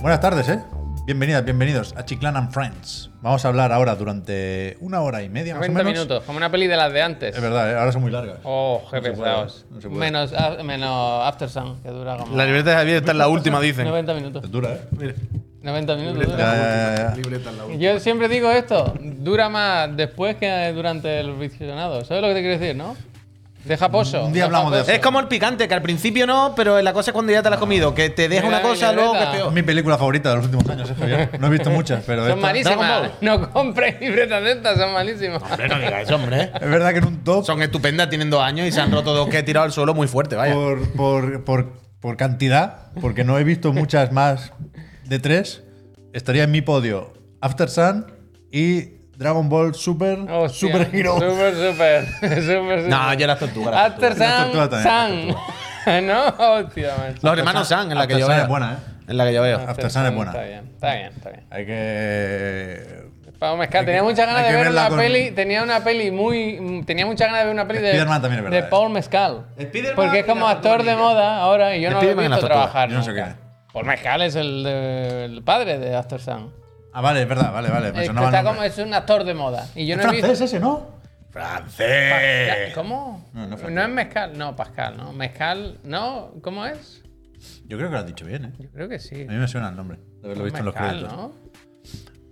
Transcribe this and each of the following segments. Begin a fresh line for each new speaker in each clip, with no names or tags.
Buenas tardes, ¿eh? Bienvenidas, bienvenidos a Chiclan and Friends. Vamos a hablar ahora durante una hora y media, más o
90
menos.
minutos, como una peli de las de antes.
Es verdad, ¿eh? ahora son muy largas.
Oh, qué
No se puede,
pesados.
no se puede.
menos, a- menos After Sun, que dura como
La libreta de Javier está en la última, dicen.
90 minutos.
Dura, ¿eh?
90 minutos.
Ya,
dura.
ya, ya, ya.
Libreta en la última.
Yo siempre digo esto, dura más después que durante el visionado. ¿Sabes lo que te quiero decir, no? Deja pozo.
Un día
deja
hablamos de
pozo.
Es como el picante, que al principio no, pero la cosa es cuando ya te la has comido, que te deja
Mira la
una cosa, luego que es
libreta.
Es
peor.
mi película favorita de los últimos años, ¿eh, Javier? No he visto muchas, pero
Son
esta-
malísimas.
Dragon
No compres libretas de estas, son malísimas.
Hombre, no digas eso, hombre.
Es verdad que en un top,
Son estupendas, tienen dos años y se han roto dos que he tirado al suelo muy fuerte, vaya.
por, por, por, por cantidad, porque no he visto muchas más de tres, estaría en mi podio After Sun y Dragon Ball Super
Hostia,
Super Hero.
Super, super. super,
No,
super.
yo las tortugas. las
After
tortugas.
Las
Sun,
tortugas también,
Sun. no, hostia, macho.
Los hermanos San, en la que
After
yo
Sun
veo.
es buena, ¿eh?
En la que yo
Ah.
veo.
After Sun es buena.
Está bien, está bien, está bien.
Hay que.
Pablo Mezcal, tenía muchas ganas
hay
de
que
ver
verla
una
con-
peli, tenía una peli muy, mm, tenía muchas ganas de ver una peli de,
Spiderman también es
de
verdad, eh.
Paul Mezcal,
Spiderman
porque es
y
como
la
actor de
tortuga
moda ahora y yo no lo he
Spiderman y la
visto
tortuga.
trabajar
Yo no sé
nunca.
quién
Paul Mezcal es el, de- el padre de After Sun.
Ah, vale, es verdad, vale, vale. me
Es,
sonaba el
está
nombre.
como, es un actor de moda y yo
Es
no he visto.
francés ese, ¿no?
¡Francés!
¿Cómo?
No, no
No,
es francés.
es Mezcal, no Pascal, no Mezcal, no, ¿cómo es?
Yo creo que lo has dicho bien, ¿eh?
Yo creo que sí.
A mí me suena el nombre, de haberlo visto en los
Mezcal,
créditos.
¿no?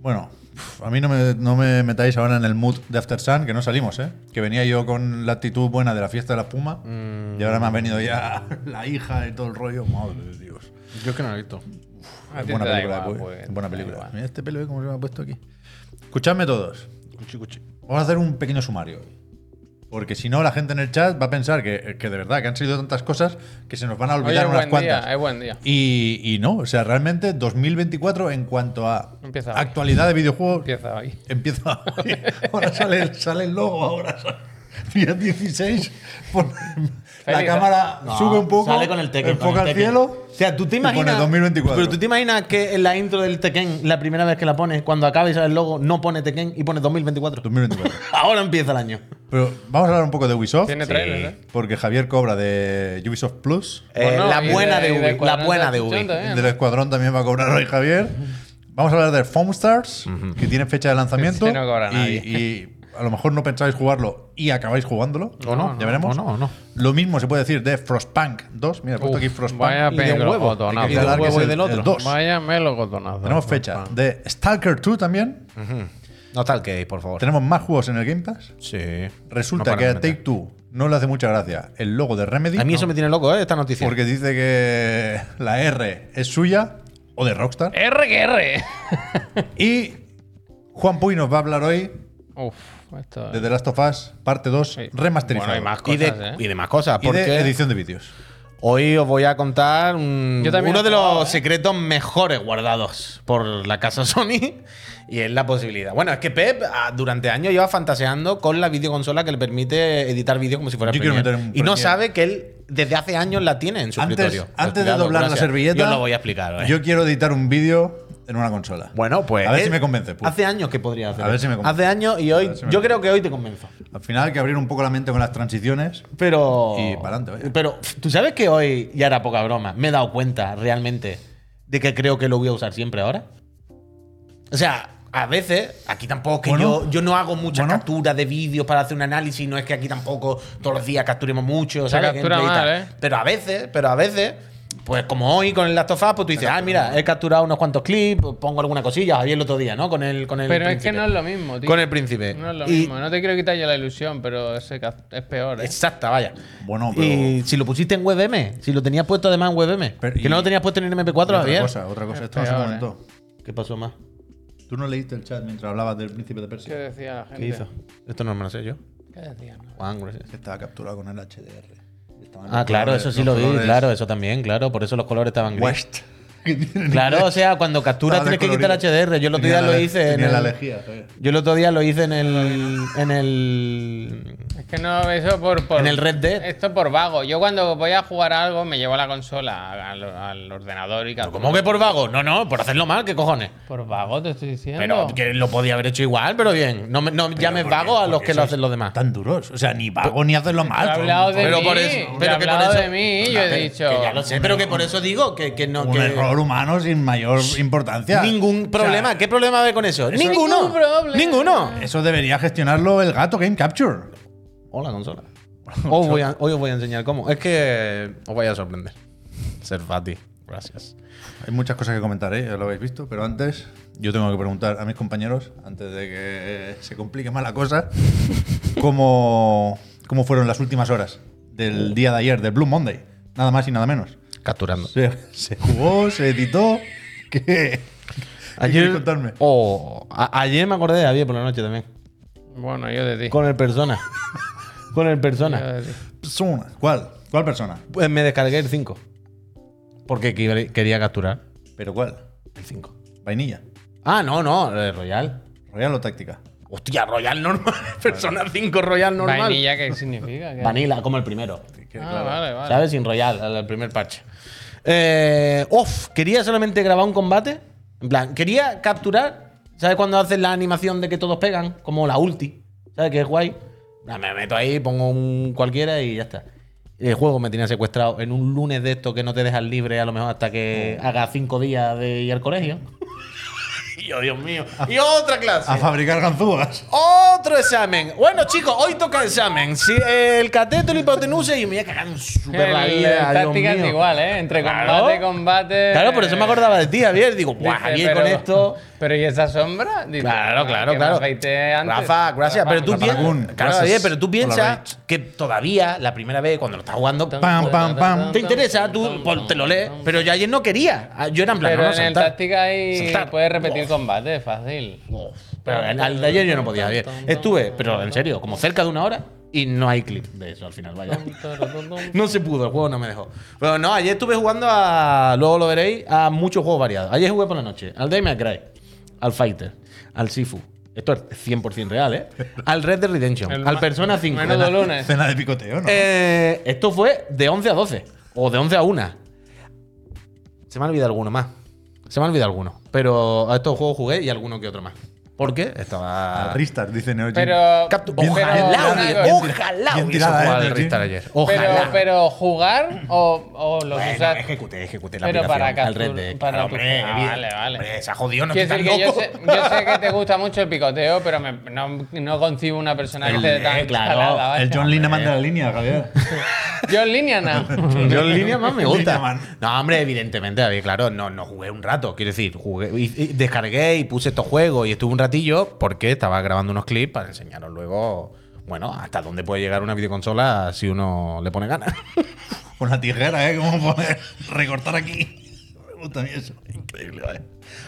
Bueno, uf, a mí no me, no me metáis ahora en el mood de After Sun, que no salimos, ¿eh? Que venía yo con la actitud buena de la fiesta de la espuma
Mm.
y ahora me ha venido ya la hija y todo el rollo. Madre de Dios.
Yo es que no lo he visto.
A ti
buena
Ah, te da
película,
igual,
pues,
pues,
buena
te da
película.
igual.
Mira este pelo, ¿eh? cómo se me ha puesto aquí. Escuchadme todos.
Cuchi, cuchi.
Vamos a hacer un pequeño sumario hoy. Porque si no, la gente en el chat va a pensar que, que de verdad, que han salido tantas cosas que se nos van a
Hoy es
olvidar unas
buen
cuantas.
día, eh. es buen día.
Y, y no, o sea, realmente 2024 en cuanto a
Empieza hoy.
actualidad de videojuegos
Empieza hoy.
empieza hoy. ahora sale, sale el logo, ahora sale. Día 16, pon- la
Feliz-
cámara
No,
Ah. sube un poco,
Sale con el Tekken. con
enfoca
el
al
Tekken.
cielo.
O sea, tú te
y pone
imaginas.
2024.
Pero tú te imaginas que en la intro del Tekken, la primera vez que la pones, cuando acaba y sale el logo, no pone Tekken y pone 2024.
2024.
Ahora empieza el año.
Pero vamos a hablar un poco de Ubisoft,
Tiene trailer, ¿eh?
porque Javier cobra de Ubisoft Plus.
Eh,
Bueno,
la
Pues y
buena de,
y
Ubi. La buena de
40
Ubi.
también.
Del escuadrón también va a cobrar hoy Javier. Vamos a hablar de Foam Stars, que tiene fecha de lanzamiento.
Sí, no cobra
y,
nadie.
y a lo mejor no pensáis jugarlo y acabáis jugándolo.
¿eh?
O no,
ya veremos.
o no, o no.
Lo mismo se puede decir de Frostpunk 2. Mira, he puesto
Uf,
aquí Frostpunk.
vaya
y de un huevo.
melocotonazo.
Hay que aclarar
Y de un
que es
huevo y
el-
del otro.
el 2.
Vaya melocotonazo.
Tenemos fecha de Stalker 2 también.
No está el case, por favor.
Tenemos más juegos en el Game Pass.
Sí.
Resulta
No
que a
paran de
Take
meter.
Two no le hace mucha gracia el logo de Remedy.
A mí eso
¿no?
me tiene loco, ¿eh? Esta noticia.
Porque dice que la R es suya o de Rockstar.
Eh.
R que R.
Y Juan Puy nos va a hablar hoy
Uf, esto. eh.
de The Last of Us, parte 2,
Sí.
remasterizado.
Bueno, hay más
y, de,
cosas, ¿eh?
y demás cosas.
Y de
Porque
edición de vídeos.
hoy os voy a contar un-
Yo también
uno
he
de
probado,
los
¿eh?
secretos mejores guardados por la casa Sony. Y es la posibilidad. Bueno, es que Pep ah, durante años lleva fantaseando con la videoconsola que le permite editar vídeos como si fuera
Yo quiero
Premiere.
meter un
Y no
Premiere.
sabe que él desde hace años la tiene en su
Antes-
escritorio.
antes de
Cuidado,
doblar la servilleta,
Yo os lo voy a explicar. ¿eh?
Yo quiero editar un vídeo en una consola.
Bueno, pues.
A ver
eh,
si me convence. pues.
Hace años que podría hacer.
A ver
eso.
si me convence.
Hace años y hoy.
ver si me
yo
convence.
creo que hoy te convenzo.
Al final hay que abrir un poco la mente con las transiciones.
Pero.
Y pa'lante, vaya.
Pero pff, tú sabes que hoy, ya era poca broma, me he dado cuenta realmente de que creo que lo voy a usar siempre ahora. O sea, a veces, aquí tampoco es que
Bueno.
yo, yo no hago muchas
Bueno.
capturas de vídeos para hacer un análisis, no es que aquí tampoco todos los días capturemos mucho, ¿sabes?
captura
Gameplay y tal.
mal, ¿eh?
Pero a veces, pero a veces. Pues como hoy con el Last of Us, pues tú dices, ah, mira, he capturado unos cuantos clips, pongo alguna cosilla, Javier el otro día, ¿no? Con el con el
Pero es
príncipe.
que no es lo mismo, tío.
Con el príncipe.
No es lo
Y-
mismo. No te quiero quitar yo la ilusión, pero ese ca- es peor, ¿eh?
Exacta, vaya.
Bueno,
Y si lo pusiste en WebM, si lo tenías puesto además en WebM,
Pero,
que
y-
no lo tenías puesto en
Y
MP4,
otra
Javier.
cosa, otra cosa. Esto no se
Peor,
comentó.
¿Qué pasó más?
Tú no leíste el chat mientras hablabas del príncipe de
¿Qué
Persia.
decía la gente?
¿Qué hizo? Esto no me lo sé yo.
¿Qué decía?
Juan, gracias.
Que estaba capturado con el HDR. Estaban
Ah,
los
claro,
colores-
eso sí
los
lo vi,
colores
claro, eso también, claro, por eso los colores estaban gris.
West. que tienen
Claro,
inglés.
o sea, cuando capturas
Estaba
tienes que quitar
descolorido.
HDR. Yo el otro
Tenía
día
la
lo
le-
hice en
Tenía la
el,
lejía. joder.
yo el otro día lo hice en el en el
Es que no, eso por, por-
En el Red Dead.
Esto por vago. Yo cuando voy a jugar a algo me llevo la consola al, al ordenador y
¿Cómo que por vago? No, no, por hacerlo mal, ¿qué cojones?
Por vago te estoy diciendo.
Pero que lo podía haber hecho igual, pero bien. No, me- no llames
Porque-
vago a los
porque
que lo
sois
hacen los demás.
Tan duros. O sea, ni vago ni hacerlo mal.
He
son-
hablado de
Pero
mí.
por eso-
yo
pero
he
que por
hablado
eso-
de mí. Yo he dicho.
Que ya lo sé, pero que por eso digo que, que no.
Un
que,
error factor humano sin mayor importancia.
Ningún problema.
O sea,
¿Qué problema hay con eso? Ninguno.
Ningún problema.
Ninguno.
Eso debería gestionarlo el gato Game Capture.
Hola, consola. Hoy, voy a- hoy os voy a enseñar cómo. Es que os voy a sorprender. Servati. Gracias.
Hay muchas cosas que comentar, ¿eh? ya lo habéis visto, pero antes yo tengo que preguntar a mis compañeros, antes de que se complique más la cosa, cómo, cómo fueron las últimas horas del
Oh.
día de ayer, del Blue Monday, nada más y nada menos.
Capturando.
Se, se jugó, se editó, ¿qué, qué queréis contarme?
Oh, a- ayer me acordé de Javier por la noche también.
Bueno, yo de ti.
Con el persona. con el
Yo
persona.
de ti.
Persona. ¿Cuál? ¿Cuál persona?
Pues me descargué el 5. Porque qui- quería capturar
¿Pero cuál?
el 5.
¿Vainilla?
Ah, no, no, el Royal.
¿Royal o táctica?
Hostia, Royal normal. Persona 5 Royal normal. Vanilla.
¿Vainilla qué significa? ¿Qué?
como el primero.
Que,
Ah,
claro,
vale, vale.
¿Sabes? Sin Royal, al al primer parche. Eh, off, quería solamente grabar un combate. En plan, quería capturar. ¿Sabes cuando haces la animación de que todos pegan? Como la ulti. ¿Sabes? Que es guay. En plan, Me meto ahí, pongo un cualquiera y ya está. El juego me tenía secuestrado en un lunes de esto que no te dejan libre a lo mejor hasta que haga cinco días de ir al colegio. y yo, Dios mío. Y otra clase.
A fabricar ganzúas.
Otro examen. Bueno, chicos, hoy toca examen. Sí, el cateto, el hipotenusa y me voy a cagar en super la
El-
vida.
el
Dios
táctica es
mío.
igual, ¿eh? Entre
Claro.
combate, combate.
Claro, por eso me acordaba de ti, Javier. Digo,
Dice,
guau, Javier, con
pero-
esto.
Pero ¿y esa sombra? Dice,
Claro,
ah,
claro,
que
claro.
me afeité antes.
Rafa, gracias.
Rafa,
pero tú
Rafa,
piensas-
piensas.
Lagún,
Claro,
gracias
Javier, pero tú
por la
piensas
raid.
que todavía, la primera vez, cuando lo estás jugando,
Pam, pam, pam.
te interesa, tú pues, te lo lees. Pero yo ayer no quería. Ah, Yo era en plan,
Pero
no, no,
en el
saltar.
táctica ahí
Saltar.
puedes repetir
Uf.
combate, fácil.
Uf, Pero al, al de ayer yo no podía, Javier. Estuve, pero en serio, como cerca de una hora y no hay clip de eso al final, vaya. No se pudo, el juego no me dejó. Pero no, ayer estuve jugando a. Luego lo veréis, a muchos juegos variados. Ayer jugué por la noche al Day May Cry, al Fighter, al Sifu. Esto es 100% real, ¿eh? Al Red Dead Redemption,
El
al
ma-
Persona 5.
Menudo lunes.
Cena de picoteo, ¿no?
Eh, esto fue de 11 a 12. O de 11 a 1. Se me ha olvidado alguno más. Se me ha olvidado alguno. Pero a estos juegos jugué y alguno que otro más. Porque estaba.
Ristas, dice Neo Jim.
Pero.
Captu-
pero-
ojalá,
una
bien
hubiera-
cosa,
tirada,
ojalá
bien
hubiese
tirada,
jugado
eh,
al
Virgin.
Ristar ayer.
Pero,
Ojalá.
pero jugar o, o los
Bueno,
usas.
ejecuté, ejecuté la
Pero
aplicación
para
al Red
captur-
Dead.
para
Claro,
tu-
hombre,
Ah,
bien.
vale, vale.
Hombre, se ha jodido, no
Quiero
estoy
decir
tan
que yo
loco.
sé, yo sé que te gusta mucho el picoteo, pero me- no, no concibo una persona que esté
Hombre,
tan
claro.
instalada, vaya.
el John Lineman de la línea, Javier.
Yo en línea no.
Yo en línea más me gusta.
Lineman.
No, hombre, evidentemente, David, claro, no, no jugué un rato. Quiero decir, jugué, y- y descargué y puse estos juegos y estuve un ratillo porque estaba grabando unos clips para enseñaros luego, bueno, hasta dónde puede llegar una videoconsola si uno le pone ganas.
Con la tijera, ¿eh? ¿Cómo poner? Recortar aquí. Me gusta a mí eso. Increíble, ¿eh?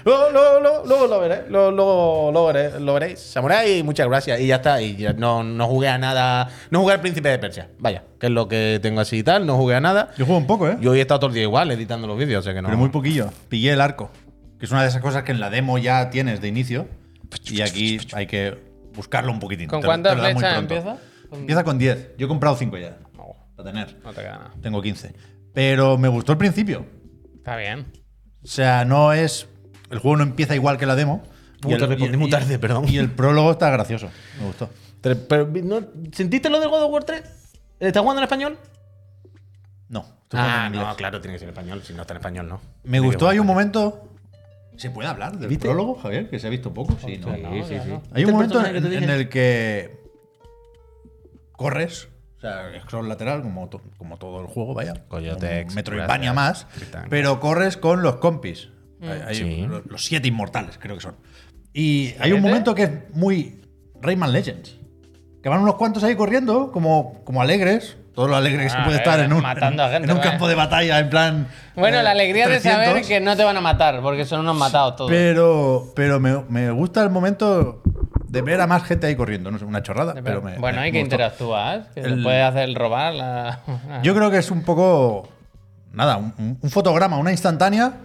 Luego, luego, luego, luego lo veré, luego, luego lo, veré- lo veréis. Samurai, muchas gracias. Y ya está. Y ya no, no jugué a nada. No jugué al príncipe de Persia. Vaya, que es lo que tengo así y tal. No jugué a nada.
Yo juego un poco, ¿eh?
Yo hoy he estado todo el día igual editando los vídeos, o sea que no.
Pero muy poquillo. Pillé el arco. Que es una de esas cosas que en la demo ya tienes de inicio. Y aquí hay que buscarlo un poquitín.
¿Con
Te lo-
cuántas
te lo dan muy
flechas
pronto.
empieza? Con-
Empieza con 10. Yo he comprado 5 ya.
No,
Para tener.
no te queda nada.
Tengo 15. Pero me gustó el principio.
Está bien.
O sea, no es. El juego no empieza igual que la demo.
Uy, te respondí muy tarde, perdón.
Y el prólogo está gracioso. Me gustó.
Pero- pero, ¿no? ¿Sentiste lo de God of War 3? ¿Estás jugando en español?
No. estoy jugando en inglés.
Ah, claro, tiene que ser en español. Si no está en español, no.
Me gustó, hay un momento. ¿Se puede hablar del prólogo, Javier? Que se ha visto poco. Sí, no.
Sí, sí, sí.
Hay un
Este
¿Viste el
momento
personaje que
en,
te dije?
en el que corres, o sea, es cross lateral, como, to- como todo el juego, vaya.
Coyote,
Un Metroidvania más,
gracias. Titán.
pero corres con los compis.
Mm.
Hay- hay
Sí.
lo- los siete inmortales, creo que son. Y hay
¿Siete?
un momento que es muy Rayman Legends. Que van unos cuantos ahí corriendo, como, como alegres. Todo lo alegre que se
Ah,
puede
eh,
estar en un,
matando a gente,
en un
vaya.
campo de batalla, en plan.
Bueno,
eh,
la alegría de
300.
saber que no te van a matar, porque son unos matados todos.
Pero, pero me, me gusta el momento de ver a más gente ahí corriendo. No sé, una chorrada, pero me.
bueno,
me-
hay
me
que
gustó.
interactúas, que
El-
te puedes hacer robar la.
Yo creo que es un poco. Nada, un, un fotograma, una instantánea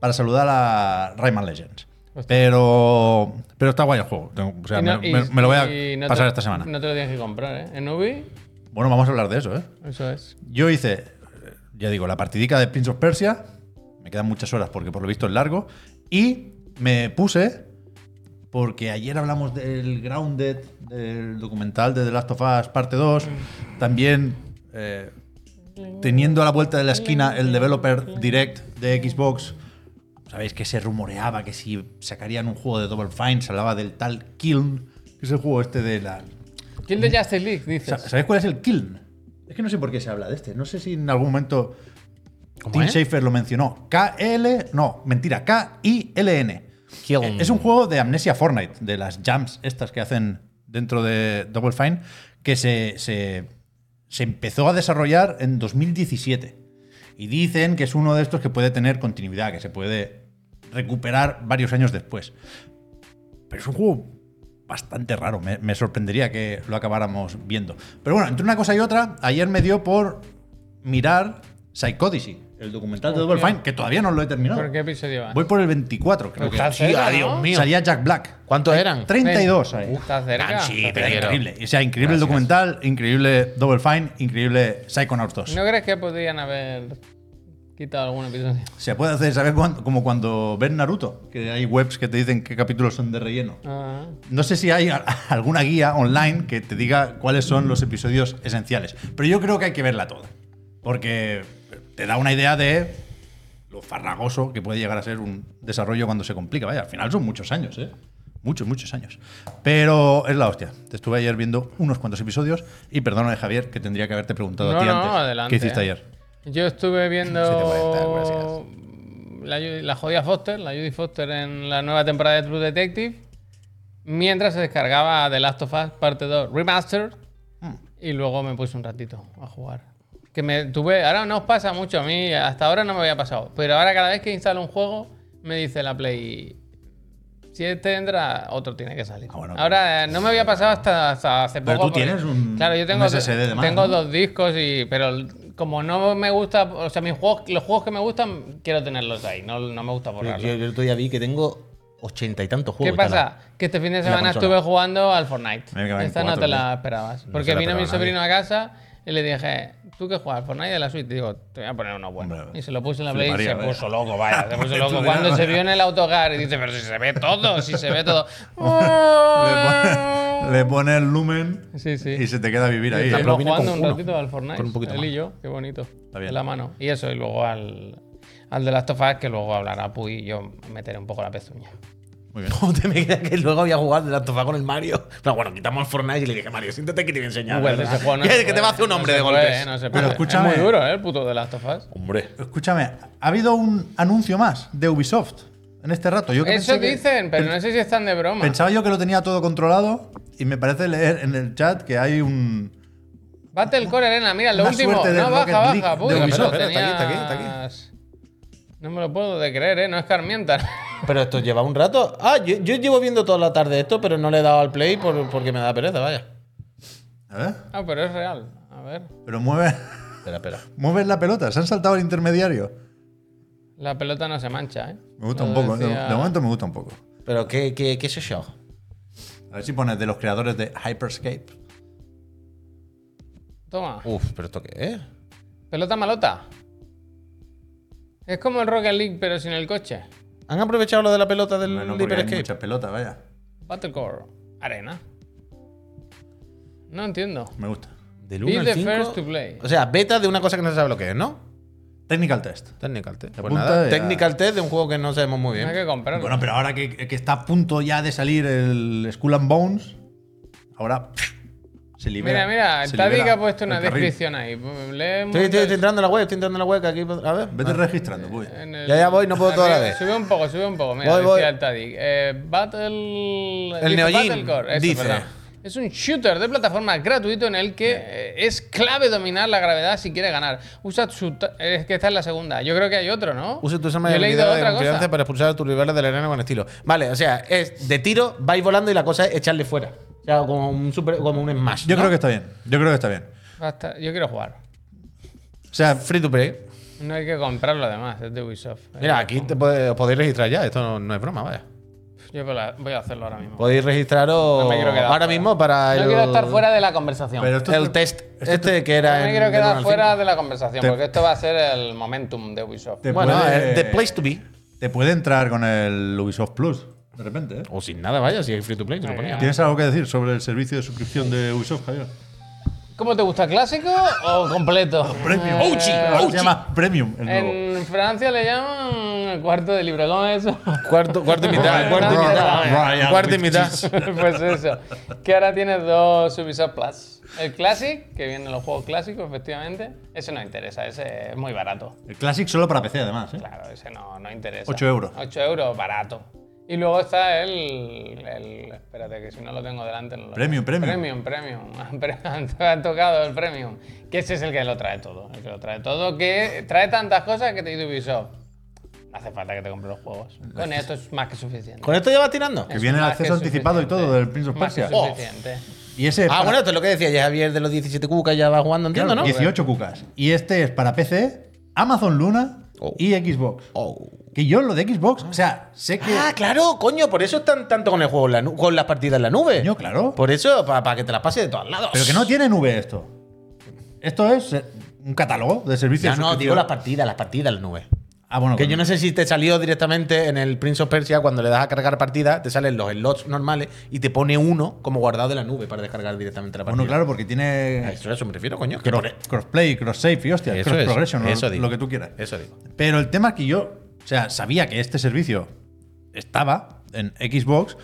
para saludar a Rayman Legends. Pero, pero está guay el juego. Tengo- o sea,
Y no-
me,
y-
me- me lo voy
y
a
no te-
pasar esta semana.
No te lo tienes que comprar, ¿eh? En Ubi,
Bueno, vamos a hablar de eso, ¿eh?
eso es.
Yo hice, eh, ya digo, la partidica de Prince of Persia. Me quedan muchas horas porque por lo visto es largo. Y me puse, porque ayer hablamos del Grounded, del documental de The Last of Us parte 2. También eh, teniendo a la vuelta de la esquina el developer direct de Xbox ¿Sabéis que se rumoreaba que si sacarían un juego de Double Fine, se hablaba del tal Kiln, que es el juego este de la.
Kill the Justice League,
Sa-
dices.
¿Sabéis cuál es el Kiln? Es que no sé por qué se habla de este. No sé si en algún momento
¿Cómo
Tim
es?
Schafer lo mencionó. KL. No, mentira, K-I-L-N.
Kiln.
Eh, Es un juego de Amnesia Fortnite, de las jams estas que hacen dentro de Double Fine, que se, se, se empezó a desarrollar en 2017. Y dicen que es uno de estos que puede tener continuidad, que se puede recuperar varios años después. Pero es un juego bastante raro. Me, me sorprendería que lo acabáramos viendo. Pero bueno, entre una cosa y otra, ayer me dio por mirar Psychodicy, el documental de Double
Hostia.
Fine, que todavía no lo he terminado.
Oh, ¿Por qué episodio va?
Voy por el 24, creo que.
Está
Hostia,
cerca, ¿no?
Dios mío.
Salía Jack Black.
¿Cuántos eran?
32 ahí.
Está cerca.
Nancy,
Está
te
Era
cerca.
quiero.
increíble. O sea, increíble el documental, increíble Double Fine, increíble Psychonauts 2.
¿No crees que podrían haber quitado algún episodio?
Se puede hacer, ¿sabes? cuándo? Como cuando ves Naruto, que hay webs que te dicen qué capítulos son de relleno.
Ah.
No sé si hay a- alguna guía online que te diga cuáles son los episodios esenciales, pero yo creo que hay que verla toda, porque te da una idea de lo farragoso que puede llegar a ser un desarrollo cuando se complica. Vaya, al final son muchos años, ¿eh? Muchos, muchos años. Pero es la hostia. Te estuve ayer viendo unos cuantos episodios y perdóname, Javier, que tendría que haberte preguntado
No,
a ti
no,
antes.
adelante,
¿Qué hiciste
eh.
ayer?
Yo estuve viendo.
Sí, te voy a dar, gracias.
La, Ju- la jodida Foster, la Judy Foster en la nueva temporada de True Detective. Mientras se descargaba The Last of Us parte 2 Remastered.
Mm.
Y luego me puse un ratito a jugar. Que me tuve. Ahora no os pasa mucho a mí, hasta ahora no me había pasado. Pero ahora cada vez que instalo un juego, me dice la Play. Si este entra, otro tiene que salir.
Ah, bueno,
ahora eh, no me había pasado hasta, hasta hace
Pero
poco.
tú tienes un-
Claro, yo
un
tengo,
SSD de más,
tengo
¿no?
dos los discos y pero como no me gusta o sea mis juegos los juegos que me gustan quiero tenerlos ahí no, no me gusta
Yo,
borrarlos
yo el otro día vi que tengo ochenta y tantos
¿Qué
juegos.
pasa? Que este fin de semana
consola.
estuve jugando al Fortnite.
Mira que van
Esta no
cuatro,
te
tío.
la esperabas.
No
Porque
se la
vino mi
esperaba
sobrino a casa y le dije, ¿tú qué juegas? ¿Fortnite de la Switch? Digo, te voy a poner uno bueno.
Hombre, ¿eh?
y se lo puse en la Play y
fliparía,
se
vaya.
puso loco, vaya. Se puso
Porque
loco.
tú
Cuando
dirás,
se vio en el autocar y dice, pero si se ve todo, si se ve todo.
Le pone- Le pone el lumen
Sí, sí.
y se te queda vivir ahí.
Estamos
¿eh?
pero viene
jugando
con
un
uno,
ratito al Fortnite.
con un poquito
él y
más.
yo, qué bonito.
bien.
De la mano. Y eso, y luego al, al de Last of Us, que luego hablará Puy y yo meteré un poco la pezuña.
Muy bien.
Te me queda que luego había jugado de la sofá con el Mario. Pero bueno, quitamos el Fortnite y le dije, Mario, siéntate que te voy a enseñar.
Bueno,
¿verdad?
ese juego no
que
se
que te
puede,
va a hacer un
no
hombre
se
de
puede, ¿eh?
golpes.
no se
Pero
puede.
escúchame.
Es muy duro, ¿eh? El puto de Last of Us.
Hombre.
Escúchame, ha habido un anuncio más de Ubisoft en este rato. Yo que
Eso
pensé que-
dicen, pero no sé si están de broma.
Pensaba yo que lo tenía todo controlado y me parece leer en el chat que hay un.
Battlecore Arena, mira, lo
Una
último.
suerte de
No, baja,
Rocket League
baja, Puy.
de
lo
Ubisoft.
tenías-
Espera, está aquí, está aquí, está
No me lo puedo de creer, ¿eh? No es Carmienta.
Pero esto lleva un rato. Ah, yo, yo llevo viendo toda la tarde esto, pero no le he dado al play por- porque me da pereza, vaya.
A ver.
Ah, pero es real. A ver.
Pero mueve,
Espera, espera.
mueve la pelota, se han saltado el intermediario.
La pelota no se mancha, ¿eh?
Me gusta
Lo
un poco, de-
decía-
de momento me gusta un poco.
Pero ¿qué, qué, qué es eso?
A ver si pones de los creadores de Hyperscape.
Toma.
Uf, pero esto qué es.
Pelota malota. Es como el Rocket League, pero sin el coche.
¿Han aprovechado lo de la pelota
Mm,
del
Bueno, porque hay
Hyperscape?
muchas pelotas, vaya.
Battlecore. Arena. No entiendo.
Me gusta.
Del
Be
uno al
the
cinco.
first to play.
O sea, beta de una cosa que no se sabe lo que es, ¿no?
Technical test.
Technical Test. Pues
apunta
nada,
y ya.
Technical Test de un juego que no sabemos muy
Hay
bien.
que comprarlo.
Bueno, pero ahora que, que está a punto ya de salir el Skull and Bones, ahora se libera.
mira, mira,
se
el Tadic
libera
ha puesto una
el carril.
descripción ahí. Lee un
Estoy, estoy- estoy
momento
entrando en la web, estoy entrando en la web. que Aquí, a ver.
Vete registrando, voy.
en el-
Ya, ya voy, no puedo toda la
Arriba,
vez.
Sube un poco, sube un poco. Mira,
Voy,
decía
voy.
el Tadic. Eh, Battle.
El
dice
Neogin
Battlecore, eso,
dice.
perdón. Es un shooter de plataforma gratuito en el que eh, es clave dominar la gravedad si quiere ganar. Usa su. ta- Es que esta es la segunda. Yo creo que hay otro, ¿no?
Usa tu arma
Yo
de
he leído
habilidad de
otra
confianza
cosa.
para expulsar a tus rivales de la arena con estilo. Vale, o sea, es de tiro, vais volando y la cosa es echarle fuera. O sea, como un, super, como un smash.
Yo
¿no?
creo que está bien. Yo creo que está bien.
Basta, Yo quiero jugar.
O sea,
Free to play.
No hay que comprarlo además, es de Ubisoft. Eh,
Mira, aquí te puede- os podéis registrar ya. Esto no, no es broma, vaya.
Yo voy a- voy a hacerlo ahora mismo.
Podéis registraros
No me quiero quedar
ahora
fuera.
mismo para
No
el,
quiero estar fuera de la conversación.
pero esto
el
te-
test este que era
no me
en-
quiero
del uno
quedar
al
fuera
cinco.
de la conversación,
Te-
porque esto va a ser el momentum de Ubisoft.
te
Bueno,
puede-
el- the place to be.
Te puede entrar con el Ubisoft Plus, de repente, ¿eh?
O sin nada, vaya, si hay free to play, se lo ponía.
¿Tienes algo que decir sobre el servicio de suscripción de Ubisoft, Javier?
¿Cómo te gusta, clásico o completo?
Premium.
Eh,
Ahora Se llama Premium el nuevo.
Em,
En en Francia le llaman cuarto de libro. ¿Cómo es eso?
Cuarto, cuarto y mitad, cuarto y
Ryan
mitad. Cuarto y
with
mitad.
pues eso. Que ahora tienes dos Ubisoft Plus. El Classic, que vienen los juegos clásicos, efectivamente. Ese no interesa, ese es muy barato.
El Classic solo para PC, además. ¿eh?
Claro, ese no, no interesa.
Ocho euros.
8 euros, barato. Y luego está el, el- Espérate, que si no lo tengo delante. No lo
Premium,
tengo.
premium.
Premium, premium. Han, han tocado el premium. Que ese es el que lo trae todo. El que lo trae todo, que trae tantas cosas que te dice Ubisoft. No hace falta que te compre los juegos. Con esto es más que suficiente.
¿Con esto ya vas tirando?
Que viene el
más
acceso
que
anticipado y todo del Prince of
Más que
Persia.
Oh.
suficiente.
Y ese es
Ah,
para-
bueno, esto es lo que decía ya Javier de los 17 cucas, ya va jugando, entiendo, ¿no?
18 cucas. Y este es para PC, Amazon Luna
Oh.
y Xbox.
Oh.
Que yo lo de Xbox, o sea, sé que.
Ah, claro, coño, por eso están tanto con el juego, en la nu- con las partidas en la nube.
Coño, claro.
Por eso, para que te las pase de todos lados.
Pero que no tiene nube esto. Esto es eh, un catálogo de servicios.
Ya
de
no, digo
suscripción.
las partidas, las partidas en la nube.
Ah, bueno.
Que
con-
yo no sé si te salió directamente en el Prince of Persia cuando le das a cargar partida, te salen los slots normales y te pone uno como guardado en la nube para descargar directamente la partida.
Bueno, claro, porque
A
tiene
eso, a eso me refiero, coño. que e,
cross-
pone-
crossplay, cross save y hostia,
Eso
cross
es,
progression, lo-
eso
lo,
digo.
que tú quieras.
Eso digo.
Pero el tema es que yo, o sea, sabía que este servicio estaba en Xbox,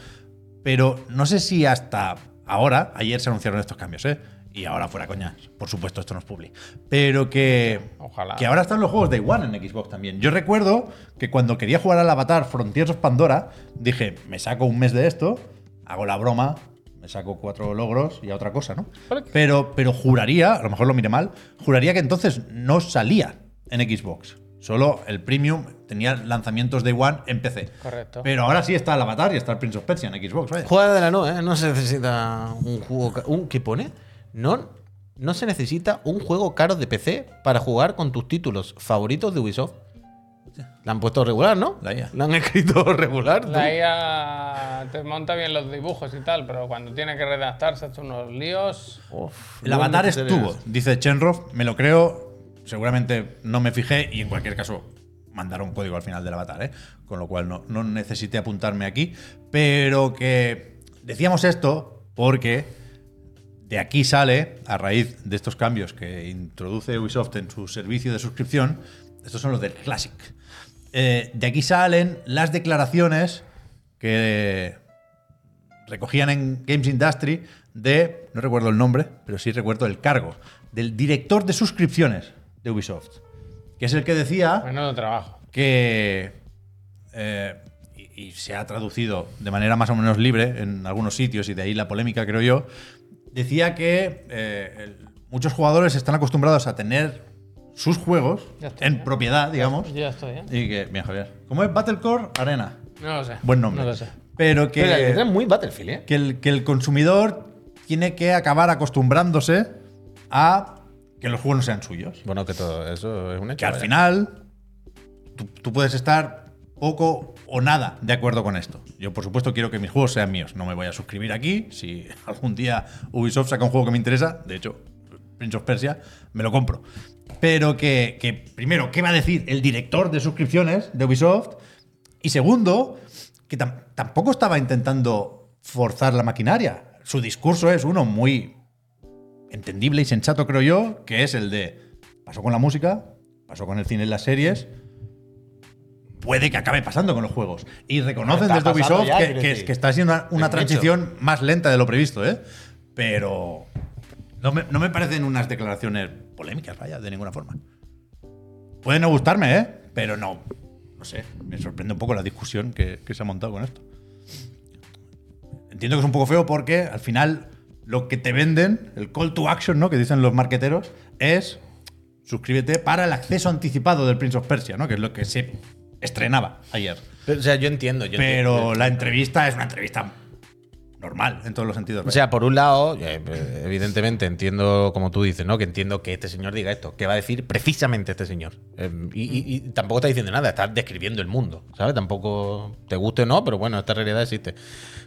pero no sé si hasta ahora, ayer se anunciaron estos cambios, ¿eh? Y ahora fuera coña, por supuesto esto no es publi. Pero que
Ojalá.
que ahora están los juegos de One en Xbox también. Yo recuerdo que cuando quería jugar al Avatar Frontiers of Pandora, dije, me saco un mes de esto, hago la broma, me saco cuatro logros y a otra cosa, ¿no?
¿Para qué?
Pero, pero juraría, a lo mejor lo miré mal, juraría que entonces no salía en Xbox. Solo el Premium tenía lanzamientos de One en PC.
Correcto.
Pero ahora sí está el Avatar y está el Prince of Persia en Xbox, vaya.
Juega de la nube, ¿eh? no se necesita un juego. ca- un- ¿Qué pone? No, no se necesita un juego caro de PC para jugar con tus títulos favoritos de Ubisoft. La han puesto regular, ¿no?
La IA.
La han escrito regular. tú.
La IA te monta bien los dibujos y tal, pero cuando tiene que redactarse hace unos líos.
Uf,
El
no
avatar
me enteré.
estuvo, dice Chenrov, me lo creo, seguramente no me fijé y en cualquier caso mandaron código al final del avatar, ¿eh? con lo cual no, no necesité apuntarme aquí, pero que decíamos esto porque de aquí sale, a raíz de estos cambios que introduce Ubisoft en su servicio de suscripción, estos son los del Classic, eh, de aquí salen las declaraciones que recogían en Games Industry de, no recuerdo el nombre, pero sí recuerdo el cargo, del director de suscripciones de Ubisoft, que es el que decía
Menudo Pues trabajo.
que, eh, y, y se ha traducido de manera más o menos libre en algunos sitios, y de ahí la polémica, creo yo, decía que eh, el- muchos jugadores están acostumbrados a tener sus juegos
Ya está,
en
ya.
propiedad, digamos,
Yo ya estoy, ¿eh?
y que, bien, Javier, como es Battlecore Arena,
No lo sé.
buen nombre,
No lo sé.
pero que
Pero la letra es muy Battlefield, ¿eh?
que el, que el consumidor tiene que acabar acostumbrándose a que los juegos no sean suyos.
Bueno, que todo eso es un hecho.
Que al
vaya.
final tú, tú puedes estar poco o nada de acuerdo con esto. Yo, por supuesto, quiero que mis juegos sean míos. No me voy a suscribir aquí. Si algún día Ubisoft saca un juego que me interesa, de hecho, Prince of Persia, me lo compro. Pero que, que, primero, ¿qué va a decir el director de suscripciones de Ubisoft? Y segundo, que tam- tampoco estaba intentando forzar la maquinaria. Su discurso es uno muy entendible y sensato, creo yo, que es el de pasó con la música, pasó con el cine y las series, puede que acabe pasando con los juegos. Y reconocen
Está
desde
pasando
Ubisoft
ya,
que,
quiero
que-
decir.
que está siendo una, una
Es un hecho.
transición más lenta de lo previsto, ¿eh? Pero no me, no me parecen unas declaraciones polémicas, vaya, de ninguna forma. Puede no gustarme, ¿eh? Pero no. No sé, me sorprende un poco la discusión que- que se ha montado con esto. Entiendo que es un poco feo porque al final lo que te venden, el call to action, ¿no? Que dicen los marqueteros, es suscríbete para el acceso anticipado del Prince of Persia, ¿no? Que es lo que se estrenaba ayer.
Pero, o sea, yo entiendo. Yo entiendo.
Pero la entrevista es una entrevista normal en todos los sentidos.
O sea, por un lado, eh, evidentemente entiendo, como tú dices, ¿no? Que entiendo que este señor diga esto. ¿Qué va a decir precisamente este señor? Eh, y, y- y tampoco está diciendo nada, está describiendo el mundo, ¿sabes? Tampoco te guste o no, pero bueno, esta realidad existe.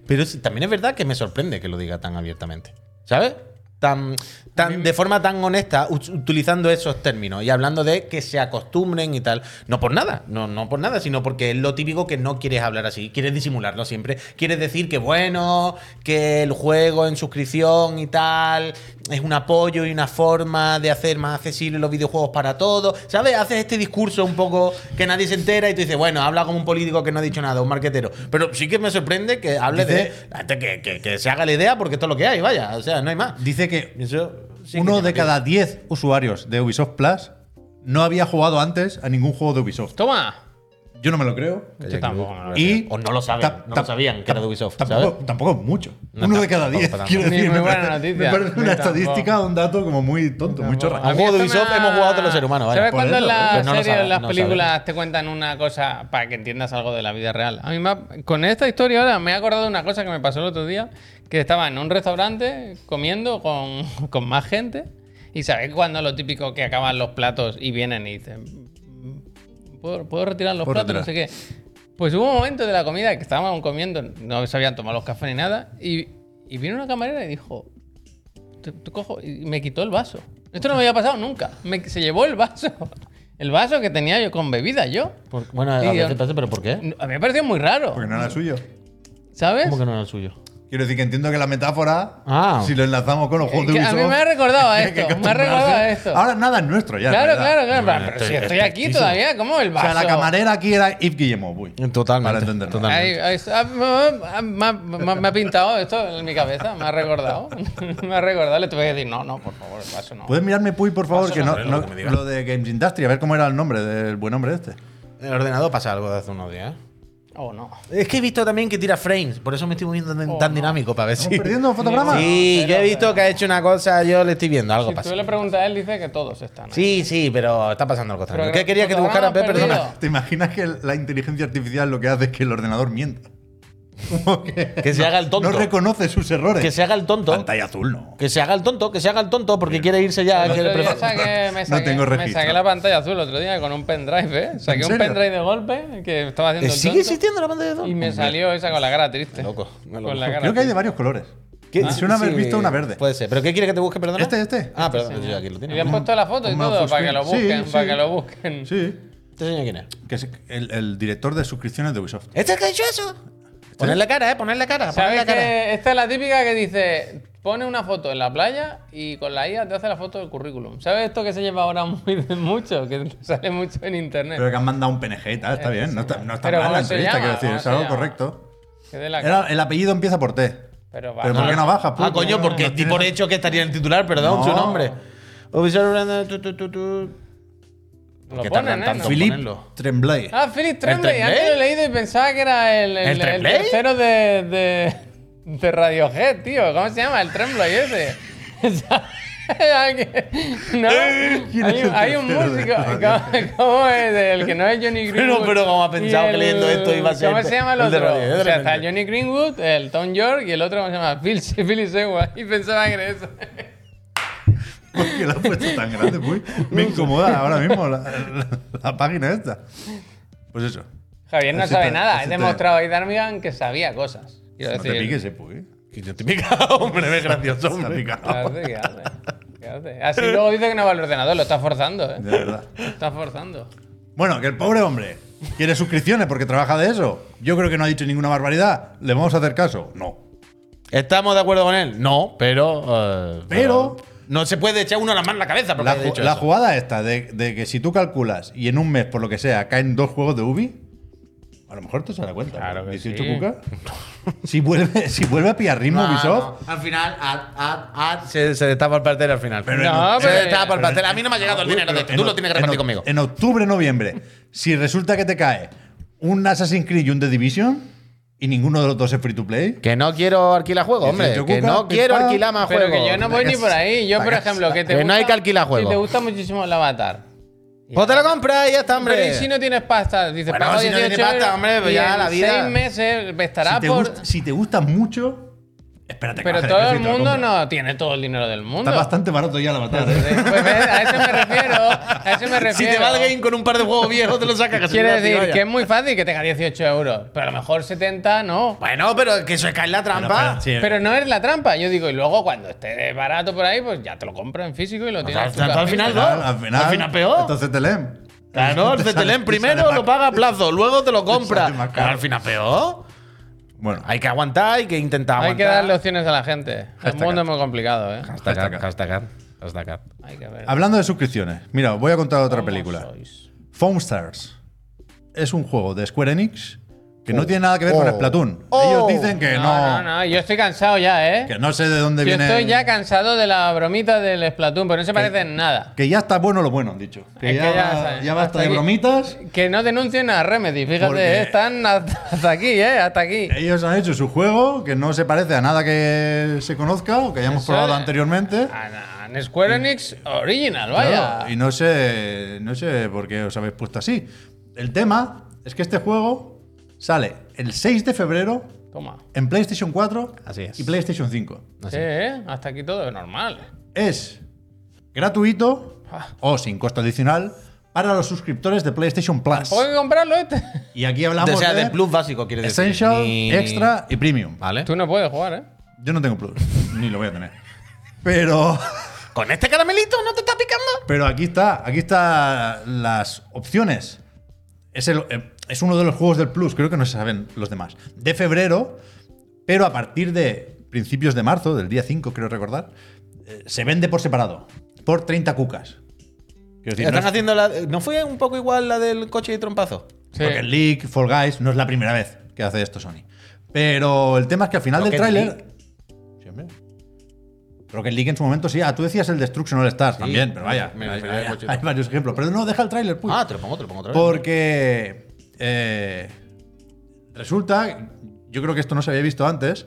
Pero es- también es verdad que me sorprende que lo diga tan abiertamente, ¿sabes? tan, tan de forma tan honesta, ut- utilizando esos términos y hablando de que se acostumbren y tal. No por nada, no, no por nada, sino porque es lo típico que no quieres hablar así, quieres disimularlo siempre. Quieres decir que bueno, que el juego en suscripción y tal es un apoyo y una forma de hacer más accesibles los videojuegos para todos. ¿Sabes? Haces este discurso un poco que nadie se entera y tú dices, bueno, habla como un político que no ha dicho nada, un marquetero. Pero sí que me sorprende que hable
Dice-
de. Que, que- que se haga la idea porque esto es lo que hay, vaya, o sea, no hay más.
Dice que
Eso sí que
uno de
llamativo.
cada 10 usuarios de Ubisoft Plus no había jugado antes a ningún juego de Ubisoft.
Toma.
Yo no me lo creo.
Yo tampoco me lo
Y-
O no lo saben,
Tam-
no
tam-
lo sabían que era de Ubisoft. ¿sabes?
Tampoco, tampoco es mucho.
No,
uno de
tampoco,
cada 10.
tampoco.
Quiero
Ni
decir,
muy
me
buena
parece-
noticia,
me parece
ni
una
tampoco.
estadística, un dato como muy tonto, muy chorra.
A un juego de
esto me
Ubisoft hemos jugado todos los seres humanos, vaya.
¿Sabes
Por
cuando en
eso,
las
pero no lo
series,
sabe,
en las
no
películas te cuentan una cosa para que entiendas algo de la vida real? A mí me ha- con esta historia ahora me he acordado de una cosa que me pasó el otro día, que estaba en un restaurante comiendo con, con más gente y sabes cuando lo típico que acaban los platos y vienen y dicen, ¿puedo, puedo retirar los
Puedo
platos? No sé
retirar.
qué. Pues hubo un momento de la comida que estábamos comiendo, no se habían tomado los cafés ni nada, y, y vino una camarera y dijo, te- te cojo y me quitó el vaso. Esto no me había pasado nunca. Me- se llevó el vaso. El vaso que tenía yo con bebida, yo.
Por- bueno, a
Sí,
veces
yo-
pasa, pero ¿por qué?
No, A mí me pareció muy raro.
Porque no era suyo.
¿Sabes?
¿Cómo que no era el suyo?
Quiero decir que entiendo que la metáfora,
Ah.
si lo enlazamos con los
Que-
juegos de
que a
Ubisoft.
mí me ha recordado a
hay que
esto. Me ha
acostumbrarse.
recordado a esto.
Ahora nada es nuestro ya.
claro,
¿verdad?
claro, claro.
Bueno,
pero
esto
si
es
estoy aquí
perfectísimo.
todavía, ¿cómo el
O
vaso?
sea, la camarera aquí era Yves Guillemot, uy.
Totalmente.
Para entenderlo.
Ahí-
totalmente.
ahí está. Ah, me, ha- me ha- me ha pintado esto en mi cabeza, me ha recordado. me ha recordado, le tuve que decir, no, no, por favor, el vaso no.
¿Puedes mirarme, Puy, por favor?
Paso
Que no,
sobre lo
no-
que me digas.
lo de Games Industry, a ver cómo era el nombre del buen hombre este.
En el ordenador pasa algo de hace unos días. ¿eh?
Oh, no.
Es que he visto también que tira frames, por eso me estoy moviendo tan,
Oh,
tan
no.
dinámico para ver si.
¿Estamos perdiendo fotogramas?
Sí, yo he visto que ha hecho una cosa, yo le estoy viendo, algo
Si tú
pasa.
le preguntas a él, dice que todos están. ahí.
Sí, sí, pero está pasando algo
Pero
extraño. ¿Qué
gran-
querías que te buscara, Pep?
programa
Perdona.
perdido.
¿Te imaginas que la inteligencia artificial lo que hace es que el ordenador mienta? Como que
Que se haga el tonto.
no reconoce sus errores.
Que se haga el tonto.
Pantalla azul, no.
Que se haga el tonto, que se haga el tonto porque quiere irse ya.
El
que le
otro día
prefer-
saqué- me, saqué,
tengo
me
registro.
saqué la pantalla azul el otro día con un pendrive, ¿eh? Saqué un
serio? ¿Eh,
pendrive de golpe que estaba haciendo el
¿Sigue
tonto
existiendo la pantalla de tonto?
Y me salió esa con la cara triste.
loco, me loco.
Con la cara
Creo que hay de
triste.
varios colores.
¿Qué?
Ah, Suena haber visto una verde.
Puede ser. ¿Pero qué quiere que te busque, perdona?
Este, este.
Ah, perdón, sí, aquí lo
Y le
tiene.
han puesto la foto y
Un
todo
full
para que lo
screen. Sí,
busquen, para
sí.
que lo busquen.
Sí.
Este señor quién es.
Que es el, el director de suscripciones de Ubisoft.
¿Este es que ha hecho eso?
¿Este?
Poner la cara, eh, poner la cara, poner
¿Sabes
la cara.
que Esta es la típica que dice, pone una foto en la playa y con la IA te hace la foto del currículum. ¿Sabes esto que se lleva ahora muy de mucho? Que sale mucho en internet.
Pero que han mandado un PNG y tal, está bien. No está, no está
Pero
mal la
¿cómo se
entrevista,
llama?
quiero decir,
¿Cómo
es
se
algo
llama?
correcto.
Que de la
Era- el apellido empieza por T.
Pero va,
Pero ¿por
no,
qué no baja?
Ah,
puto?
coño, porque
No
di
tiene-
por hecho que estaría en el titular, perdón,
No.
su nombre. Oficial Orlando, tu, tu, tu, tu.
Lo
¿Qué
ponen,
tardan
¿eh?
tanto?
No-
Philippe
Ponerlo.
Tremblay.
Ah, Philip Tremblay.
Tremblay?
Antes lo he leído y pensaba que era el,
¿El Tremblay?
tercero de, de, de Radiohead, tío. ¿Cómo se llama? El Tremblay ese. no,
¿Quién
hay,
es el
hay
tercero
un
de
músico.
Radiohead?
¿Cómo, cómo es? El que no es Johnny Greenwood.
Pero- pero ¿cómo ha
y
pensado que leyendo esto iba a ser
¿Cómo se llama el
el de
otro?
Radiohead, de
o sea, está
repente?
Johnny Greenwood, el Tom York y el otro, ¿cómo se llama? Phil, Phil Seymour. Y pensaba que era eso.
¿Por qué la has puesto tan grande, Puy? Me incomoda ahora mismo la, la- la página esta. Pues eso.
Javier no
Ese
sabe
te-
nada.
ese
He
te-
demostrado a Darmigan que sabía cosas. Quiero
No te
decir-
piques, eh, Puy.
Que yo te pica, hombre, es gracioso,
Está
hombre.
¿Qué
picado.
hace? ¿Qué hace? ¿Qué hace? Así luego dice que no va al ordenador, lo está forzando, ¿eh?
De verdad.
Lo está forzando.
Bueno, que el pobre hombre quiere suscripciones porque trabaja de eso. Yo creo que no ha dicho ninguna barbaridad. ¿Le vamos a hacer caso? No.
¿Estamos de acuerdo con él? No, pero. eh,
Pero-
No se puede echar uno la mano en la cabeza, porque
La,
haya
ju-
dicho
la
eso.
jugada esta de, de que si tú calculas y en un mes, por lo que sea, caen dos juegos de Ubi, a lo mejor te se da cuenta.
Claro que
18
sí.
cucas. si, vuelve, si vuelve a pillar ritmo
No,
Ubisoft,
no. Al final, ad, ad, ad, se, se destapa el pastel al final.
Pero
No,
se
pero-
destapa el pastel. A mí no me ha llegado el
Uy,
dinero de
pero
este.
en
Tú
oc-
lo tienes que repartir
en oc-
conmigo.
En octubre, noviembre, si resulta que te cae un Assassin's Creed y un The Division y ninguno de los dos es free to play,
Que no quiero alquilar juegos, hombre.
18
Que
cuca,
no quiero
pipa.
alquilar más
Pero
juegos.
que yo no voy ni por ahí. Yo, por ejemplo, que te
Que no hay que alquilar
juego.
juegos.
Si te gusta muchísimo el avatar.
Pues te lo compras y ya está, hombre.
Pero y si no tienes pasta, dices,
Bueno,
pago
si no tiene
18
pasta,
euros
hombre, pues
y
ya
en
la vida.
seis meses
si
estará
te,
por...
gust- si te gusta mucho, Espérate,
Pero
Cáceres,
todo
que
el
sí te lo
mundo
compro.
no tiene todo el dinero del mundo.
Está bastante barato ya la batalla. ¿eh?
Pues, ¿ves? a eso me refiero. A eso me refiero.
Si te va el game con un par de juegos viejos, te lo sacas casi.
Quiere
gratis,
decir
vaya.
que es muy fácil que tenga 18 euros, pero a lo mejor 70 no.
Bueno, pero que se cae en la trampa.
Pero, sí,
Pero no es la trampa, yo digo, y luego cuando esté barato por ahí, pues ya te lo compro en físico y lo
sea,
tienes. en tu
al
casita.
final,
Claro, al final.
Al final peor.
Entonces te leen.
Claro, el
Te sale-
CTLM
te
primero
sale
lo
más-
paga a plazo, luego te lo compra.
sale más caro.
Claro, al final peor.
Bueno,
Hay que aguantar, hay que intentar aguantar.
Hay que darle opciones a la gente.
Este
El
Hashtag
mundo es muy complicado, ¿eh?
Hashtag,
Hashtag.
hashtag, hashtag.
Hay que ver.
hablando de suscripciones, mira, os voy a contar otra
cómo
película.
sois.
Foam Stars es un juego de Square Enix que no tiene nada que ver con
Oh.
Splatoon.
Oh.
Ellos dicen que
No,
Eh, no,
no, no, yo estoy cansado ya, ¿eh?
que no sé de dónde
Yo
viene.
estoy ya cansado de la bromita del Splatoon, pero no se parece en nada.
que ya está bueno lo bueno, han dicho. Que
Es
ya,
que ya-
ya, basta
hasta
de
aquí.
bromitas.
Que no denuncien a Remedy, fíjate,
Porque-
eh, están hasta hasta aquí, ¿eh? Hasta aquí.
Ellos han hecho su juego que no se parece a nada que se conozca o que hayamos
Eso
probado
es.
anteriormente.
An- an Square Enix Original, vaya.
Claro, y no sé, no sé por qué os habéis puesto así. El tema es que este juego sale el 6 de febrero
Toma.
en PlayStation 4
Así es.
y PlayStation 5.
Sí, ¿eh? Hasta aquí todo es normal.
Es gratuito
Ah.
o sin costo adicional para los suscriptores de PlayStation Plus.
¿Puedo comprarlo este?
Y aquí hablamos
O sea,
de,
de Ah. plus básico, quieres decir.
eh. Essential,
Ni-
Extra y Premium.
Vale.
Tú no puedes jugar, ¿eh?
Yo no tengo Plus, ni lo voy a tener. Pero...
¿Con este caramelito no te está picando?
Pero aquí está, aquí está las opciones. Es, el- eh, es uno de los juegos del Plus, creo que no se saben los demás. De febrero, pero a partir de principios de marzo, del día 5, creo recordar, eh, se vende por separado, por 30 cucas. Quiero decir, no
Están
es-
haciendo la. ¿No fue un poco igual la del coche y trompazo?
Sí.
Rocket League, Fall Guys, no es la primera vez que hace esto Sony. Pero el tema es que al final
Rocket
del tráiler. Sí, hombre. Rocket Leall en su momento sí. Ah, tú decías el Destruction All Stars también, pero vaya.
me
hay,
refería al
hay-
cochito.
hay varios ejemplos. Pero no, deja el tráiler, puy.
Ah, te lo pongo, te lo pongo otra vez.
Porque eh, resulta, yo creo que esto no se había visto antes,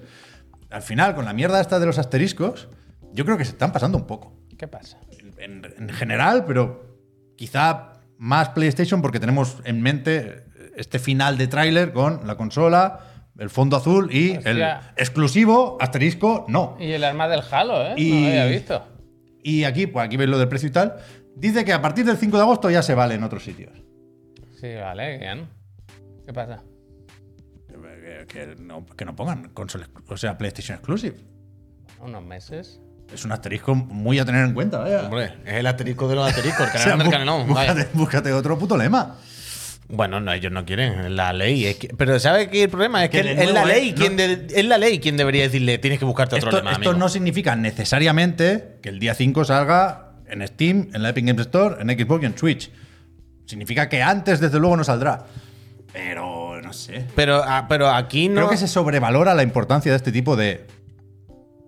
al final con la mierda esta de los asteriscos, yo creo que se están pasando un poco.
¿Qué pasa?
En, en general, pero quizá más PlayStation porque tenemos en mente este final de tráiler con la consola, el fondo azul y
Hostia.
el exclusivo asterisco no.
Y el arma del Halo, ¿eh?
Y-
No lo había visto.
Y aquí, pues aquí veis lo del precio y tal, dice que a partir del 5 de agosto ya se vale en otros sitios.
Sí, vale, bien. ¿Qué pasa?
Eh,
que, que no, que no pongan console, exclu- o sea, PlayStation Exclusive.
Unos meses.
Es un asterisco muy a tener en cuenta, vaya.
Hombre, es el asterisco de los asteriscos,
O
el
sea,
canelón del
bú-
canelón. vaya.
búscate, búscate otro puto lema.
Bueno, no, ellos no quieren. La ley. es que- pero ¿sabes qué el problema? Es que,
Que de
es, la
nuevo,
ley
eh,
quien
no-
de- es la ley quien debería decirle tienes que buscarte Este otro
Esto,
lema,
esto
amigo".
no significa necesariamente que el día 5 salga en Steam, en la Epic Games Store, en Xbox y en Switch. Significa que antes, desde luego, no saldrá. Pero, no sé.
Pero, ah, pero aquí no.
Creo que se sobrevalora la importancia de este tipo de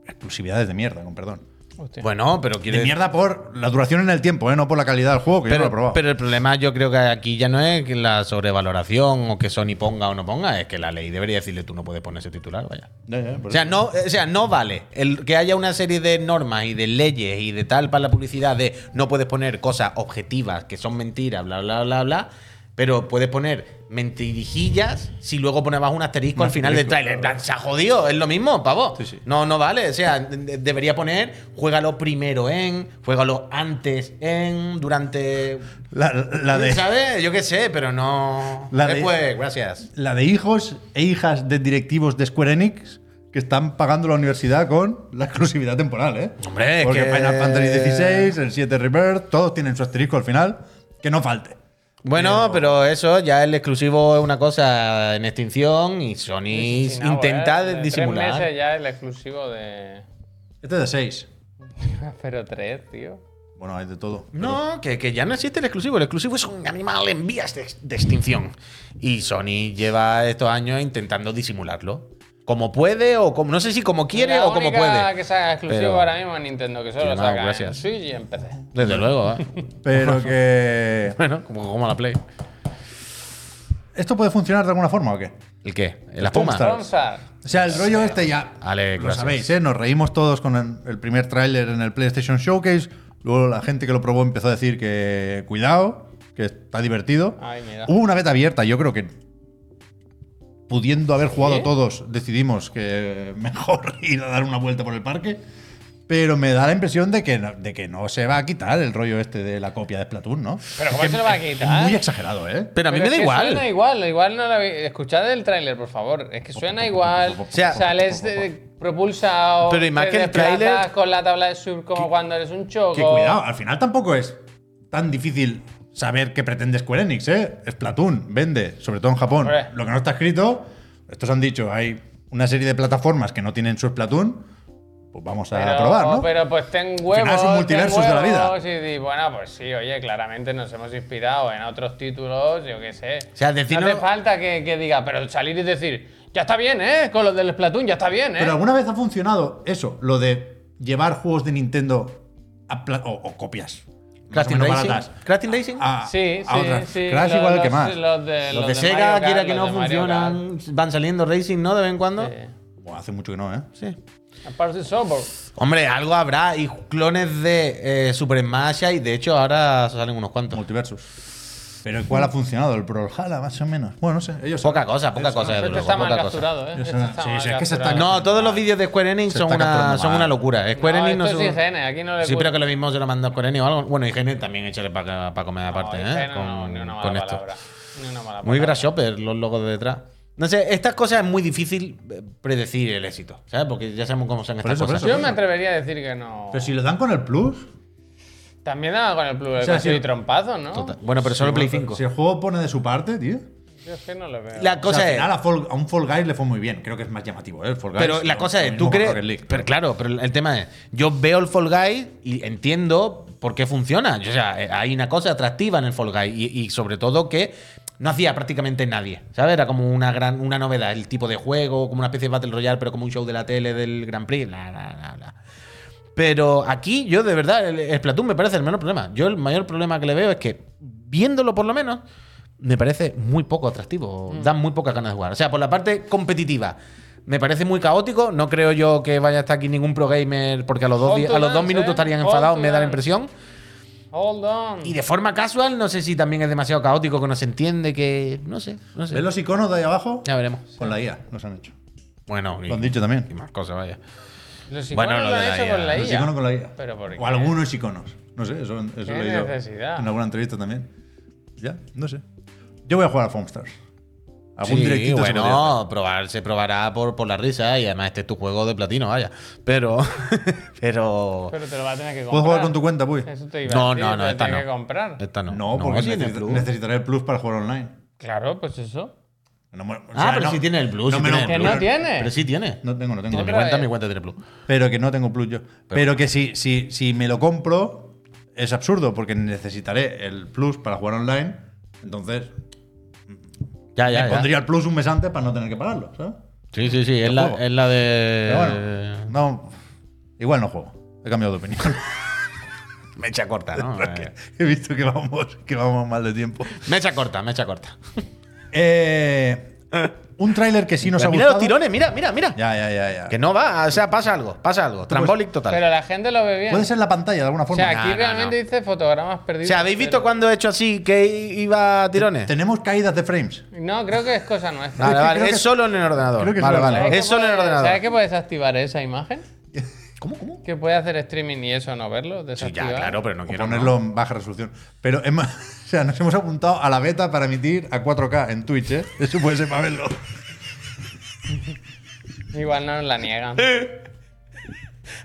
exclusividades de mierda, con perdón.
Hostia.
Bueno, pero quiere
De mierda por la duración en el tiempo, ¿eh? no por la calidad del juego, que yo no lo he
Pero,
probado.
pero el problema yo creo que aquí ya no es que la sobrevaloración o que Sony ponga o no ponga, es que la ley debería decirle tú no puedes poner ese titular, vaya.
Ya, ya, por
O
eso.
sea, no, o sea, no vale el que haya una serie de normas y de leyes y de tal para la publicidad de no puedes poner cosas objetivas que son mentiras, bla, bla, bla, bla, pero puedes poner mentirijillas si luego ponemos un asterisco
Un
al final del
asterisco,
tráiler. En plan, se ha jodido, es lo mismo, pavo.
Sí, sí.
No, no vale. O sea, de- de- debería poner juégalo primero en, juégalo antes en, durante...
la, la de.
¿Sabes? Yo qué sé, pero no...
La de-
Después, gracias.
La de hijos e hijas de directivos de Square Enix que están pagando la universidad con la exclusividad temporal, ¿eh?
Hombre, es
Porque
que-
Final Fantasy XVI, el 7 Rebirth, todos tienen su asterisco al final, que no falte.
Bueno, pero, eso ya el exclusivo es una cosa en extinción y Sony
Sí, sí, nabo,
intenta
¿eh? De Tres
disimular.
meses ya el exclusivo de.
Este es de 6.
Pero tres, tío.
Bueno, hay de todo.
No, que, que ya no existe el exclusivo. El exclusivo es un animal en vías de, de extinción. Y Sony lleva estos años intentando disimularlo. Como puede o como... No sé si como quiere
La
o como
única
puede.
que saca exclusivo
Pero-
ahora mismo en Nintendo, que
Sí,
solo
no,
saca en
gracias.
Switch y en PC.
Desde luego, ¿eh?
Pero que.
Bueno, como, como la Play.
¿Esto puede funcionar de alguna forma o qué?
¿El qué? ¿La espuma?
Homestar.
Tromsar.
O sea, el rollo este ya.
Ale,
lo
gracias.
sabéis, ¿eh? Nos reímos todos con el- el primer tráiler en el PlayStation Showcase. Luego la gente que lo probó empezó a decir que cuidado, que está divertido.
Uh,
Ay, mira.
Hubo una beta abierta, yo creo que pudiendo haber jugado
¿Sí?
todos, decidimos que mejor ir a dar una vuelta por el parque. Pero me da la impresión de que, no, de que no se va a quitar el rollo este de la copia de Splatoon, ¿no?
Pero ¿cómo
Es que
se lo va a
es- es
quitar?
muy exagerado, ¿eh?
Pero a
Pero
mí me
es
da
que Suena
igual.
igual, igual no lo habéis- Escuchad el tráiler, por favor. Es que suena igual.
O
sea-
sales de- propulsado.
Pero y más
te
que el
desplazas
tráiler-
con la tabla de sub como cuando eres un choco.
Que cuidado, al final tampoco es tan difícil saber qué pretende Square Enix, ¿eh? Splatoon vende, sobre todo en Japón.
Hombre.
Lo que no está escrito, estos han dicho, hay una serie de plataformas que no tienen su Splatoon, pues vamos a
Pero,
probar, ¿no?
pero pues ten huevos.
final son
ten
multiversos de la vida.
huevos, Y, di, bueno, pues sí, oye, claramente nos hemos inspirado en otros títulos, yo qué sé.
O sea, decir
no hace
no-
falta que, que diga, pero salir y decir, ya está bien, ¿eh? Con los del Splatoon, ya está bien, ¿eh?
Pero alguna vez ha funcionado eso, lo de llevar juegos de Nintendo a pla- o, o copias. más o
Crafting
menos
Racing.
baratas,
Crafting Racing.
a-
sí,
a
sí,
otras.
sí.
Crash
los-
igual
los-
que más.
Los de,
los
los
de Sega,
Mario Kart,
quiera que
los
no
de Mario Kart.
funcionan, van saliendo Racing, ¿no? De vez en cuando.
Sí.
Buah, hace mucho que no, ¿eh?
Sí.
Aparte de Sober.
Hombre, algo habrá y clones de eh, Super Smash y de hecho ahora salen unos cuantos.
Multiversus. Pero ¿cuál ha funcionado? ¿El Brawlhalla, más o menos? Bueno, no sé. Ellos
Poca cosa, poca cosa. desde
Este
luego,
está mal
poca cosa.
capturado, ¿eh?
Yo sé
Este
nada.
está
Sí,
mal
sí, es que se está
capturado.
No, todos los vídeos de Square Enix
Se
son
está
una,
capturando
son
mal.
una locura. Eh, Square
No,
Enix no
esto
se-
es IGN, aquí no le
Sí, pero
gusta.
que lo mismo se lo mandó Square Enix o algo. Bueno, IGN E también échale para comer aparte,
E No,
¿eh?
IGN
Con,
no, ni una mala
con esto.
palabra. Ni una mala
Muy
palabra.
grasshopper los logos de detrás. No sé, estas cosas es muy difícil eh, predecir el éxito, ¿sabes? Porque ya sabemos cómo son
Por
estas
eso, por
cosas.
eso.
Yo me atrevería a decir que no.
Pero si lo dan con el Plus,
También daba con el plus,
sea,
con
sí.
su trompazo, ¿no?
Total. Bueno, pero solo
Sí,
Play
bueno,
5.
Si el juego pone de su parte, tío.
Yo es que no lo veo.
La
O sea,
cosa
al
es.
final a, Fall- a un Fall Guys le fue muy bien. Creo que es más llamativo, ¿eh? El Fall Guys.
Pero la
Lo-
cosa
lo
es,
mismo
¿tú
con
crees?
Rocket League,
pero claro, pero el tema es, yo veo el Fall Guys y entiendo por qué funciona. O sea, eh, hay una cosa atractiva en el Fall Guys y, y sobre todo que no hacía prácticamente nadie, ¿sabes? Era como una gran una novedad, el tipo de juego, como una especie de Battle Royale, pero como un show de la tele del Grand Prix, bla, bla, bla, bla. Pero aquí yo de verdad, el Splatoon me parece el menor problema. Yo el mayor problema que le veo es que, viéndolo por lo menos, me parece muy poco atractivo. Dan muy pocas ganas de jugar. O sea, por la parte competitiva. Me parece muy caótico. No creo yo que vaya a estar aquí ningún pro gamer porque a los dos,
Hold
di-
to
a los dos
dance,
minutos
¿eh?
estarían
Hold
enfadados,
to
me da la
dance.
impresión.
Hold on.
Y de forma casual, no sé si también es demasiado caótico que no se entiende, que. No sé, no sé.
¿Ves los iconos de ahí abajo?
Ya veremos.
Con la IA los han hecho.
Bueno, y,
Lo han dicho también.
y más cosas, vaya.
Los
Bueno,
iconos lo
lo de
han
la
hecho
IA.
con la
Los
IA.
iconos con la IA.
Pero ¿por qué?
O algunos iconos. No sé, eso, eso
¿Qué
he leído
necesidad?
en alguna entrevista también. Ya, no sé. Yo voy a jugar a Foamstars. Algún
Sí,
directito se podría hacer.
bueno, probar, se probará por, por la risa y además este es tu juego de platino, vaya. Pero. pero.
Pero te lo vas a tener que comprar.
¿Puedes jugar con tu cuenta, Puy?
Eso te iba a
No,
decir,
no,
te
no,
lo
esta
tienes
no. Eh,
que comprar.
Esta no.
No, porque
sí tiene
necesita-
Plus.
necesitaré el Plus para jugar online.
Claro, pues eso.
No me- o
Ah,
sea,
pero
no-
sí tiene el Plus.
no
sí
me lo-
tiene
Que
el Plus.
no tiene.
Pero sí tiene.
No tengo, no tengo.
mi
Otra
cuenta,
vez.
mi cuenta tiene Plus.
Pero que no tengo plus yo. Pero, que si, si, si me lo compro, es absurdo, porque necesitaré el plus para jugar online. Entonces,
Ya,
me
ya. ya.
pondría el plus un mes antes para no tener que pagarlo, ¿sabes?
Sí, sí, sí. Es
Yo
la,
juego.
es la de.
Pero bueno, no, igual no juego. He cambiado de opinión.
Mecha corta, ¿no?
Porque He visto que vamos, que vamos mal de tiempo.
mecha corta, mecha corta.
Eh, un tráiler que sí nos ha
mira los
gustado.
tirones, mira, mira, mira.
Ya, ya, ya, ya.
Que no va, o sea, pasa algo, pasa algo. Trambolic total.
Pero la gente lo ve bien.
Puede ser la pantalla de alguna
o
forma.
sea, aquí
No, no,
realmente
no.
dice fotogramas perdidos.
o sea, ¿habéis visto
pero-
cuando he hecho así que iba a tirones?
Tenemos caídas de frames.
No, creo que es cosa nuestra.
Vale,
Creo
vale,
que-
es solo en el ordenador.
creo que es
Vale,
solo en el
vale,
¿Sabes
es
que
solo en el
puedes- ¿Sabes
ordenador.
que puedes activar esa imagen?
¿Cómo, cómo?
Que puedes hacer streaming y eso, no verlo.
Sí,
Desactivar.
ya, claro, pero no
O
quiero.
ponerlo en baja resolución. Pero es más, o sea, nos hemos apuntado a la beta para emitir a 4K en Twitch, ¿eh? Eso puede ser para verlo.
Igual no nos la niegan.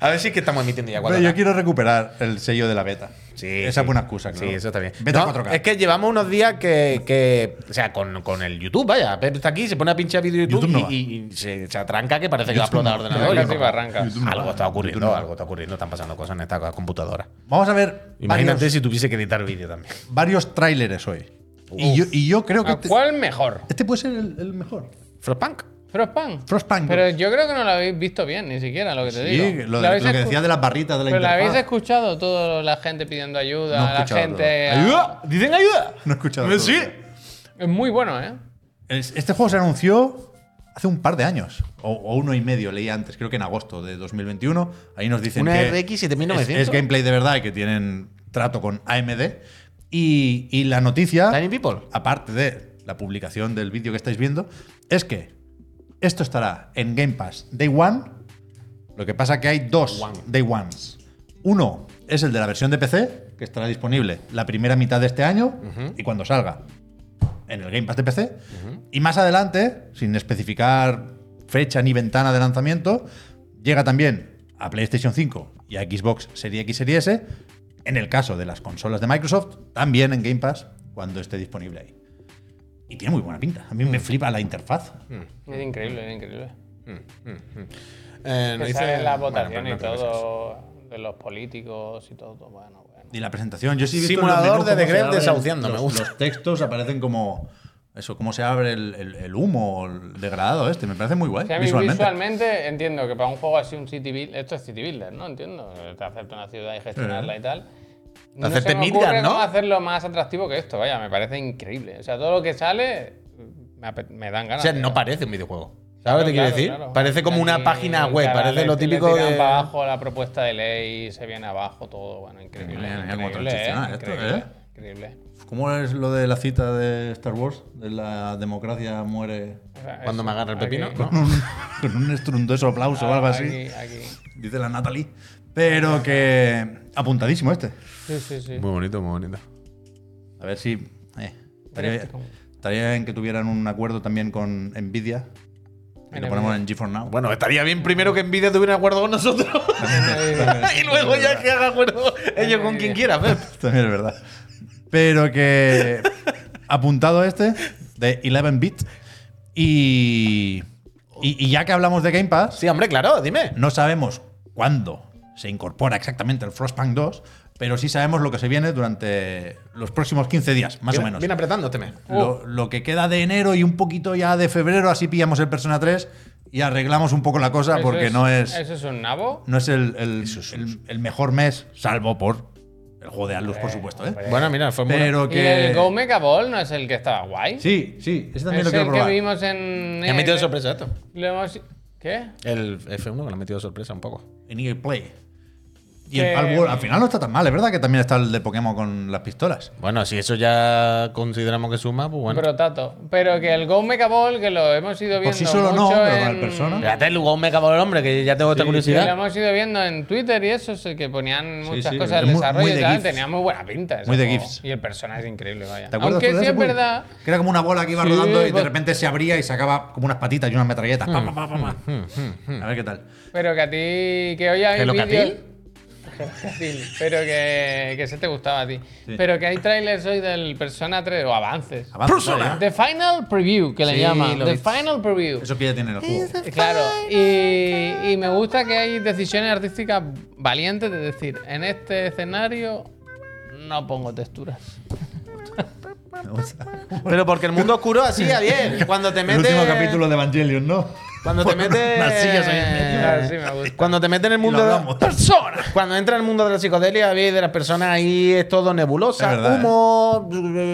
A ver si es que estamos emitiendo ya
Pero
4K.
yo quiero recuperar el sello de la beta.
Sí,
Esa
sí.
es buena excusa, claro.
Sí, eso está bien.
Beta
No,
4K.
Es que llevamos unos días que. que- o sea, con, con el YouTube, vaya. Pep está aquí, se pone a pinchar vídeo de YouTube,
YouTube no va.
y, y- y se, se atranca que parece que va a
YouTube no.
explotar el ordenador.
Casi
Yo no-
barrancas.
YouTube no.
Algo está ocurriendo,
YouTube no.
algo está ocurriendo. Están pasando cosas en esta computadora.
Vamos a ver
Imagínate
varios,
si tuviese que editar vídeo también.
varios tráileres hoy. Y yo, y yo creo que
¿A
este,
¿Cuál mejor?
este puede ser el, el mejor.
Frostpunk.
Frostpunk.
Frostpunk.
Pero yo creo que no lo habéis visto bien, ni siquiera, lo que te
Sí,
digo.
lo,
¿Lo
de-
habéis
lo que
escu-
decía de las barritas de la
Pero la habéis
interfaz.
escuchado toda la gente pidiendo ayuda,
No he
la
escuchado
gente.
todo.
¡Ayuda! ¡Dicen ayuda!
No he escuchado
Sí.
todo.
Es muy bueno, ¿eh?
Pues Es- Este juego se anunció hace un par de años, o, o uno y medio, leí antes, creo que en agosto de 2021. Ahí nos dicen
Una
que
RX 7900.
Es, es gameplay de verdad y que tienen trato con AMD. Y, y la noticia,
Tiny People.
aparte de la publicación del vídeo que estáis viendo, es que Esto estará en Game Pass Day One. Lo que pasa que hay dos
One.
Day Ones. Uno es el de la versión de PC, que estará disponible la primera mitad de este año y cuando salga en el Game Pass de PC. Y más adelante, sin especificar fecha ni ventana de lanzamiento, llega también a PlayStation 5 y a Xbox Series X Series S. En el caso de las consolas de Microsoft, también en Game Pass cuando esté disponible ahí. Y tiene muy buena pinta. A mí
Mm.
me flipa la interfaz.
Es increíble, es increíble.
Eh,
Que
nos dice-
salen las
bueno,
votaciones
pero no
y
creo que sea eso.
todo, de los políticos y todo, todo, bueno, bueno.
Y la presentación. Yo sí he visto en los
Simulador
menús
de
cómo
The
se
Grefg
abren
desahuciando,
los-
me gusta.
Los textos aparecen como. Eso, cómo se abre el, el- el humo, el degradado este. Me parece muy guay.
O sea, a mí
visualmente.
visualmente entiendo que para un juego así, un city build, esto es city builder, ¿no? Entiendo, eh, te hacerte una ciudad y
Eh.
gestionarla y tal. No
Hacerte
se me
Midgard,
ocurre
¿no?
cómo hacerlo más atractivo que esto, vaya, me parece increíble. O sea, todo lo que sale me, ape- me dan
O
ganas.
sea,
tío.
no parece un videojuego. ¿Sabes
Claro,
lo que quiero
claro,
decir?
claro.
Parece como una
Aquí,
página web,
claro,
parece
le-
lo
le
típico
tiran
de.
para abajo la propuesta de ley, se viene abajo todo, bueno, increíble.
Mira, mira cómo
increíble,
transicional
ah,
¿eh?
esto,
increíble,
¿eh?
increíble.
¿Cómo es lo de la cita de Star Wars? De la democracia muere
O sea,
Cuando
eso,
me agarra el
aquí,
pepino.
¿no?
con un, con un estruendoso aplauso o algo así.
Aquí, aquí.
Dice la Natalie. Pero que. Apuntadísimo este.
Sí, sí, sí.
Muy bonito, muy bonito.
A ver si. eh, estaría,
Drástico.
estaría bien que tuvieran un acuerdo también con Nvidia. Y
En
lo ponemos
Nvidia.
en G4 Now.
Bueno, estaría bien primero que Nvidia tuviera acuerdo con nosotros. y luego ya que haga acuerdo ellos con quien quiera, Pep.
También es verdad. Pero que. apuntado este, de 11-bit. Y, y. y ya que hablamos de Game Pass,
Sí, hombre, claro, dime.
no sabemos cuándo se incorpora exactamente el Frostpunk 2, pero sí sabemos lo que se viene durante los próximos 15 días, más
Viene-
o menos.
Viene apretando este mes.
Oh.
Lo, lo que queda de enero y un poquito ya de febrero, así pillamos el Persona 3 y arreglamos un poco la cosa
Eso
porque no es,
¿Eso es un nabo?
no es el, el- el- el mejor mes, salvo por el juego de Atlus, por supuesto. ¿eh?
Bueno, mira, fue muy.
Pero
¿Y el
que.
Go Mega Ball no es el que estaba guay?
Sí, sí, ese también
es
lo quiero
el que
probar.
vimos en.
Me ha metido de sorpresa esto.
Lo hemos- ¿Qué?
El F1 que lo ha metido de sorpresa un poco.
En EA Play. Y
Que-
el Palworld, al final no está tan mal, es verdad que también está el de Pokémon con las pistolas.
Bueno, si eso ya consideramos que suma, pues bueno.
Brotato. Pero que el Go Mega Ball, que lo hemos ido viendo.
Por sí solo no,
mucho
pero para
en-
el Persona.
Espérate, el Hugo Mega por el hombre, que ya tengo esta
que Lo
curiosidad.
hemos ido viendo en Twitter y eso, sí, que ponían muchas
sí,
cosas del
muy- muy
desarrollo
de
y tal.
GIFs.
Tenía muy buena pinta. ese
Muy de
juego.
GIFs.
Y el personaje es increíble, vaya.
¿Te acuerdas
Aunque
tú de
sí
ese
es
juego?
verdad.
Que era como una bola que iba
Sí,
rodando y de
pues-
repente se abría y sacaba como unas patitas y unas metralletas. Pa, pa, pa, pa,
Hmm,
pa. A ver qué tal.
Pero que a ti. Que hoy hay.
¿Que lo
vídeos-
catil?
Que lo catil, Pero que, que se te gustaba a ti. Pero que hay trailers hoy del Persona 3 o avances.
Avanza,
Persona.
¿eh?
The Final Preview, que le
Sí,
llaman.
lo
The
vi.
Final Preview.
Eso que ya tiene en el juego.
Eh, Claro, y, y me gusta que hay decisiones artísticas valientes de decir, en este escenario no pongo texturas.
O sea,
Pero porque el mundo oscuro así, a bien. Cuando te
el
metes.
último capítulo de Evangelion, ¿no?
Cuando te
Con
metes.
unas sillas ahí en medio.
Eh, Claro, sí, me gusta.
Cuando te metes en el
Y lo
mundo. de-
hablamos. ¡Persona!
Cuando entra en el mundo de la psicodelia y de las personas ahí es todo nebulosa,
Es verdad,
humo,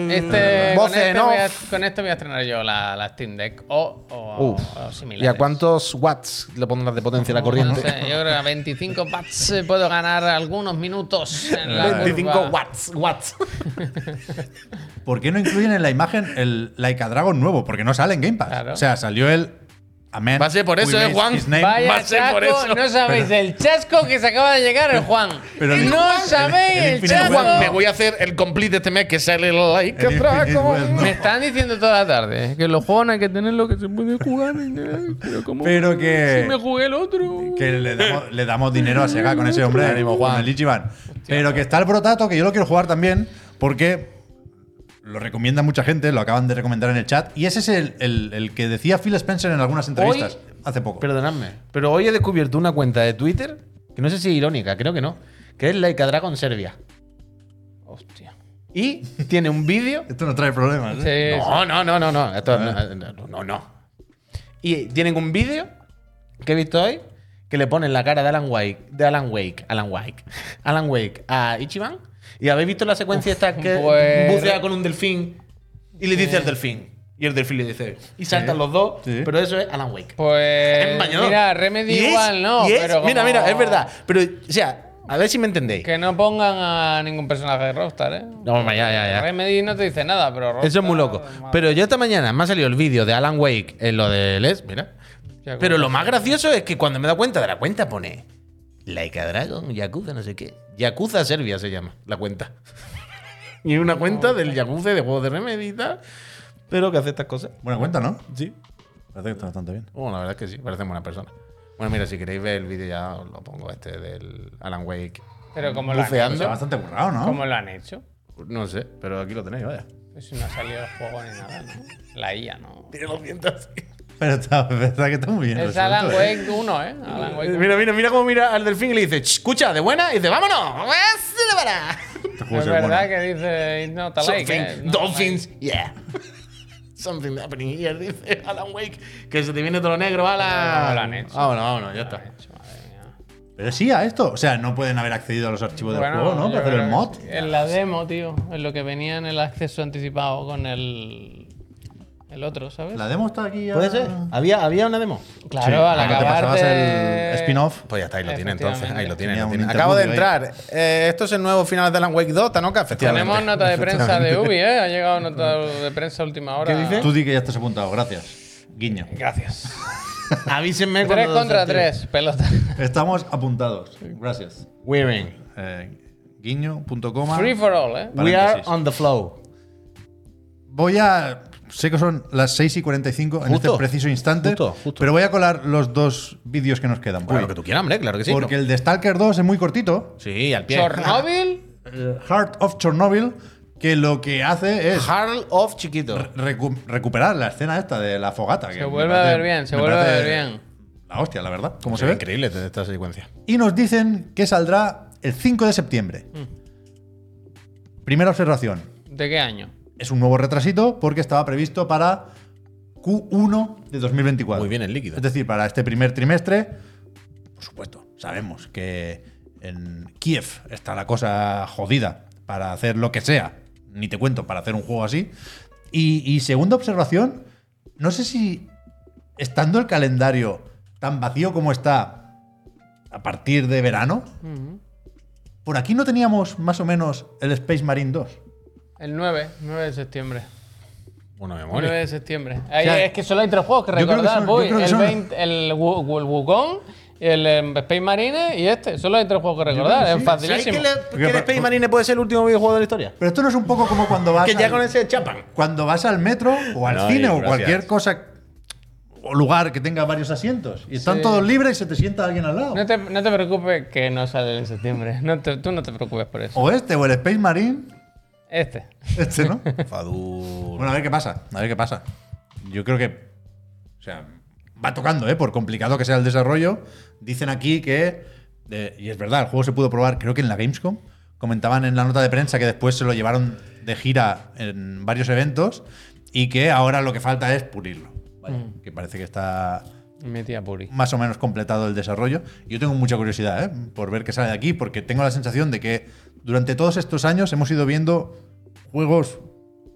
Este, con,
Mm, voces
este
en off.
voy a, con este voy a estrenar yo la, la Steam Deck o, o,
Uf.
o similares.
¿Y a cuántos watts le pondrás de potencia la
No
corriente?
sé, yo creo que a 25 watts eh, puedo ganar algunos minutos en la
25
curva.
watts, watts.
¿Por qué no incluyen en la imagen el Laika Dragon nuevo? Porque no sale en Game Pass.
Claro.
O sea, salió el. Amen.
Va a ser por eso, ¿eh, Juan? Va
Vaya
a ser por
chasco,
eso.
no sabéis el chasco que se acaba de llegar el Juan.
pero el-
no
el-
sabéis
el
el,
Infinite
chasco.
Wealth,
Me voy a hacer el complete este mes que sale like que
Ah,
traco.
Me están diciendo toda la tarde ¿eh? que los juegos no hay que tener lo que se puede jugar. ¿eh? Pero como
Pero que-
Si me jugué el otro.
Que le damos, le damos dinero a Sega con ese hombre,
Ánimo, Juan.
con el Ichiban. Pero que está el Brotato, que yo lo quiero jugar también, porque lo recomienda mucha gente, lo acaban de recomendar en el chat. Y ese es el, el- el que decía Phil Spencer en algunas entrevistas hace poco.
Perdonadme, pero hoy he descubierto una cuenta de Twitter que no sé si es irónica, creo que no, que es Laika Dragon Serbia.
Hostia.
Y tiene un vídeo
Esto no trae problemas. ¿eh?
Sí, sí.
No, no, no, no, no. Esto no, no, no, no. Y tienen un vídeo que he visto hoy que le ponen la cara de Alan Wake, de Alan Wake, Alan Wake, Alan Wake a Ichiban. Y habéis visto la secuencia esta que
pues-
bucea con un delfín y le dice al delfín. Y el delfín le dice. Y saltan
Sí.
los dos.
Sí.
Pero eso es Alan Wake.
Pues.
Embañador.
Mira, Remedy
Y es-
igual no.
y es-
pero como-
Mira, mira, es verdad. Pero, o sea, a ver si me entendéis.
Que no pongan a ningún personaje de Rockstar, ¿eh?
No, ya, ya, ya.
Remedy no te dice nada, pero Rockstar.
Eso es muy loco.
madre.
Pero yo esta mañana me ha salido el vídeo de Alan Wake en lo de Les, mira,
sea,
Pero
como-
lo más gracioso es que cuando me he dado cuenta de la cuenta pone Like a Dragon, Yakuza, no sé qué. Yakuza Serbia se llama la cuenta. y es una cuenta del Yakuza y de juegos de Remedy y tal, pero que hace estas cosas.
Buena cuenta, ¿no?
Sí.
Parece que está bastante bien.
Bueno, la verdad es que sí, parece buena persona. Bueno, mira, si queréis ver el vídeo ya os lo pongo este del Alan Wake.
Pero como lo, han,
Buceando.
Pues Está bastante currado, ¿no?
como lo han hecho.
No sé, pero aquí lo tenéis, vaya.
Pues no ha salido el juego ni nada, ¿no? La IA, ¿no?
Tiene los dientes así.
Pero está, verdad que está muy bien.
Es
resuelto,
Alan
¿eh?
Wake 1, ¿eh? Alan Wake 1.
Mira, mira, mira cómo mira al delfín y le dice, "Ch, escucha, de buena, y dice, vámonos. Pues, de buena".
Este juego
Es
se mola.
verdad que dice It's not a like.
Something,
¿eh? No,
dolphins, yeah. Something happening here, dice Alan Wake. Que se te viene todo lo negro, Alan.
No lo han hecho.
Vámonos, vámonos, ya
no, no,
está.
macho, madre mía.
Pero sí a esto. O sea, no pueden haber accedido a los archivos del juego, ¿no?
yo
Para hacer el
creo
mod.
que sí. eh, En la demo, tío. En lo que venía en el acceso anticipado con el. El otro, ¿sabes?
La demo está aquí. ya-
¿Había, había una demo?
Sí,
Claro, al
cuando te
acabar.
pasabas
de-
el spin-off.
Pues ya está, ahí lo tiene
Efectivamente.
entonces. Ahí lo tiene.
Tenía
lo
un
tiene. Acabo de
interludio ahí.
entrar. Eh, esto es el nuevo final de Alan Wake 2, Tanoca.
Tenemos
Efectivamente.
nota de prensa de Ubi, ¿eh? Ha llegado nota de prensa a última hora.
¿Qué dice?
Tú di que ya estás apuntado, gracias. Guiño.
Gracias.
Avísenme
3
cuando
contra
se
3,
active.
pelota.
Estamos apuntados. Gracias.
Wearing.
Eh, guiño, punto coma.
Free for all, ¿eh?
We are
Paréntesis.
on the flow.
Voy a. Sé que son las 6 y 45 en
Justo,
este preciso instante.
justo, justo.
Pero voy a colar los dos vídeos que nos quedan. por
Bueno,
ahí.
lo que tú quieras, hombre, claro que sí.
Porque el de Stalker 2 es muy cortito.
Sí, al pie.
Chernobyl.
eh, Heart of Chernobyl. Que lo que hace es
Harl of Chiquito.
recu- recuperar la escena esta de la fogata. que
Se
me
vuelve
parece-
a ver bien, se
me
vuelve a
parece
ver bien.
La hostia, la verdad. Como se
Se ve
ve.
increíble esta secuencia.
Y nos dicen que saldrá el 5 de septiembre.
Mm.
Primera observación.
¿De qué año?
Es un nuevo retrasito porque estaba previsto para Q1 de 2024.
Muy bien el líquido.
Es decir, para este primer trimestre, por supuesto, sabemos que en Kiev está la cosa jodida para hacer lo que sea. Ni te cuento, para hacer un juego así. Y, y segunda observación, no sé si estando el calendario tan vacío como está a partir de verano, por aquí no teníamos más o menos el Space Marine 2.
El 9, 9 de septiembre.
Buena
9
memoria.
de septiembre. Ahí
sea,
es que solo hay tres juegos que
yo creo que
recordar.
son- yo
voy.
creo que
el,
son-
20, el, Wu- el Wukong, el em, Space Marine y este. Solo hay tres juegos que recordar.
que sí.
Es facilísimo.
Porque-
el Space Marine puede ser el último videojuego de la historia?
Pero esto no es un poco como cuando vas
Que ya
al-
con ese chapan.
cuando vas al metro o al
No,
cine
y
o
gracias.
cualquier cosa o lugar que tenga varios asientos y están
Sí.
todos libres y se te sienta alguien al lado.
No te, no te preocupes que no sale en septiembre. No te- tú no te preocupes por eso.
O este o el Space Marine,
Este.
este, ¿no?
Fadur.
bueno, a ver qué pasa, a ver qué pasa. Yo creo que o sea, va tocando, ¿eh? Por complicado que sea el desarrollo, dicen aquí que eh, y es verdad, el juego se pudo probar, creo que en la Gamescom comentaban en la nota de prensa que después se lo llevaron de gira en varios eventos y que ahora lo que falta es pulirlo. Vaya, que parece que está
Mi tía Puri.
más o menos completado el desarrollo. Yo tengo mucha curiosidad ¿eh? por ver qué sale de aquí, porque tengo la sensación de que durante todos estos años hemos ido viendo juegos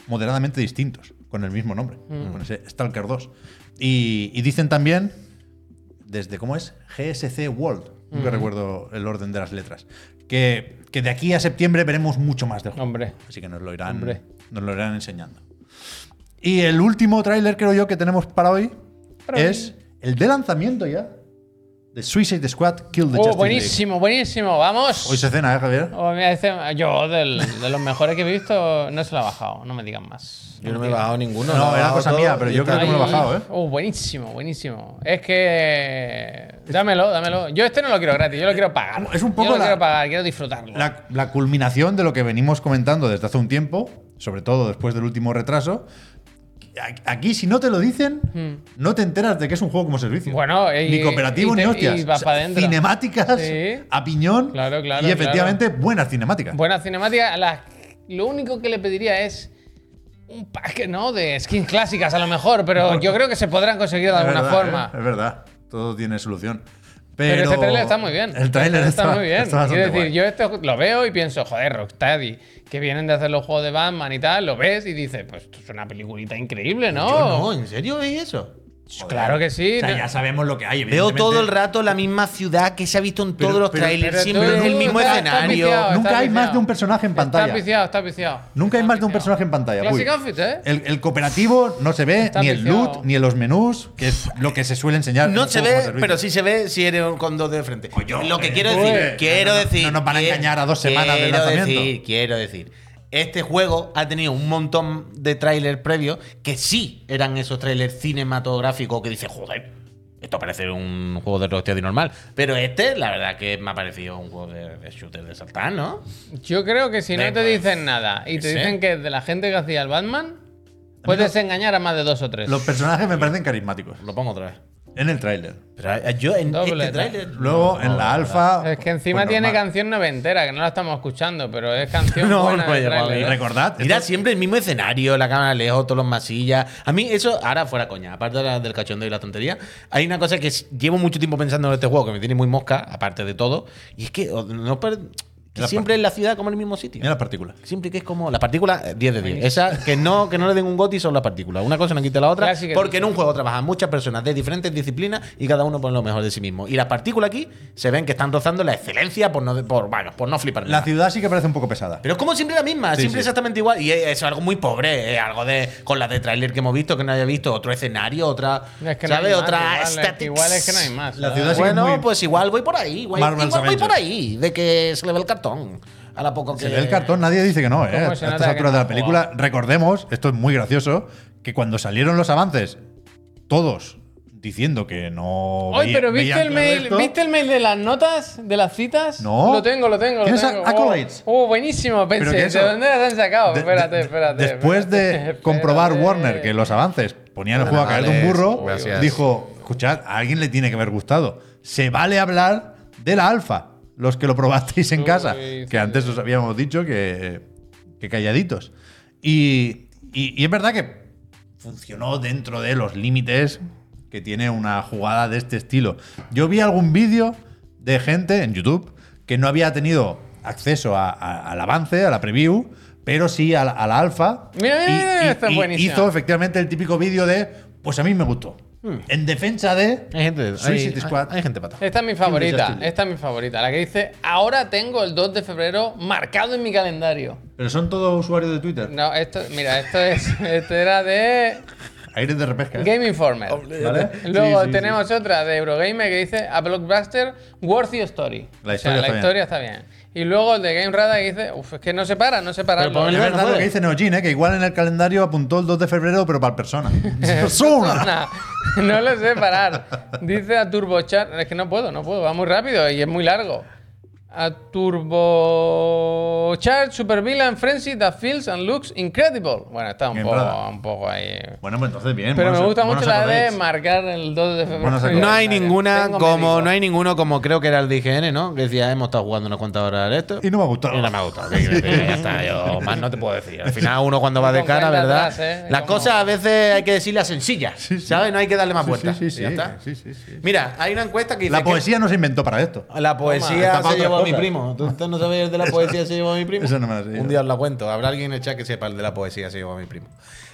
moderadamente distintos, con el mismo nombre, con ese Stalker 2. Y, y dicen también, desde, ¿cómo es? GSC World, nunca recuerdo el orden de las letras, que, que de aquí a septiembre veremos mucho más del juego.
Hombre.
Así que nos lo irán,
Hombre.
nos lo irán enseñando. Y el último tráiler, creo yo, que tenemos para hoy es el de lanzamiento ya de Suicide Squad Kill the
Oh,
Justice
buenísimo, buenísimo. Vamos.
League. Hoy se cena, ¿eh, Javier?
Oh, mira, este- yo, del- de los mejores que he visto, no se lo ha bajado. No me digan más.
Yo no me he bajado ninguno.
No,
me he
era
bajado
cosa
todo
mía, pero
y
yo
está
creo que me lo he
Ahí.
bajado, ¿eh?
Oh, buenísimo, buenísimo. Es que. Dámelo, dámelo. Yo este no lo quiero gratis, yo lo quiero pagar.
Es un poco
Yo lo
la-
quiero pagar, quiero disfrutarlo.
La, la culminación de lo que venimos comentando desde hace un tiempo, sobre todo después del último retraso. A- Aquí, si no te lo dicen, no te enteras de que es un juego como servicio.
Hmm. Bueno, y-
ni cooperativo
y te-
ni hostias.
y vas pa' dentro.
cinemáticas
Sí.
a piñón.
Claro, claro,
y efectivamente, buenas cinemáticas.
Buena cinemática. la- Lo único que le pediría es. Un pack, ¿no? De skins clásicas, a lo mejor, pero yo creo que se podrán conseguir de
Es
alguna
verdad,
forma.
¿eh? Es verdad. Todo tiene solución.
Pero,
Pero,
este trailer está muy bien.
El trailer
Este
está,
muy bien.
está bastante
Quiero decir,
guay.
yo esto lo veo y pienso, joder, Rocksteady, que vienen de hacer los juegos de Batman y tal, lo ves y dices, pues esto es una peliculita increíble, ¿no?
Yo no, ¿en serio veis eso? claro
Claro que sí.
O sea, ya sabemos lo que hay.
Veo todo el
evidentemente.
rato la misma ciudad que se ha visto en todos los
pero-
trailers,
pero
siempre
tú-
en el mismo
estás- estás
escenario.
viciado,
Nunca
estás
hay más
viciado.
de un personaje en pantalla.
Está viciado, está viciado.
Nunca hay
Está
más de un
viciado.
personaje en pantalla.
Classic
Puy.
outfit, ¿eh?
El, el cooperativo no se ve
Está
ni el
viciado.
loot, ni en los menús, que es lo que se suele enseñar. en
No
un
se
juego como
ve,
servicio.
pero sí se ve si eres un- con dos de frente.
Coño,
Lo que
eh,
quiero
pues,
decir,
no, no,
quiero
no,
decir.
no nos van a
quiero-
engañar a dos semanas de
quiero
lanzamiento.
Decir, quiero decir. Este juego ha tenido un montón de trailers previos que sí eran esos trailers cinematográficos que dice, joder, esto parece un juego de rocksteady normal. Pero este, la verdad que me ha parecido un juego de, de shooter de saltar, ¿no?
Yo creo que si no
Venga.
te dicen nada y
Que
te
sé.
dicen que es de la gente que hacía el Batman, puedes engañar a más de dos o tres.
Los personajes me parecen carismáticos.
Lo pongo otra vez.
En el tráiler.
Pero eh, yo en
Doble,
este tráiler…
Luego, en la alfa.
Es que encima
pues,
tiene
normal.
canción noventera, que no la estamos escuchando, pero es canción
No,
buena
no me
de
ha llegado
tráiler,
a
¿eh?
mí.
Recordad.
Mira,
esto-
siempre el mismo escenario, la cámara lejos, todos los masillas. A mí eso, ahora fuera coña, aparte de la- del cachondeo y la tontería, hay una cosa que s- llevo mucho tiempo pensando en este juego, que me tiene muy mosca, aparte de todo, y es que, o- no per- que
Las
siempre en la ciudad como en el mismo sitio.
Mira las partículas.
Siempre que es como las partículas eh, 10 de 10. Esa que no, que no le den un goti son las partículas. Una cosa no quita la otra.
Ya sí que
Porque
dice.
en un juego trabajan muchas personas de diferentes disciplinas y cada uno pone lo mejor de sí mismo. Y las partículas aquí se ven que están rozando la excelencia por no, por, bueno, por no flipar.
La
nada.
ciudad sí que parece un poco pesada.
Pero es como siempre la misma,
Sí,
siempre
sí.
exactamente igual. Y es algo muy pobre, es algo de con las de tráiler que hemos visto, que no haya visto, otro escenario, otra.
Es que no
¿Sabes?
hay más,
otra
igual, es que
aesthetics.
igual es que no hay más.
La
¿sabes?
ciudad sí que es
Bueno,
muy-
pues igual voy por ahí, güey.
Marvel's
Igual voy
Avengers.
por ahí, de que se le ve el cartón. A la poco que.
Se ve el cartón, nadie dice que no, ¿eh? A
¿Cómo se nota
estas
que
alturas
no
de
ha
la película, recordemos, esto es muy gracioso, que cuando salieron los avances, todos diciendo que no.
Oye,
veía-
pero ¿viste
veían
el,
claro
mail,
esto.
¿viste el mail de las notas, de las citas?
No.
Lo tengo, lo tengo, lo
¿Tienes
tengo.
a- accolades?
Oh, oh, buenísimo,
¿Pero qué
pensé.
es
¿De
eso?
dónde las han sacado?
De-
espérate,
de-
espérate.
Después de
espérate,
comprobar
espérate.
Warner que los avances ponían el juego a caer de un
Vale,
burro,
gracias.
dijo, escuchad, a alguien le tiene que haber gustado. Se vale hablar de la alfa, los que lo probasteis en casa,
Uy,
que antes os habíamos dicho que, que calladitos. Y, y- y es verdad que funcionó dentro de los límites que tiene una jugada de este estilo. Yo vi algún vídeo de gente en YouTube que no había tenido acceso a- a- al avance, a la preview, pero sí a la, a la alfa.
Mira, mira, mira, está buenísimo.
Hizo efectivamente el típico vídeo de, pues a mí me gustó. En defensa de
Hay gente,
Suicide
hay-
Squad.
hay gente pata.
Esta es mi favorita, esta es mi favorita. La que dice, ahora tengo el 2 de febrero marcado en mi calendario.
Pero son todos usuarios de Twitter.
No, esto, mira, esto es, esto era de
Aires de repesca. ¿eh?
Game Informer.
¿Vale?
Luego
Sí, sí, sí.
tenemos otra de Eurogamer que dice a blockbuster worthy story.
La
O
historia está
sea, la
bien.
historia está bien. Y luego el de Game Radar que dice, uff, es que no se para, no se para.
Pero ponle-
Es
No
verdad lo
puede.
que dice Neogin, ¿eh? que igual en el calendario apuntó el 2 de febrero, pero para el persona. ¡Persona!
Persona. No lo sé parar. Dice a TurboCharger. Es que no puedo, no puedo. Va muy rápido y es muy largo. A TurboCharger, Super Villain, Frenzy, that feels and looks incredible. Bueno, está un
Bien,
poco,
brother.
un poco ahí.
Bueno, pues entonces bien.
Pero me
buenos-
gusta mucho
buenos
la de
acordes.
marcar el 2 de febrero.
Buenos acordes.
No hay ninguna
Tengo médico.
como, no hay ninguno como creo que era el de IGN, ¿no? Que decía, hemos estado jugando unas cuantas horas de esto.
Y no me ha gustado.
Y no me ha gustado. ¿qué quieres decir? Ya está, yo más no te puedo decir. Al final, uno cuando va de
Con
cara,
cuenta
¿verdad?
atrás, ¿eh?
Las
Como-
cosas a veces hay que decirlas sencillas,
Sí, sí.
¿sabes? No hay que darle más
Sí,
vueltas.
sí, sí,
Y ya
sí,
está.
sí, sí, sí.
Mira, hay una encuesta que dice.
La
que-
poesía no se inventó para esto.
la poesía
está para
se llevó a
otras
mi
cosas.
primo. ¿Tú, tú no sabías el de la poesía se llevó a mi primo?
eso no me lo sé yo.
Un día os la cuento. Habrá alguien en el chat que sepa el de la poesía se llevó a mi primo.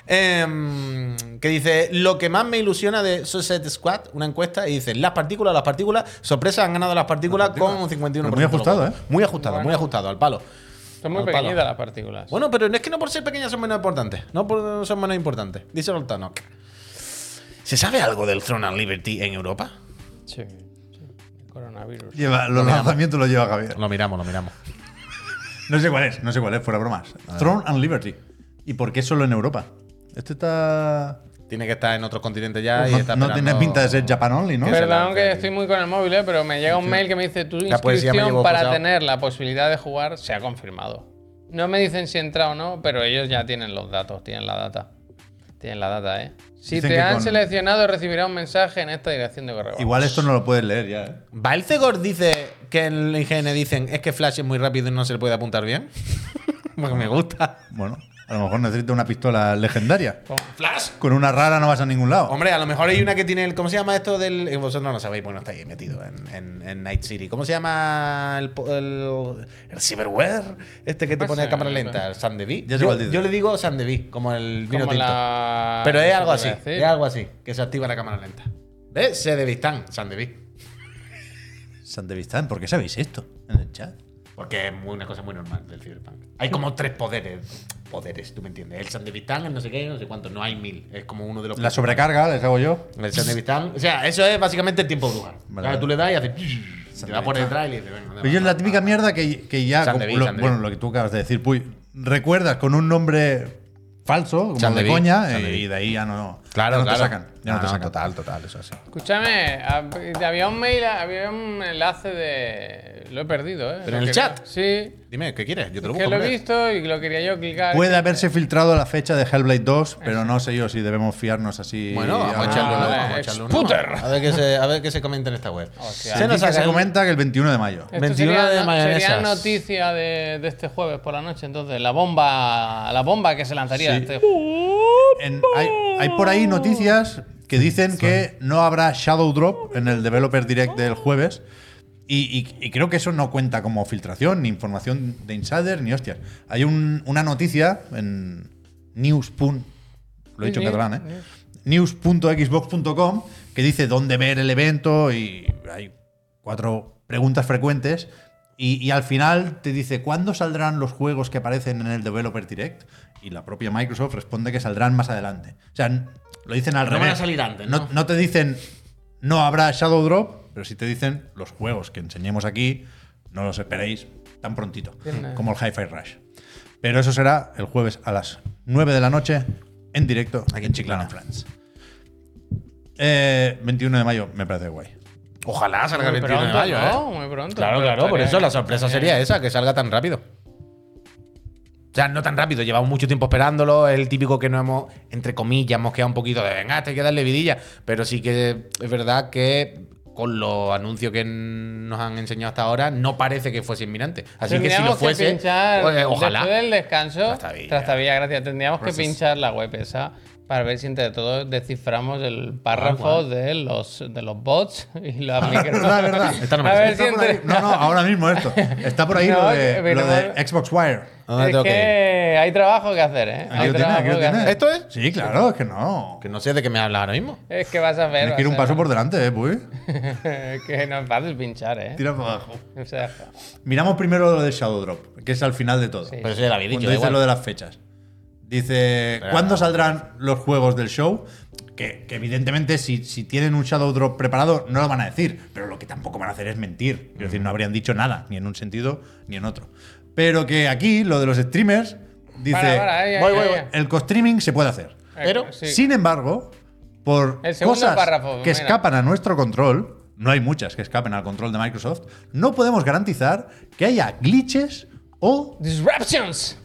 Em, que dice, lo que más me ilusiona de Suicide Squad, una encuesta, y dice, las partículas, las partículas, sorpresa, han ganado las partículas, con un 51%.
Muy ajustado, ¿eh?
Muy ajustado, muy
Bueno.
ajustado, al palo.
Son muy
Al palo.
pequeñitas las partículas.
Bueno, pero es que no por ser pequeñas son menos importantes. No por son menos importantes. Dice Roltanok. ¿Se sabe algo del Throne and Liberty en Europa?
Sí, sí. El Coronavirus.
Lleva, los lanzamientos los lleva Javier.
Lo miramos, lo miramos.
No sé cuál es, no sé cuál es, fuera bromas.
Ah.
Throne and Liberty. ¿Y por qué solo en Europa? Este está. Pues
Tiene que estar en otros continentes ya y
No,
está
no tiene
esperando-
pinta de ser Japan Only, ¿no?
Perdón que estoy muy con el móvil, eh, pero me llega un mail que me dice tu
La poesía me
inscripción
llevó
para
posado".
tener la posibilidad de jugar se ha confirmado. No me dicen si entra o no, pero ellos ya tienen los datos, tienen la data. Tienen la data, ¿eh? Si
Dicen
te
que
han
con-
seleccionado recibirá un mensaje en esta dirección de correo.
Igual esto no lo puedes leer ya, ¿eh?
Balcegor dice que en el IGN dicen es que Flash es muy rápido y no se le puede apuntar bien. Porque me gusta.
Bueno. A lo mejor necesitas una pistola legendaria.
¡Flash!
Con una rara no vas a ningún lado.
Hombre, a lo mejor hay una que tiene el. ¿Cómo se llama esto del.? eh, Vosotros no lo sabéis, bueno, estáis metidos en, en- en Night City. ¿Cómo se llama el, po- el, el cyberware? Este que te
No
pone
sé,
a cámara
no sé.
lenta, el Sandeví.
Ya sé
Yo,
cuál dices.
yo le digo Sandeví, como el vino
pues. Como
tinto.
la-
Pero es algo
no sé
así,
qué decir.
es algo así, que se activa la cámara lenta. ¿Ves? Se Vistán, Sandeví.
Santevistán, ¿por qué sabéis esto? En el chat.
Porque es muy- una cosa muy normal del Cyberpunk. Hay como tres poderes. Poderes, tú me entiendes. El Sandevistán, el no sé qué, no sé cuánto. No hay mil. Es como uno de los.
La sobrecarga les hago yo.
El Sandevistán. O sea, eso es básicamente el tiempo bruja.
Vale.
O sea, tú le das y hace. Te va por detrás y le dice, venga,
Pero yo
anda,
Pues es
va,
la
va,
típica
va.
mierda que, que ya.
Sandeví,
como lo-
Sandeví.
bueno, lo que tú acabas de decir, Puy. Recuerdas con un nombre falso, como
Sandeví,
de coña, eh,
Sandeví.
y de ahí ya no,
Claro,
ya no
claro.
te sacan. Ya no, te sacan.
Total, total, eso así.
Escúchame, hab- había un mail, había un enlace de. Lo he perdido, ¿eh?
¿Pero
Lo
en el
quería-
chat?
Sí.
Dime, ¿qué quieres? Yo te lo busco.
Que lo he
hombre.
visto y lo quería yo clicar.
Puede haberse filtrado la fecha de Hellblade 2, pero no sé yo si debemos fiarnos así.
Bueno, vamos a
Ah,
echarle un ojo,
vale.
vamos a echarle un ojo.
Sputter.
A ver qué se, a ver qué se comenta en esta web.
Hostia.
Aquí que
saca
se
el-
comenta que el 21 de mayo.
Esto
21
sería,
de
no- Sería
mayonesas.
noticia de, de este jueves por la noche, entonces. La bomba. La bomba que se lanzaría
Sí.
este
Uh,
En- hay, hay por ahí noticias que dicen que no habrá Shadow Drop en el Developer Direct del jueves. Y, y- y creo que eso no cuenta como filtración, ni información de insider, ni hostias. Hay un- una noticia en news.com, lo he dicho en
Sí, sí,
catalán, ¿eh? news.xbox.com, que dice dónde ver el evento y hay cuatro preguntas frecuentes. Y, y al final te dice, ¿cuándo saldrán los juegos que aparecen en el Developer Direct? Y la propia Microsoft responde que saldrán más adelante. O sea, n- lo dicen al
No van
revés.
a salir antes, ¿no?
no te dicen, no habrá Shadow Drop, pero sí te dicen, los juegos que enseñemos aquí, no los esperéis tan prontito,
Entiendo.
como el Hi-Fi Rush. Pero eso será el jueves a las 9 de la noche, en directo, aquí en Chiclana, France. Eh, 21 de mayo, me parece guay.
Ojalá salga el
Muy
21 de
pronto,
mayo, ¿eh?
¿no? Muy pronto.
Claro,
Pero
claro, por
estaría-
eso la sorpresa
estaría
sería esa, que salga tan rápido. O sea, no tan rápido, llevamos mucho tiempo esperándolo, es el típico que no hemos, entre comillas, hemos quedado un poquito de, venga, te hay que darle vidilla, pero sí que es verdad que con los anuncios que n- nos han enseñado hasta ahora, no parece que fuese inminente. Así que si lo
Tendríamos
fuese,
pinchar,
eh, ojalá.
Después del descanso,
Trastavilla.
Trastavilla, gracias. Tendríamos que
Gracias.
pinchar la web esa para ver si entre todos desciframos
Ah,
el párrafo de los, de los bots y las
verdad,
micro.
verdad.
Esta Ah, no me
A
la sé.
ver si
Está por ahí-
entre-
No, no, ahora mismo esto. Está por ahí
No,
lo, de,
pero-
lo de Xbox Wire.
¿A dónde
es
tengo
que,
que Ah,
hay trabajo que hacer, ¿eh?
Aquí
Hay
lo tiene,
trabajo
aquí lo
que
tiene.
hacer.
¿Esto es?
Sí, claro, es que no.
ir? Que no sé de qué me hablas ahora mismo.
Es que vas a ver.
Tienes que ir un
vas a
paso
ver.
por delante, eh, pues.
que no es fácil pinchar, ¿eh?
Tira para abajo.
O sea,
Miramos primero lo de Shadow Drop, que es al final de todo.
Sí.
Pero eso ya lo habéis Pues
Cuando
dicho, da
dice
igual.
lo de las fechas. Dice,
Pero-
¿cuándo saldrán los juegos del show? Que, que evidentemente si, si tienen un Shadow Drop preparado no lo van a decir, pero lo que tampoco van a hacer es mentir. Es decir, no habrían dicho nada, ni en un sentido ni en otro. Pero que aquí lo de los streamers dice,
Para, para, ahí, ahí,
voy, voy,
ahí.
voy.
el co-streaming se puede hacer.
Pero,
Sí.
Sin embargo, por
El segundo
cosas
párrafo,
que
mira.
escapan a nuestro control, no hay muchas que escapen al control de Microsoft, no podemos garantizar que haya glitches o
Disruptions.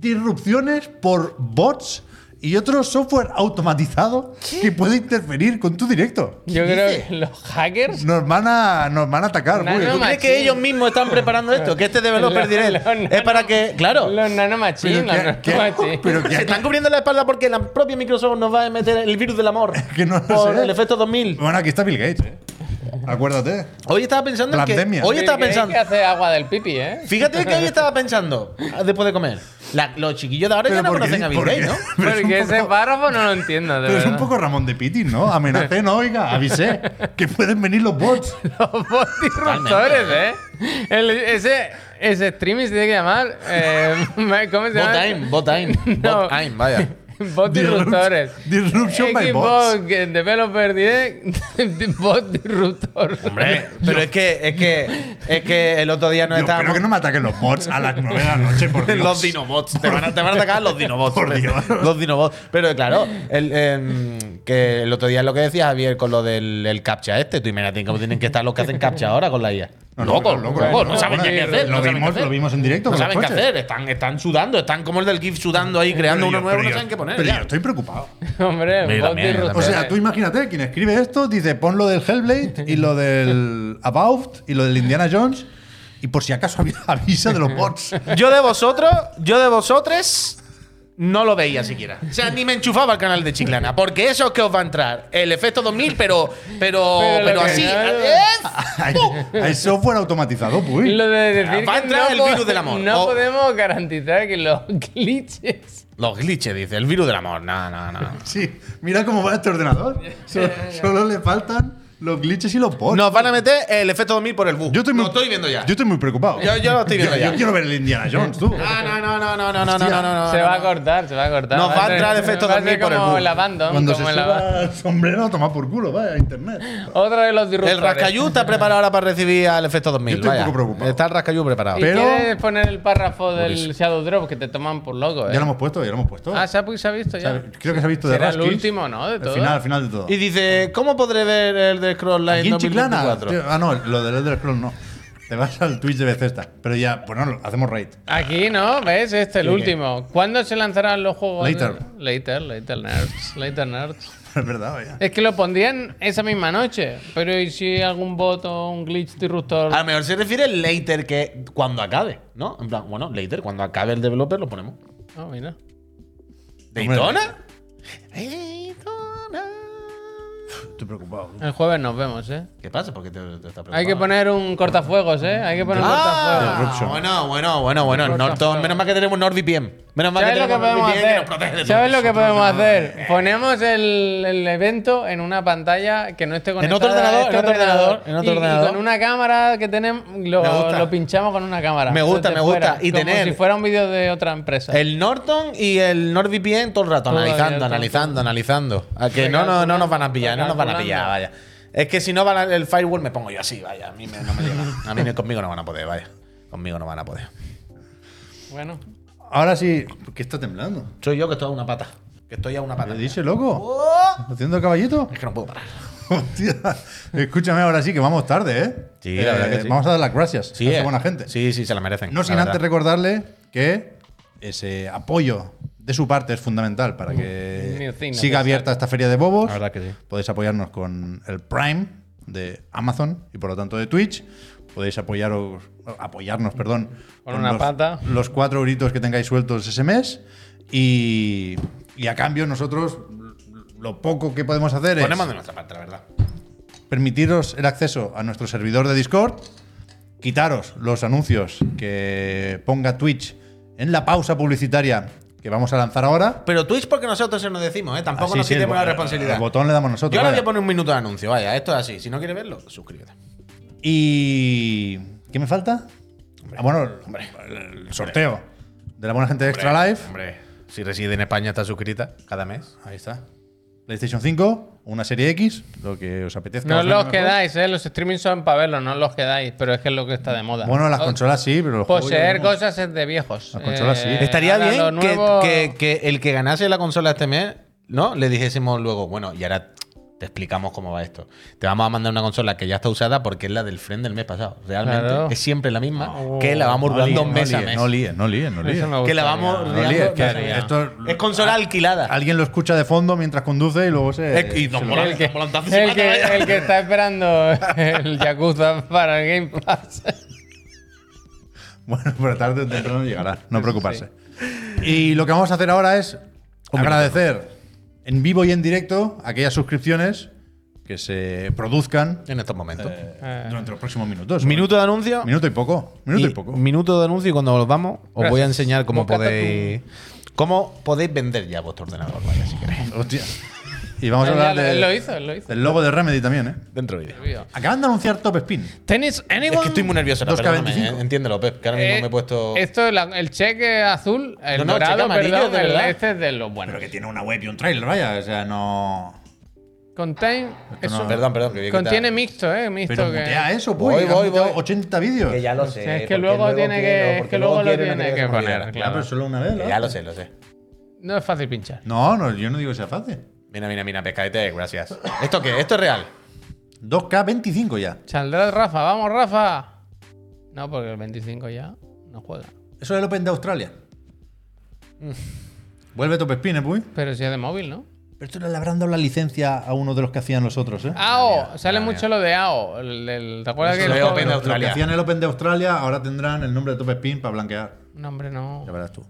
disrupciones por bots y otro software automatizado que puede interferir con tu directo.
Yo creo que los hackers
Nos van a, nos van a atacar.
Nano-
Puy.
¿Tú crees que
machín.
ellos mismos están preparando esto? Que este developer
Lo-
direct
lo
es
nano-
para que, claro,
Los nanomachines,
Pero
los
que-
nanomachines.
que- pero que-
se están cubriendo la espalda porque la propia Microsoft nos va a meter el virus del amor
que no lo
por
sé.
el efecto 2000.
Bueno, aquí está Bill Gates. eh. Acuérdate.
Hoy estaba pensando en que
Pandemia.
hoy estaba
Bill Gates
pensando.
que hace agua del pipi, ¿eh?
Fíjate que hoy estaba pensando ah, después de comer. La- los chiquillos de ahora ya
Pero
no
¿por qué?
conocen a Bill
¿Por qué?
Gates, ¿no?
Pero es un
Porque ese
poco-
párrafo no lo entiendo, de
Pero es
verdad.
un poco Ramón de Pitin, ¿no? Amenacé, no, oiga, avisé que pueden venir los bots.
Los bots disruptores, ¿eh? El- ese, ese streaming se tiene que llamar... eh, ¿Cómo se
Bot
llama?
time, bot time,
No.
bot time, vaya.
Bot
Disrupt-
disruptores.
Disruption by
Xbox,
bots.
que Developer Direct, bot disruptor.
Ah.
Hombre, pero es que es que es que el otro día no
Yo
estábamos
espero que no me ataquen los bots a las 9 de la noche, por Dios.
Los Dinobots. Te van, a, te van a atacar los Dinobots.
Por
hombre.
Dios.
Los Dinobots. Pero claro, el, em, que el otro día lo que decía Javier con lo del el captcha este. Tú imagínate cómo tienen que estar los que hacen captcha ahora con la IA.
No, no,
loco,
no, loco,
loco, loco,
no, eh,
no saben
no,
qué
no,
hacer.
lo
no saben qué
vimos-
hacer.
lo vimos en directo
No
con los
saben qué
coches.
hacer. Están, están sudando. Están como el del GIF sudando ahí, creando
Pero
uno
yo-
nuevo.
pero
No
yo-
saben qué poner.
Pero
ya.
yo estoy preocupado.
Hombre,
Mira,
bot
mira,
O
disruptores.
sea, tú imagínate, quien escribe esto dice pon lo del Hellblade y lo del About y lo del Indiana Jones y por si acaso avi- avisa de los bots.
Yo de vosotros, yo de vosotros, no lo veía siquiera. O sea, ni me enchufaba al canal de Chiclana. Porque eso es que os va a entrar. El efecto 2000, pero, pero,
Pero
pero,
lo que-
así.
Hay, hay software automatizado,
Y
pues.
Lo de decir
Ah, Va
que
a entrar el
po-
virus del amor. Oh.
No
O-
podemos garantizar que los glitches.
Los glitches, dice. El virus del amor. No, no, no.
Sí, mira cómo va este ordenador. Solo,
Eh.
solo le faltan los glitches y los bots.
Nos van a meter el efecto 2000 por el bus.
yo estoy
lo
muy,
estoy viendo ya.
Yo estoy muy preocupado.
Yo- yo lo estoy viendo
yo,
ya.
Yo quiero ver el Indiana Jones, tú.
Ah, no, no, no, no, no, no, no, no, no.
se
no,
va a
no.
cortar, se va a cortar.
Nos va a
ser-
entrar efecto
va a ser
2000 por el
como
bus.
el abandon,
Cuando se
como el abandon.
suba el sombrero, toma por culo, vaya, a internet.
Otro de los disruptores.
El Rascayú está preparado ahora para recibir al efecto 2000.
Yo estoy un
vaya.
poco preocupado.
Está el Rascayú preparado.
¿Y
Pero-
quieres poner el párrafo del
eso.
Shadow Drop que te toman por loco, eh?
Ya lo hemos puesto, ya lo hemos puesto.
Ah, se ha, pu- se ha visto ya.
¿Sabe? Creo que se ha visto de
Será el
Raskis.
último, ¿no? De
Al
todo.
final, al final de todo.
Y dice, ¿cómo podré ver el de Scroll Line
Aquí en Chiclana.
2024?
tío. Ah, no, lo del Elder Scrolls no. Te vas al Twitch de Bethesda. Pero ya, pues no, hacemos raid.
Aquí, ¿no? ¿Ves? Este, el
¿Qué, qué?
último. ¿Cuándo se lanzarán los juegos?
Later.
Later, later nerds. Later nerds.
Es verdad, vaya.
Es que lo pondrían esa misma noche. Pero ¿y si algún bot o un glitch disruptor?
Ah.
A lo mejor se refiere el later que cuando acabe, ¿no? En plan, bueno, later, cuando acabe el developer lo ponemos.
Ah, mira.
¿Daytona? Daytona.
Estoy preocupado.
El jueves nos vemos, ¿eh?
¿Qué pasa? ¿Por qué te, te estás preocupando?
Hay que poner un cortafuegos, ¿eh? Hay que poner un cortafuegos.
Ah,
Disruption.
bueno, bueno, bueno, bueno. el
Disruption.
Norton, menos mal que tenemos NordVPN. Menos mal que
¿Sabes lo que
tenemos
podemos
NordVPN que nos protege de
hacer?
todo.
¿Sabes lo que podemos hacer? Ponemos el, el evento en una pantalla que no esté conectada
otro ordenador,
a este
en otro ordenador, en otro
Y- y
ordenador.
con una cámara que tenemos,
Me
lo,
gusta.
lo pinchamos con una cámara.
Me gusta,
Desde
me gusta.
fuera,
Y
como
tener- Eh,
si fuera un vídeo de otra empresa.
El Norton y el NordVPN todo el rato,
Todo
analizando,
abierto.
analizando, analizando. A que no, no, no nos van a pillar, no nos van a pillar, vaya. Es que si no van a- el firewall me pongo yo así, vaya. A mí me- no me llega. A mí conmigo no van a poder, vaya. Conmigo no van a poder.
Bueno.
Ahora sí. ¿Por qué está temblando?
Soy yo que estoy a una pata. Que estoy a una pata.
¿Le dice loco? ¿Haciendo caballito?
Es que no puedo parar.
Hostia. Escúchame, ahora sí que vamos tarde, ¿eh?
Sí, la verdad que sí.
Vamos a dar las gracias
Sí,
a esta
eh.
buena gente.
Sí, sí, se la merecen.
No
la
sin antes
verdad.
recordarle que ese apoyo de su parte es fundamental para
Ni
que
el cine,
siga
pues,
abierta esta feria de bobos.
La verdad que sí.
Podéis apoyarnos con el Prime de Amazon y por lo tanto de Twitch. Podéis apoyaros, apoyarnos, perdón,
Con una
los,
pata.
Los cuatro euritos que tengáis sueltos ese mes. Y, y a cambio, nosotros lo poco que podemos hacer es
Ponemos de nuestra parte, la verdad.
permitiros el acceso a nuestro servidor de Discord, quitaros los anuncios que ponga Twitch en la pausa publicitaria que vamos a lanzar ahora.
Pero Twitch porque nosotros se nos decimos, ¿eh? Tampoco
Así
nos
sí, el
quitemos
bo-
la responsabilidad.
El botón le damos nosotros.
Yo ahora voy
vaya.
a poner un minuto de anuncio, vaya. Esto es así. Si no quieres verlo, suscríbete.
¿Y qué me falta? Ah, bueno, el- el sorteo de la buena gente de Extra
Hombre,
Life.
Hombre, si reside en España está suscrita cada mes.
Ahí está. PlayStation 5, una serie X, lo que os apetezca.
No
os venga
los
mejor.
quedáis, ¿eh? Los streamings son para verlos, no los quedáis. Pero es que es lo que está de moda. Oh,
Bueno, las
O-
consolas sí, pero los juegos ya
Poseer
veremos.
cosas es de viejos. Eh,
Las consolas sí.
Estaría
ahora
bien
lo
que,
nuevo-
que- que el que ganase la consola este mes, ¿no? Le dijésemos luego, bueno, y ahora te explicamos cómo va esto. Te vamos a mandar una consola que ya está usada porque es la del friend del mes pasado. Realmente
Claro.
es siempre la misma
Oh.
que la vamos dando
no
mes a
líes,
mes.
no líes, no líes, no líes.
Eso me
que
gustaría.
la vamos
No líes,
dando
que
mes a mes.
esto-
es consola alquilada.
Alguien lo escucha de fondo mientras conduce y luego se.
Eh, y
se
nos
lo-
mola.
El que,
Un volantazo se
el
mata,
que-
vaya.
el que está esperando el Yakuza para el Game Pass.
Bueno, pero tarde o temprano llegará, no preocuparse. Y lo que vamos a hacer ahora es agradecer en vivo y en directo aquellas suscripciones que se produzcan
En estos momentos.
eh, durante los próximos minutos.
minuto de anuncio.
Minuto y poco. Minuto y, poco.
Minuto de anuncio y cuando volvamos os voy a
Gracias.
enseñar cómo
Búscate
podéis. Cómo podéis vender ya vuestro ordenador, vaya, si queréis.
Hostia. Y vamos a
Él ya
hablar
lo-
de-
él lo hizo, él lo hizo.
del logo de Remedy también, ¿eh?
Dentro vídeo.
Acaban de anunciar Top Spin.
¿Tenis anyone?
Es que estoy muy nervioso, ahora,
2K25.
perdóname, eh, Entiéndelo, Pep, que ahora mismo
Eh,
me he puesto.
Esto, la- el cheque azul, el
No, no,
dorado,
cheque amarillo,
perdón,
de
el-
verdad.
este es de los buenos.
tiene una web y un trailer, vaya. O sea, no.
Contain, es un-
Perdón, perdón, que voy a quitar-
contiene mixto, ¿eh? Mixto
Pero
que-
mutea eso,
Voy,
pues. que han
voy,
muteado
voy.
80 vídeos.
Que ya lo
Sí,
sé.
es que
porque
luego tiene que-
quiero,
es
porque
que luego lo
quiero y me
tiene
quiero
que
olvidar.
poner,
Ya,
claro.
Ah, pero solo una vez. ¿no?
Ya lo sé, lo sé.
No es fácil pinchar.
No, no, yo no digo que sea fácil.
Mira, mira, mira, pescadete, gracias. ¿Esto qué? ¿Esto es real?
2K25 ya.
Saldrá Rafa, vamos Rafa. No, porque el 25 ya no juega.
Eso es el Open de Australia. Vuelve Top Spin, ¿eh, Puy?
Pero si es de móvil, ¿no?
Pero esto le habrán dado la licencia a uno de los que hacían los otros, ¿eh?
AO,
mía,
sale
madre
mucho lo de AO. el- el- ¿Te acuerdas
Eso
que
lo
el
veo
juego-
apenas.
Los que
Australia.
hacían el Open de Australia ahora tendrán el nombre de Top Spin para blanquear.
No, hombre, no.
Ya verás tú.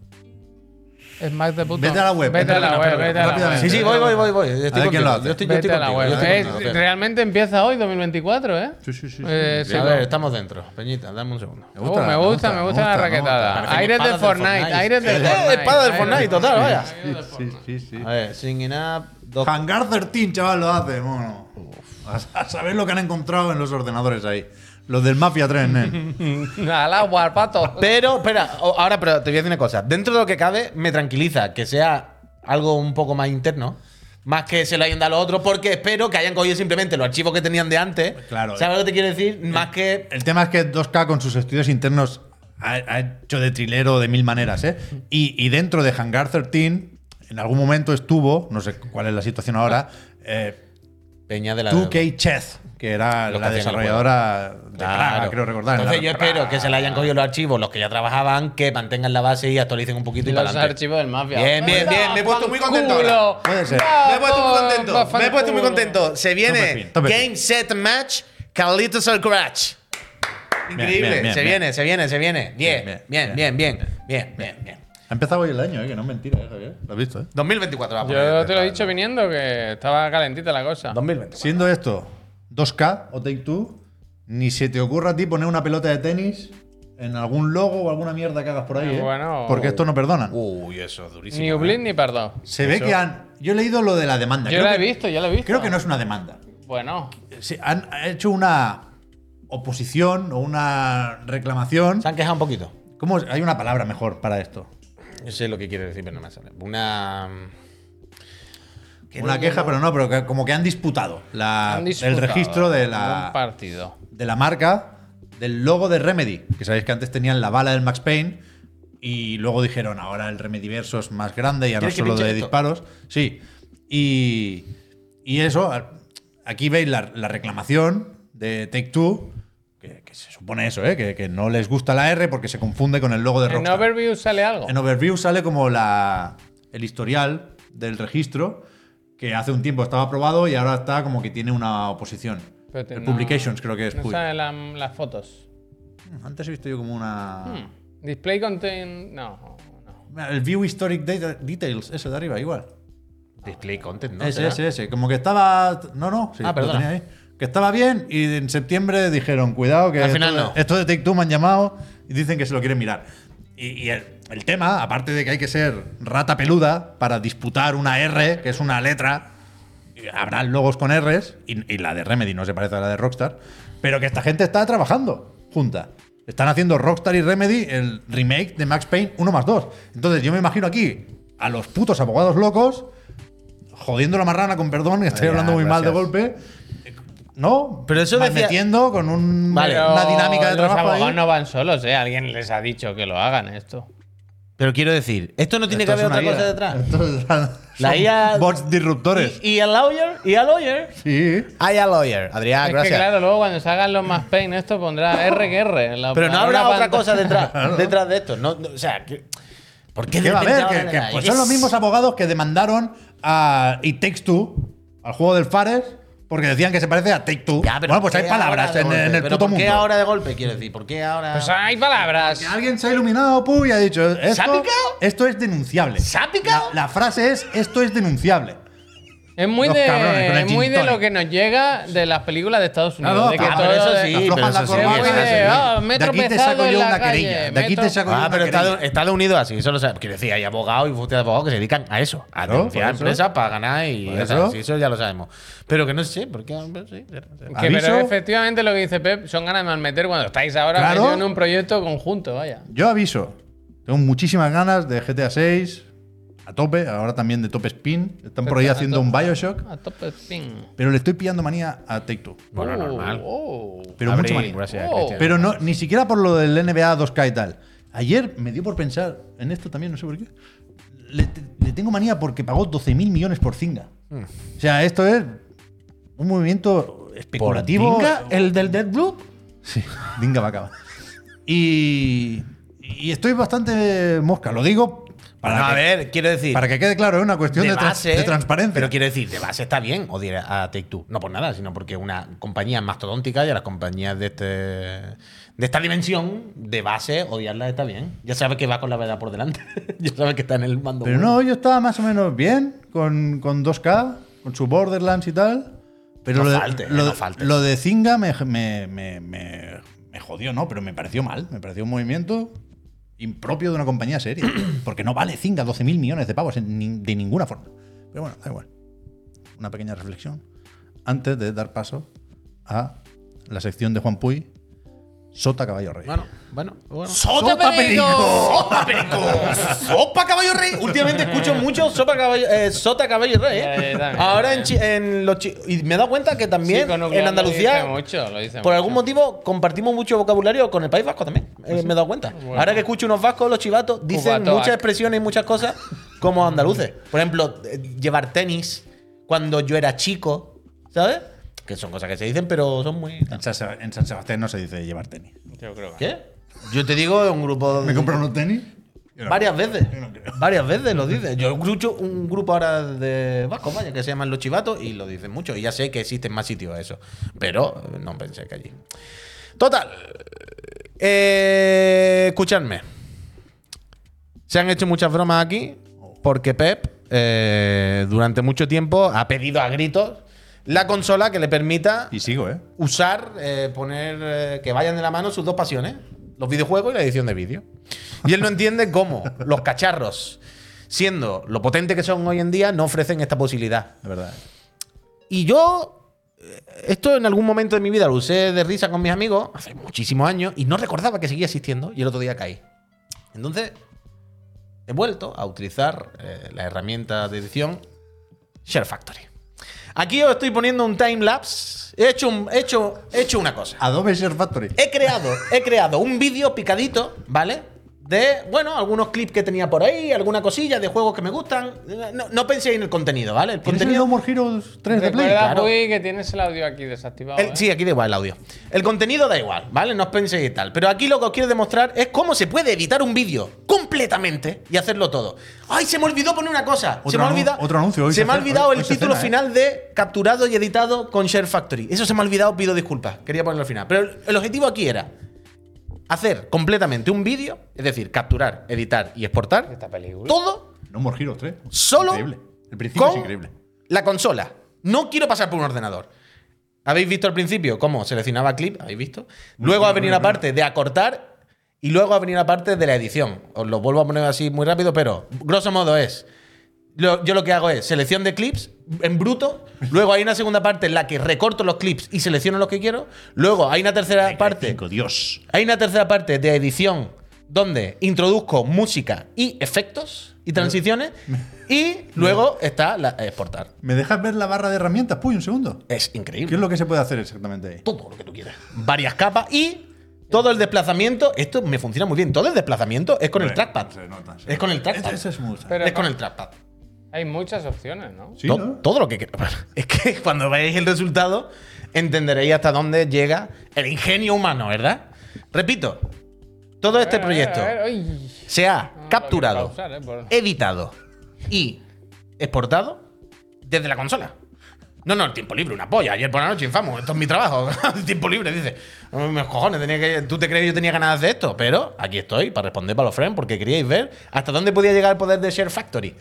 Es Mac de puto.
Vete a la web,
Vete a la
espérate,
web,
espérate,
vete a la
rápidamente.
web.
Sí, sí, voy, voy, voy. voy. Estoy
quién
contigo.
lo hace.
Yo estoy, yo
Vete
estoy
a la
contigo,
web. Eh,
yo estoy
Es-
contigo.
realmente empieza hoy, 2024, ¿eh?
Sí, sí, sí.
Eh,
sí.
sí,
a
no.
ver, estamos dentro. Peñita, dame un segundo.
Uh, me gusta, me gusta la raquetada.
Parecen
Aires de
espadas del
Fortnite,
Fortnite.
aires de
Eh,
Fortnite.
espada del
aires
Fortnite,
de
total, vaya.
Sí, sí, sí.
A ver, singing up. Dos...
Hangar 13, chaval, lo hace, mono. A, a saber lo que han encontrado en los ordenadores ahí. Los del Mafia 3, nen.
Al agua, al pato.
Pero, espera, o- ahora pero te voy a decir una cosa. Dentro de lo que cabe, me tranquiliza que sea algo un poco más interno. Más que se lo hayan dado a los otros, porque espero que hayan cogido simplemente los archivos que tenían de antes.
Pues Claro. eh.
¿Sabes lo que te quiero decir? Más que.
El tema es que 2K con sus estudios internos ha, ha hecho de trilero de mil maneras, ¿eh? Y, y dentro de Hangar 13, en algún momento estuvo, no sé cuál es la situación ahora, eh,
Peña de la.
2K Chess, que era
Lo que
la
hacían el juego.
desarrolladora de
Claro.
Praga, creo recordar.
Entonces,
La-
yo espero que se le hayan cogido los archivos, los que ya trabajaban, que mantengan la base y actualicen un poquito y, para
Los
adelante.
archivos del Mafia.
Bien, bien, bien,
me he puesto muy contento
Culo.
ahora.
Puede ser.
Va,
Me he puesto muy
por- va,
contento.
fan
Me he puesto muy
culo.
contento. Se
Tome
viene
fin, tome
Game
fin.
Set Match, Carlitos al Crash.
increíble.
Bien, bien,
Se viene, se viene, se viene. Bien,
bien,
bien, bien, bien, bien, bien, bien.
Ha empezado hoy el año, ¿eh? que no es mentira, ¿eh, Javier. Lo has visto, ¿eh?
2024 va a poner.
Yo te lo he dicho viniendo que estaba calentita la cosa.
2024.
Siendo esto 2K o Take Two, ni se te ocurra a ti poner una pelota de tenis en algún logo o alguna mierda que hagas por ahí.
Eh,
¿eh?
bueno.
Porque esto no perdonan.
uh,
Uy, eso es durísimo.
Ni
¿eh?
Ublin ni Pardo.
se ve que han. Yo he leído lo de la demanda.
Yo
Creo
la he
que-
visto, yo la he visto.
Creo que no es una demanda.
Bueno,
Se han hecho una oposición o una reclamación.
Se han quejado un poquito.
¿Cómo es? Hay una palabra mejor para esto.
Yo sé lo que quiere decir, pero no me sale. Una. mm,
Una queja, pero no, pero que- como que han disputado, la-
han disputado
Ah, el registro de
Un
la,
partido.
de la marca del logo de Remedy. Que sabéis que antes tenían la bala del Max Payne y luego dijeron ahora el Remedyverso es más grande, ya no
¿Quieres que
solo
pinche
de
esto?
disparos. Sí. Y, y eso, a- aquí veis la, la reclamación de Take Two. Que, que se supone eso, ¿eh? que, que no les gusta la R porque se confunde con el logo de
En
Rockstar.
Overview sale algo.
En Overview sale como la, el historial del registro que hace un tiempo estaba aprobado y ahora está como que tiene una oposición.
Pero te-
el
no-
Publications creo que es.
No
Puy.
salen la- las fotos.
Antes he visto yo como una...
Hmm. Display content. No, no.
Mira, El View Historic Data- Details, ese de arriba, igual.
Display content, ¿no?
ese,
¿Será?
ese, ese. Como que estaba... No, no, sí,
Ah,
lo
perdona.
tenía ahí. Que estaba bien y en septiembre dijeron, cuidado, que
Al final
esto, de-
no.
esto de Take Two me han llamado y dicen que se lo quieren mirar. Y, y el, el tema, aparte de que hay que ser rata peluda para disputar una R, que es una letra, y habrá logos con Rs, y, y la de Remedy no se parece a la de Rockstar, pero que esta gente está trabajando junta. Están haciendo Rockstar y Remedy el remake de Max Payne 1 más 2. Entonces yo me imagino aquí a los putos abogados locos, jodiendo la marrana con perdón, y estoy
Ah, ya,
hablando muy mal de
gracias.
golpe. No,
Pero eso decía-
metiendo con un-
Vale.
Eh, una dinámica de
Los
trabajo. ahí. Ah,
abogados no van solos, ¿eh? Alguien les ha dicho que lo hagan esto.
Pero quiero decir, esto no tiene
Esto
que
es
haber
una
otra cosa
IA.
detrás.
Esto es-
La
son
IA
Bots disruptores.
Y, y a lawyer, y a lawyer.
Sí.
Hay a lawyer, Adrián,
es que
gracias.
claro, luego cuando salgan los más pain, esto pondrá R que R. en la-
Pero no
en
habrá
una
otra
pantalla.
cosa detrás, detrás de esto. No, no, o sea, que- ¿por qué
¿Qué
de
va a
repente
haber? Que-
ahora
que,
la-
pues son los
es-
mismos abogados que demandaron a It Takes Two, al juego del Fares, porque decían que se parece a Take Two.
Ya, pero
bueno,
¿por
pues hay
qué ahora
palabras
de
en,
golpe?
en el
Pero
puto
¿Por
mundo.
qué ahora de golpe, quiero decir? ¿Por qué ahora.?
Pues hay palabras.
Que Alguien se ha iluminado, Puy, y ha dicho,
ha
esto,
picado?
esto es denunciable.
¿Se ha picado?
La, la frase es, esto es denunciable.
Es muy,
Los
de,
cabrones con el
es muy
gin
de lo
tonic.
que nos llega de las películas de Estados Unidos.
Claro,
de que
ah,
pero
todo
eso
es-
sí, pero
Aflojan la
eso sí,
corbata,
eso sí.
eso sí.
Ah, me he
De aquí te
tropezado
saco
en
yo
la
una
calle,
querella.
me
De aquí
he
te saco yo
Ah,
una
pero Estados,
querella.
Estados Unidos así, eso lo sabemos. Quiero decir, hay abogados y bufetes de abogados que se dedican a eso, a
Claro,
denunciar
por
a
eso.
empresas para ganar y
Por
ya
eso.
sabes, sí, eso ya lo sabemos. Pero que no sé, ¿por qué? Pues sí, sí, sí.
Que, pero
Aviso.
efectivamente lo que dice Pep son ganas de malmeter cuando estáis ahora
Claro.
metidos en un proyecto conjunto, vaya.
Yo aviso. Tengo muchísimas ganas de GTA 6 a tope, ahora también de Top Spin. Están por ahí
A
haciendo un
tope.
Bioshock.
A tope ping.
Pero le estoy pillando manía a Take Two.
Bueno,
Oh,
normal.
oh.
Pero
Abrí,
mucho manía.
gracias,
Oh.
Cristian.
Pero no, ni siquiera por lo del NBA 2K y tal. Ayer me dio por pensar en esto también, no sé por qué. Le, le tengo manía porque pagó 12.000 millones por Zinga.
Mm.
O sea, esto es un movimiento especulativo.
Dinga?
¿El del Dead Blue? Sí, Dinga va a acabar. Y, y estoy bastante mosca. Lo digo Para
No, a
que-
ver, quiero decir.
Para que quede claro, es una cuestión de, trans- de transparencia.
Pero quiero decir, de base está bien odiar a Take Two. No por nada, sino porque una compañía mastodóntica y a las compañías de este de esta dimensión, de base, odiarlas está bien. Ya sabes que va con la verdad por delante. ya sabes que está en el mando.
Pero
bueno.
no, yo estaba más o menos bien con, con 2K, con su Borderlands y tal. Pero
No
lo, de,
faltes,
lo,
no
de-
faltes.
lo de Zinga me, me, me- me- me jodió, ¿no? Pero me pareció mal. Me pareció un movimiento impropio de una compañía seria. porque no vale Zinga 12 mil millones de pavos en nin- de ninguna forma. Pero bueno, da igual. Una pequeña reflexión antes de dar paso a la sección de Juan Puy, Sota Caballo Rey.
Bueno, bueno, bueno.
¡Sota Perico!
¡Sopa perico! ¡Sopa caballo rey! Últimamente escucho mucho sopa caballo, eh, sota caballo rey. ¿eh?
Eh, también,
Ahora
también.
en, chi- en los chi- Y me he dado cuenta que también
Chico nuclear
en
lo
Andalucía.
dice mucho, lo dice
Por
mucho. ¿Ah,
algún motivo compartimos mucho vocabulario con el País Vasco también. Eh, me he dado cuenta.
Bueno.
Ahora que escucho unos vascos, los chivatos, dicen
Cubatoac.
muchas expresiones y muchas cosas como andaluces. Por ejemplo, eh, llevar tenis cuando yo era chico, ¿sabes? Que son cosas que se dicen, pero son muy.
En San Seb- en San Sebastián no se dice llevar tenis.
Yo creo que.
¿Qué? Yo te digo, es un grupo.
¿Me compran unos tenis?
Varias veces.
Yo no creo.
Varias veces lo dice. Yo escucho un grupo ahora de vascos, vaya, que se llaman Los Chivatos y lo dicen mucho. Y ya sé que existen más sitios a eso. Pero eh, no pensé que allí. Total. Eh, escuchadme. Se han hecho muchas bromas aquí porque Pep eh, durante mucho tiempo ha pedido a gritos la consola que le permita
Y sigo, ¿eh?
usar, eh, poner eh, que vayan de la mano sus dos pasiones, los videojuegos y la edición de vídeo. Y él no entiende cómo los cacharros, siendo lo potente que son hoy en día, no ofrecen esta posibilidad.
De verdad.
Y yo, eh, esto en algún momento de mi vida lo usé de risa con mis amigos, hace muchísimos años, y no recordaba que seguía existiendo, y el otro día caí. Entonces, he vuelto a utilizar eh, la herramienta de edición Share Factory. Aquí os estoy poniendo un timelapse. He hecho, un- he hecho, he hecho una cosa.
Adobe Share Factory.
He creado, he creado un vídeo picadito, ¿vale? De, bueno, algunos clips que tenía por ahí, alguna cosilla de juegos que me gustan. No, no penséis en el contenido, ¿vale? El
¿Tienes el
contenido.
Humor Heroes 3 de Play?
Recuerda,
claro.
Puy, que tienes el audio aquí desactivado.
El-
¿eh?
sí, aquí da igual el audio. El contenido da igual, ¿vale? No os penséis y tal. Pero aquí lo que os quiero demostrar es cómo se puede editar un vídeo completamente y hacerlo todo. ¡Ay, se me olvidó poner una cosa! se
Otro
me ha
anun-
olvidado,
otro anuncio, hoy
se
se
me ha
cena,
olvidado
hoy-
el
hoy se
título
cena, ¿eh?
final de capturado y editado con Share Factory. Eso se me ha olvidado, pido disculpas. Quería ponerlo al final. Pero el- el objetivo aquí era hacer completamente un vídeo, es decir, capturar, editar y exportar
Esta película.
todo
No More Heroes 3.
Solo
Increíble. El principio es
con
increíble.
La consola. No quiero pasar por un ordenador. Habéis visto al principio cómo seleccionaba clip, habéis visto. Luego
claro,
ha venido
muy
la parte de acortar y luego ha venido la parte de la edición. Os lo vuelvo a poner así muy rápido, pero grosso modo es. lo- yo lo que hago es selección de clips en bruto. Luego hay una segunda parte en la que recorto los clips y selecciono los que quiero. Luego hay una tercera parte.
Cinco, Dios.
Hay una tercera parte de edición donde introduzco música y efectos y transiciones. Y luego está la exportar.
¿Me dejas ver la barra de herramientas? Puy, un segundo.
Es
¿Qué es
increíble.
lo que se puede hacer exactamente ahí?
Todo lo que tú quieras. Varias capas y todo el desplazamiento. Esto me funciona muy bien. Todo el desplazamiento es con el
Bueno,
trackpad.
se nota, se
Es con el
nota.
trackpad.
Ese- ese es muy
Pero-
Es con el trackpad.
Hay muchas opciones, ¿no?
Sí,
To-
¿no?
Todo lo que quieras. Es que cuando veáis el resultado, entenderéis hasta dónde llega el ingenio humano, ¿verdad? Repito, todo este
A ver,
proyecto
a ver, uy.
se ha
No,
capturado,
lo quiero pausar, eh, por-
editado y exportado desde la consola. No, no, el tiempo libre, una polla. Ayer por la noche infamo, esto es mi trabajo. el tiempo libre, dice. "Oh, Mis cojones, tenía que, tú te crees que yo tenía ganas de esto, pero aquí estoy para responder para los friends porque queríais ver hasta dónde podía llegar el poder de Share Factory.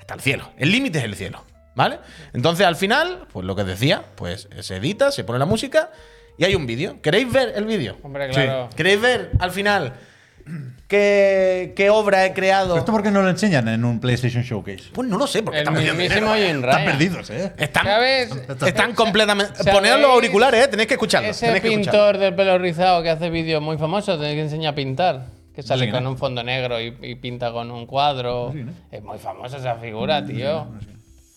Hasta el cielo. El límite es el cielo, ¿vale? Entonces al final, pues lo que decía, pues se edita, se pone la música y hay un vídeo. ¿Queréis ver el vídeo?
Hombre, claro.
¿Queréis ver al final qué, qué obra he creado?
¿Esto por qué no lo enseñan en un PlayStation Showcase?
Pues no lo sé, porque
El
están perdiendo
mismísimo
dinero.
Jim
Están
Ryan.
perdidos, ¿eh?
Están,
¿Sabes?
están
Eh,
completamente.
¿sabéis?
Poned los auriculares, eh, tenéis que escucharlo.
Ese
tenéis que escucharlo.
pintor de pelo rizado que hace vídeos muy famosos, tenéis que enseñar a pintar. Que sale
sé quién
con
es.
un fondo negro y, y pinta con un cuadro.
quién es.
Es muy famosa esa figura, tío.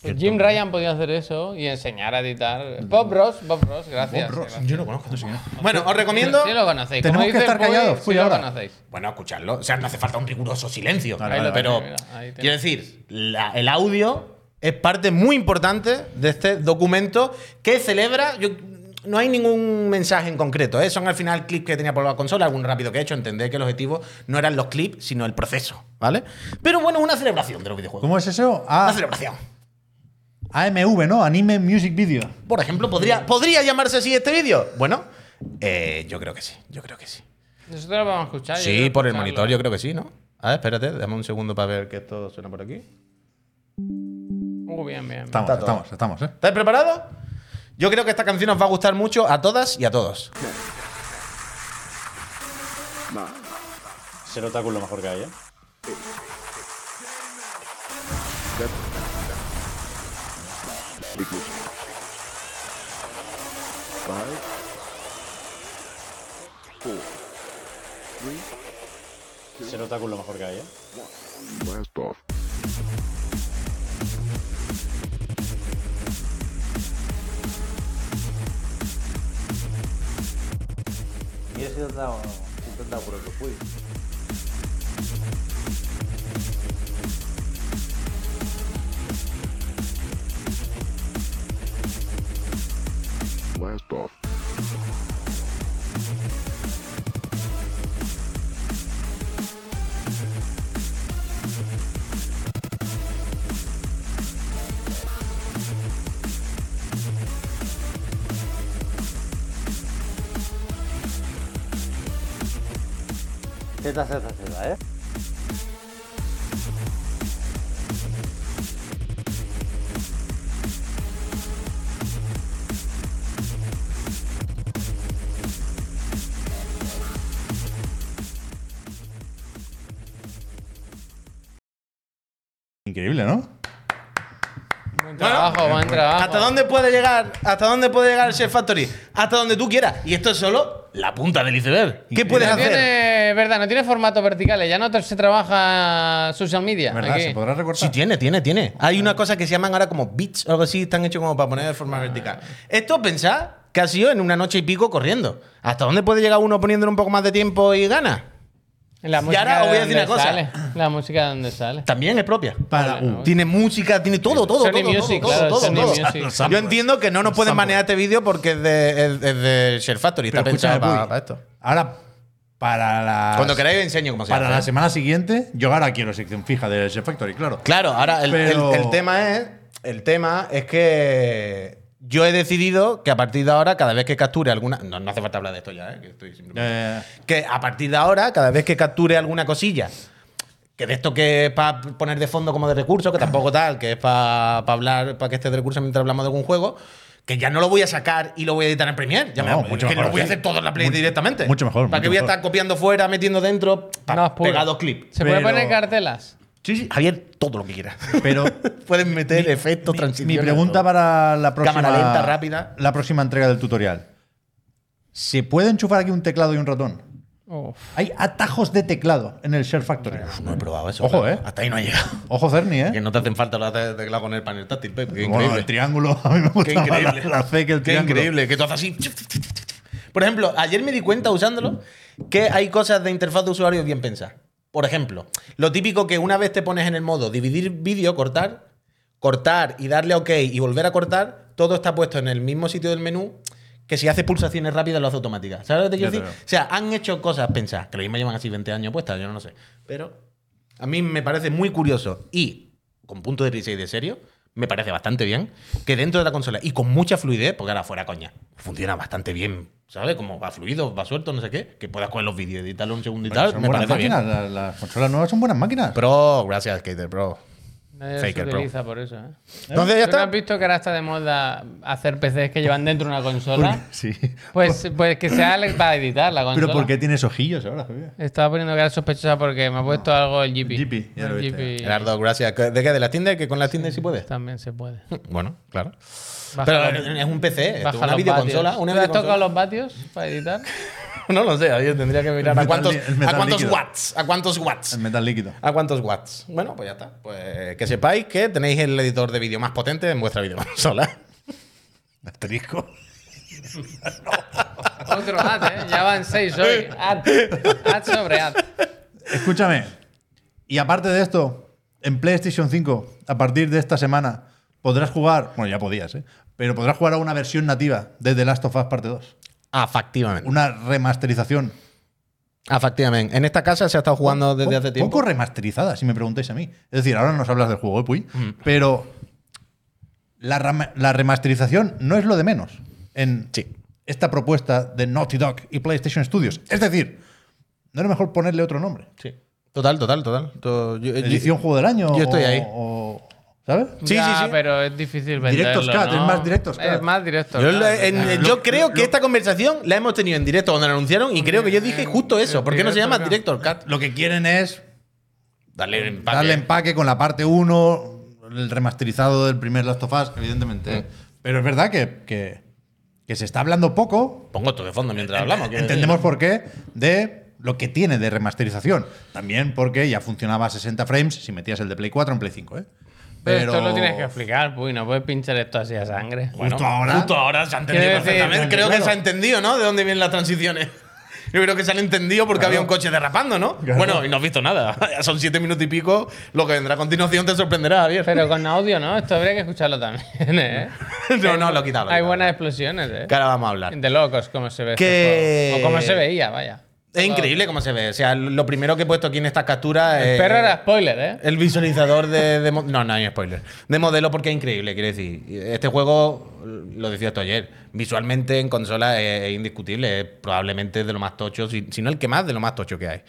Pues Jim Ryan podía hacer eso y enseñar a editar. Bob Ross, Bob Ross, gracias.
Bob Ross.
gracias.
Yo no conozco. este Bueno, os recomiendo.
Sí lo conocéis.
Tenemos
Como
que
dice
estar
Puy,
callados,
sí
Puy,
lo
ahora.
conocéis.
Bueno, escucharlo. O sea, no hace falta un riguroso silencio.
Vale,
vale,
pero
vale, mira, ahí
quiero decir, la- el audio es parte muy importante de este documento que celebra. Yo no hay ningún mensaje en concreto. ¿eh? Son al final clips que tenía por la consola, algún rápido que he hecho. Entender que el objetivo no eran los clips, sino el proceso, ¿vale? Pero bueno, es una celebración de los videojuegos.
¿Cómo es eso?
Una
Ah,
celebración.
AMV, ¿no? Anime Music Video.
Por ejemplo, ¿podría, ¿podría llamarse así este vídeo? Bueno, eh, yo creo que sí, yo creo que sí.
Nosotros lo vamos a escuchar. yo
Sí,
quiero
por el
escucharlo.
monitor yo creo que sí, ¿no? A ver, espérate, dame un segundo para ver que esto suena por aquí.
Uh, bien, bien. bien.
Estamos,
Está todo.
estamos, estamos, ¿eh?
¿Estáis preparados? Yo creo que esta canción os va a gustar mucho a todas y a todos.
Ser otaku es lo mejor que hay, ¿eh? Ser otaku es lo mejor que hay, ¿eh?
Blast off.
Mira si te has dado, si te has dado por otro fui.
Blast off.
Zeta, zeta, zeta, ¿eh?
Increíble, ¿no?
Buen trabajo, buen trabajo.
¿Hasta dónde puede llegar? ¿Hasta dónde puede llegar Chef Factory? Hasta donde tú quieras. Y esto es solo la punta del iceberg. ¿Qué puedes
No
hacer?
tiene, verdad, no tiene formatos verticales. Ya no te- se trabaja social media.
¿Verdad?
aquí.
¿Se podrá recortar?
Sí, tiene, tiene, tiene. Hay una cosa que se llaman ahora como beats o algo así, están hechos como para poner de forma vertical. Esto pensad que ha sido en una noche y pico corriendo. ¿Hasta dónde puede llegar uno poniéndole un poco más de tiempo y ganas?
La música
ahora os voy a decir
de
una cosa.
dónde sale. La música de donde sale.
También es propia.
Para
Vale,
un-
no,
Tiene música, tiene todo, todo,
Sony
todo,
Music,
todo,
claro,
todo,
Sony
todo.
Music. Los
Yo entiendo que no nos pueden manejar este vídeo porque es de, es- es de Share Factory,
Pero
está
escúchame,
pensado para,
Puy,
para esto.
Ahora, para la.
Cuando queráis os enseño cómo se
Para
hace.
la semana siguiente, yo ahora quiero sección fija de Chef Factory, claro.
Claro, ahora el,
Pero-
el- el tema es. El tema es que yo he decidido que a partir de ahora, cada vez que capture alguna. No, no hace falta hablar de esto ya, ¿eh? que estoy simplemente-
Eh,
Que a partir de ahora, cada vez que capture alguna cosilla, que de esto que es para poner de fondo como de recurso, que tampoco tal, que es para hablar, para que esté de recurso mientras hablamos de algún juego, que ya no lo voy a sacar y lo voy a editar en Premiere. Ya
No,
me,
mucho
que
mejor
lo voy a
así.
hacer todo en la Play
Mucho-
directamente.
mucho mejor,
¿Para
mucho
que voy a
mejor.
estar copiando fuera, metiendo dentro, pa,
No, es puro.
pegados clips?
Se puede
Pero-
poner cartelas.
Sí, sí, Javier, todo lo que quieras.
pero.
Pueden meter efectos,
mi-
transiciones.
Mi pregunta
todo.
para la próxima.
Cámara lenta, rápida.
La próxima entrega del tutorial. ¿Se puede enchufar aquí un teclado y un ratón?
Uf.
Hay atajos de teclado en el Share Factory.
No he probado eso.
Ojo,
pero
¿eh?
Hasta ahí no ha llegado.
Ojo, Cerny, ¿eh?
Que no te hacen falta los teclados con el panel táctil, Pep. Qué
Bueno,
increíble.
el triángulo. A mí me gusta
Qué
más la-
increíble.
la, fe que el
Qué
triángulo.
increíble. Que tú haces así. Por ejemplo, ayer me di cuenta usándolo que hay cosas de interfaz de usuario bien pensadas. Por ejemplo, lo típico que una vez te pones en el modo dividir vídeo, cortar, cortar y darle a OK y volver a cortar, todo está puesto en el mismo sitio del menú que si haces pulsaciones rápidas lo hace automática. ¿Sabes lo que te quiero
Ya te
decir? O sea, han hecho cosas pensadas, que lo mismo llevan así 20 años puestas, yo no lo sé. Pero a mí me parece muy curioso y con punto de risa y de serio, me parece bastante bien que dentro de la consola y con mucha fluidez, porque ahora fuera coña, funciona bastante bien, ¿sabes? Como va fluido, va suelto, no sé qué, que puedas coger los vídeos, editarlo un segundo y
Pero
tal,
son
me
buenas
parece
máquinas.
bien.
la- Las consolas nuevas son buenas máquinas.
Pro, gracias, Skater, pro.
Nadie
Faker
se
Pro.
utiliza por eso, ¿eh?
Entonces ya
¿Tú no
está.
has visto que ahora está de moda hacer PCs que llevan dentro una consola?
sí.
Pues, pues que sea el- para editar la consola.
Pero ¿por qué tienes ojillos ahora, Javier?
Estaba poniendo cara sospechosa porque me ha puesto algo el GP.
GP, ya lo
El
viste,
GP
Gerardo, gracias. ¿De qué? ¿De las tiendas? ¿Que con las tiendas sí puedes?
También se puede.
Bueno, claro.
Baja
Pero
los-
es un PC, esto es
baja
una
los
videoconsola.
vatios.
Una
¿Tú has tocado
videoconsola.
los vatios para editar?
No lo sé, ahí tendría que mirar a
metal
cuántos,
lí- el metal
a cuántos
líquido.
watts, a cuántos watts,
El metal líquido.
a cuántos watts. Bueno, pues ya está. Pues que sepáis que tenéis el editor de vídeo más potente en vuestra videoconsola.
Asterisco.
Otro ad, ¿eh? Ya van seis hoy. Ad. Ad sobre ad.
Escúchame. Y aparte de esto, en PlayStation 5, a partir de esta semana, podrás jugar. Bueno, ya podías, ¿eh? Pero podrás jugar a una versión nativa de The Last of Us Parte 2.
Afectivamente.
Una remasterización.
Afectivamente. En esta casa se ha estado jugando desde
Po-
hace tiempo.
Poco remasterizada, si me preguntáis a mí. Es decir, ahora nos hablas del juego, ¿eh, Puy?
Mm.
Pero la, rama- la remasterización no es lo de menos en
Sí.
esta propuesta de Naughty Dog y PlayStation Studios. Es decir, ¿no era mejor ponerle otro nombre?
Sí. Total, total, total. To- yo- yo-
¿Edición Juego del Año?
yo estoy
o-
ahí.
o- ¿sabes?
Sí,
Ya,
sí, sí.
pero es difícil venderlo.
Director's Cut,
¿no?
es más Director's
Es
Cut.
más directo.
Yo, la- en- yo creo que esta conversación la hemos tenido en directo cuando la anunciaron y creo que yo dije
en-
justo eso.
en
¿Por qué no se llama
Director
Director Cut?
Lo que quieren es
Dale empaque.
darle empaque con la parte 1, el remasterizado del primer Last of Us, evidentemente.
Mm.
¿eh? Pero es verdad que- que- que se está hablando poco
Pongo esto de fondo mientras hablamos. quiero decir.
Entendemos por qué de lo que tiene de remasterización. También porque ya funcionaba a 60 frames si metías el de Play 4 en Play 5, ¿eh?
Pero esto lo tienes que explicar, pues no puedes pinchar esto así a sangre.
Justo ahora.
Justo ahora se ha entendido
Quiero decir,
perfectamente. Creo que
claro.
se ha entendido, ¿no? De dónde vienen las transiciones. Yo creo que se han entendido porque había un coche derrapando, ¿no? Bueno, y no has visto nada. Son siete minutos y pico. Lo que vendrá a continuación te sorprenderá, Javier.
Pero con audio, ¿no? Esto habría que escucharlo también, ¿eh?
No, no, lo he quitado, lo he
Hay
quitado.
buenas explosiones, ¿eh?
Que ahora vamos a hablar.
De locos, como se ve. este
Que-
juego. O como se veía, vaya.
Es increíble cómo se ve. O sea, lo primero que he puesto aquí en estas capturas
El
es.
perro era spoiler, ¿eh?
El visualizador de, de mo- No, no hay spoiler. De modelo porque es increíble, quiero decir. Este juego, lo decía tú ayer, visualmente en consola es, es indiscutible. Es probablemente de lo más tocho, si, si no el que más, de lo más tocho que hay.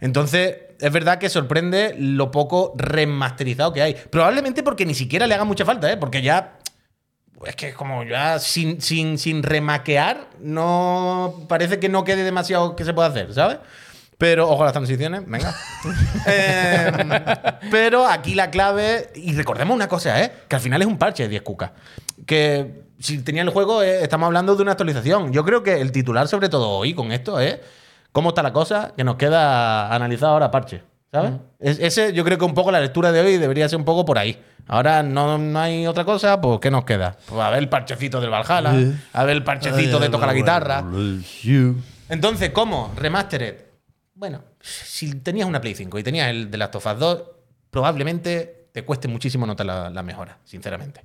Entonces, es verdad que sorprende lo poco remasterizado que hay. Probablemente porque ni siquiera le haga mucha falta, ¿eh? Porque ya... Es que como ya sin, sin, sin remaquear, no parece que no quede demasiado que se pueda hacer, ¿sabes? Pero, ojo a las transiciones, venga. Eh, pero aquí la clave, y recordemos una cosa, ¿eh? que al final es un parche de 10 cucas. Que si tenía el juego, eh, estamos hablando de una actualización. Yo creo que el titular, sobre todo hoy, con esto, es cómo está la cosa, que nos queda analizado ahora parche. ¿Sabes? Es- ese yo creo que un poco la lectura de hoy debería ser un poco por ahí. Ahora no, no hay otra cosa, pues ¿qué nos queda? Pues a ver el parchecito del Valhalla, a ver el parchecito de toca la guitarra. Entonces, ¿cómo? Remastered. Bueno, si tenías una Play 5 y tenías el de Last of Us 2, probablemente te cueste muchísimo notar la, la mejora, sinceramente.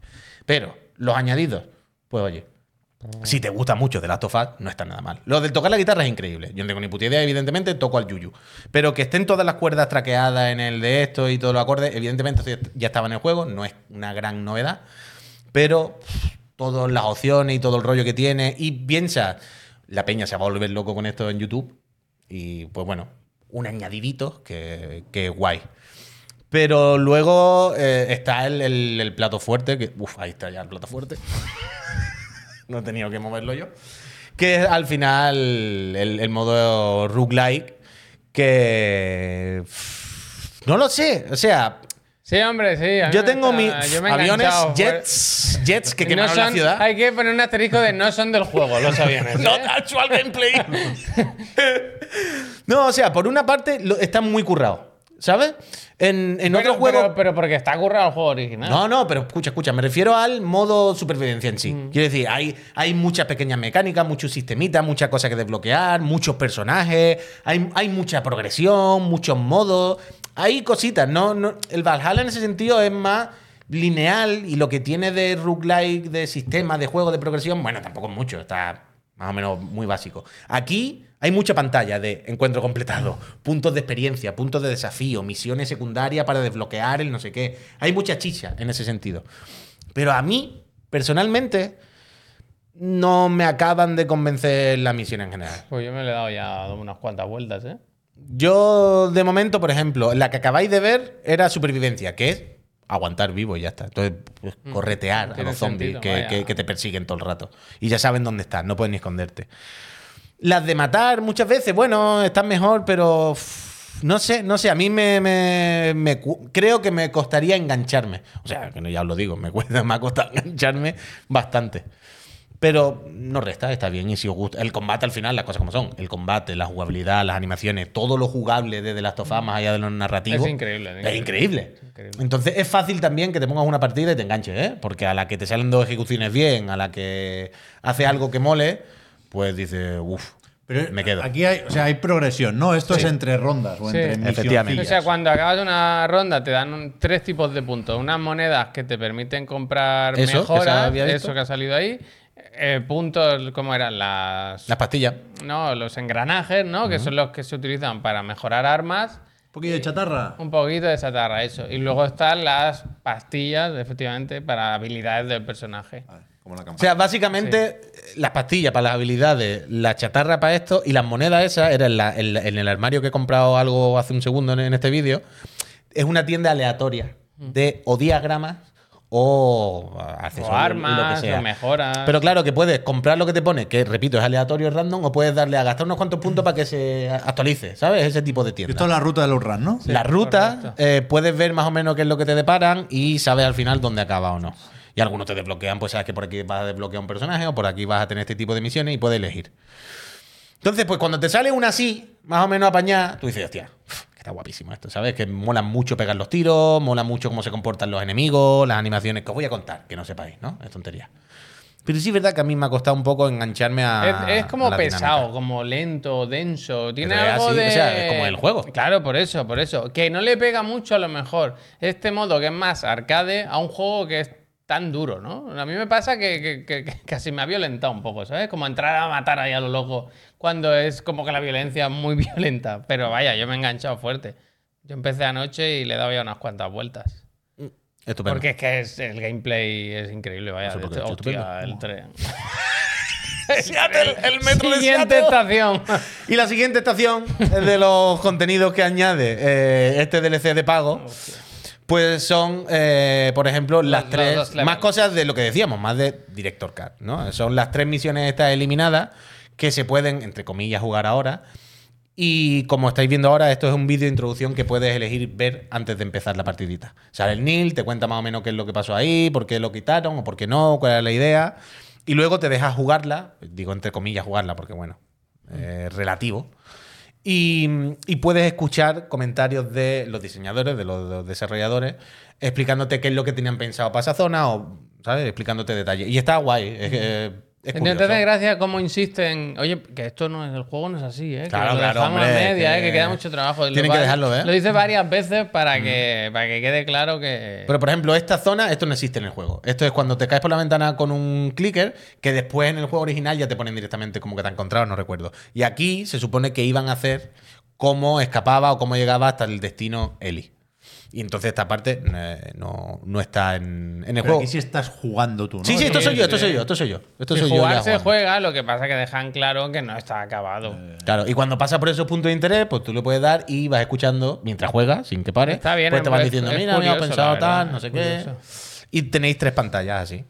Pero los añadidos, pues oye, si te gusta mucho de Last of Us, no está nada mal. Lo del tocar la guitarra es increíble. Yo no tengo ni puta idea, evidentemente, toco al yuyu. Pero que estén todas las cuerdas traqueadas en el de esto y todos los acordes, evidentemente esto ya- ya estaba en el juego, no es una gran novedad pero pff, todas las opciones y todo el rollo que tiene. Y piensa, la peña se va a volver loco con esto en YouTube. Y pues bueno, un añadidito que, que guay. Pero luego eh, está el, el- el plato fuerte, que... Uf, ahí está ya el plato fuerte. no he tenido que moverlo yo. Que es al final el, el modo roguelike, que... pff, No lo sé, o sea,
Sí, hombre, sí. a mí
yo
me
tengo mis
gusta- yo me he
aviones
enganchado, fue-
jets, jets que
No
quemaron la
son-
ciudad.
Hay que poner un asterisco de no son del juego los aviones. ¿eh?
Not actual gameplay. no, o sea, por una parte lo- está muy currado, ¿sabes? En, en
Pero-
otro juego.
Pero, pero porque está currado el juego original.
no, no, pero escucha, escucha, me refiero al modo supervivencia en sí. Quiero decir, hay, hay muchas pequeñas mecánicas, muchos sistemitas, muchas cosas que desbloquear, muchos personajes, hay, hay mucha progresión, muchos modos, hay cositas. No, no, el Valhalla en ese sentido es más lineal y lo que tiene de roguelike, de sistema, de juego, de progresión, bueno, tampoco es mucho, está más o menos muy básico. Aquí hay mucha pantalla de encuentro completado,
Mm.
puntos de experiencia, puntos de desafío, misiones secundarias para desbloquear el no sé qué. Hay mucha chicha en ese sentido. Pero a mí, personalmente, no me acaban de convencer las misiones en general.
Pues yo me le he dado ya unas cuantas vueltas, ¿eh?
Yo, de momento, por ejemplo, la que acabáis de ver era supervivencia, que es aguantar vivo y ya está. Entonces, pues, corretear a
Mm. tiene
los zombies
sentido,
que,
vaya.
que- que te persiguen todo el rato. Y ya saben dónde estás, no pueden ni esconderte. Las de matar muchas veces, bueno, están mejor, pero uff, no sé, no sé, a mí me, me- me cu- creo que me costaría engancharme. O sea, que no, ya os lo digo, me, cuesta, me ha costado engancharme bastante. Pero no resta, está bien. Y si os gusta, el combate al final, las cosas como son. El combate, la jugabilidad, las animaciones, todo lo jugable de The Last of Us, más allá de lo narrativo.
Es increíble, es
Es increíble.
increíble.
Entonces es fácil también que te pongas una partida y te enganches, ¿eh? Porque a la que te salen dos ejecuciones bien, a la que hace algo que mole, pues dices, uff.
Pero
Me quedo.
Aquí hay, o sea, hay progresión, ¿no? Esto es entre rondas o
Sí.
entre misioncillas.
Efectivamente.
O sea, cuando acabas una ronda te dan un- tres tipos de puntos. Unas monedas que te permiten comprar
Eso, que se
mejoras,
había visto.
eso que ha salido ahí. Eh, puntos, ¿cómo eran? Las,
Las pastillas.
¿no? Los engranajes, ¿no? Que son los que se utilizan para mejorar armas.
Un poquillo de chatarra.
Un poquito de chatarra, eso. Y luego están las pastillas, efectivamente, para habilidades del personaje.
Como la
O
campana.
sea, básicamente, las pastillas para las habilidades, la chatarra para esto y las monedas esas, era en, la- en la- en el armario que he comprado algo hace un segundo en, en este vídeo, es una tienda aleatoria de o diagramas o accesorios,
O armas, o mejoras.
Pero claro, que puedes comprar lo que te pone, que repito, es aleatorio, es random, o puedes darle a gastar unos cuantos puntos para que se actualice, ¿sabes? Ese tipo de tienda.
Esto es la ruta de los RAN, ¿no?
la ruta,
correcto.
eh, puedes ver más o menos qué es lo que te deparan y sabes al final dónde acaba o no. Y algunos te desbloquean, pues sabes que por aquí vas a desbloquear un personaje o por aquí vas a tener este tipo de misiones y puedes elegir. Entonces, pues cuando te sale una así, más o menos apañada, tú dices, hostia, que está guapísimo esto, ¿sabes? Que mola mucho pegar los tiros, mola mucho cómo se comportan los enemigos, las animaciones que os voy a contar, que no sepáis, ¿no? Es tontería. Pero sí es verdad que a mí me ha costado un poco engancharme a.
es, es
a
como
la dinámica.
pesado, como lento, denso. Tiene
Pero es
algo
así,
de.
o sea, es como el juego.
Claro, por eso, por eso. Que no le pega mucho a lo mejor este modo que es más arcade a un juego que es tan duro, ¿no? A mí me pasa que, que- que- que casi me ha violentado un poco, ¿sabes? Como entrar a matar ahí a lo loco cuando es como que la violencia es muy violenta. Pero vaya, yo me he enganchado fuerte. Yo empecé anoche y le daba ya unas cuantas vueltas.
Estupendo.
Porque es que es, el gameplay es increíble, vaya.
Eso
de
porque
este-
es estupendo.
hostia, el tren.
Seattle, el metro de
Siguiente
Seattle.
estación.
Y la siguiente estación es de los contenidos que añade eh, este DLC de pago. Pues son, eh, por ejemplo, las
los
tres.
dos levels.
más cosas de lo que decíamos, más de Director Cut, ¿no? Son las tres misiones estas eliminadas que se pueden, entre comillas, jugar ahora. Y como estáis viendo ahora, esto es un vídeo de introducción que puedes elegir ver antes de empezar la partidita. Sale el Nil, te cuenta más o menos qué es lo que pasó ahí, por qué lo quitaron o por qué no, cuál era la idea. Y luego te deja jugarla, digo entre comillas jugarla porque bueno, eh, relativo. Y, y puedes escuchar comentarios de los diseñadores, de los, de los desarrolladores, explicándote qué es lo que tenían pensado para esa zona o, ¿sabes? Explicándote detalles. Y está guay. Es, que, es curioso.
Entonces, gracias como insisten. Oye, que esto no es el juego, no es así, ¿eh?
Claro,
que lo
claro,
dejamos a
hombre,
media,
que-
¿eh? que queda mucho trabajo.
Tienen
Lo
que
va-
dejarlo, ¿eh?
Lo dice varias veces para que, para que quede claro que.
Pero por ejemplo, esta zona, esto no existe en el juego. Esto es cuando te caes por la ventana con un clicker, que después en el juego original ya te ponen directamente como que te han encontrado, no recuerdo. Y aquí se supone que iban a hacer cómo escapaba o cómo llegaba hasta el destino Eli. Y entonces esta parte eh, no, no está en, en el
Pero
juego.
aquí sí
Sí,
estás jugando tú, ¿no?
sí, esto
Sí,
soy yo, esto
sí.
soy yo, esto soy yo. Esto
si
soy yo
jugar
ya
se
jugando.
juega, lo que pasa es que dejan claro que no está acabado.
Claro, y cuando pasa por esos puntos de interés, pues tú le puedes dar y vas escuchando mientras juegas, sin que pares.
Está bien,
pues te van
es-
diciendo,
es
mira, habíamos
curioso,
pensado
la verdad,
tal, no
es
sé
curioso.
qué. Y tenéis tres pantallas así.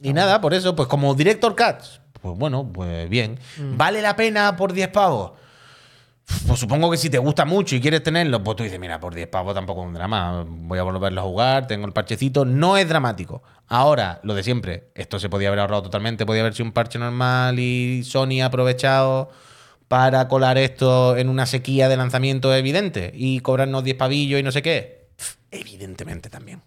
Y nada, por eso, pues como Director Cuts, pues bueno, pues bien.
Mm.
¿Vale la pena por 10 pavos? Pues supongo que si te gusta mucho y quieres tenerlo, pues tú dices, mira, por 10 pavos tampoco es un drama. Voy a volverlo a jugar, tengo el parchecito. No es dramático. Ahora, lo de siempre, esto se podía haber ahorrado totalmente. Podía haber sido un parche normal y Sony ha aprovechado para colar esto en una sequía de lanzamiento evidente y cobrarnos 10 pavillos y no sé qué. Pff, Evidentemente también.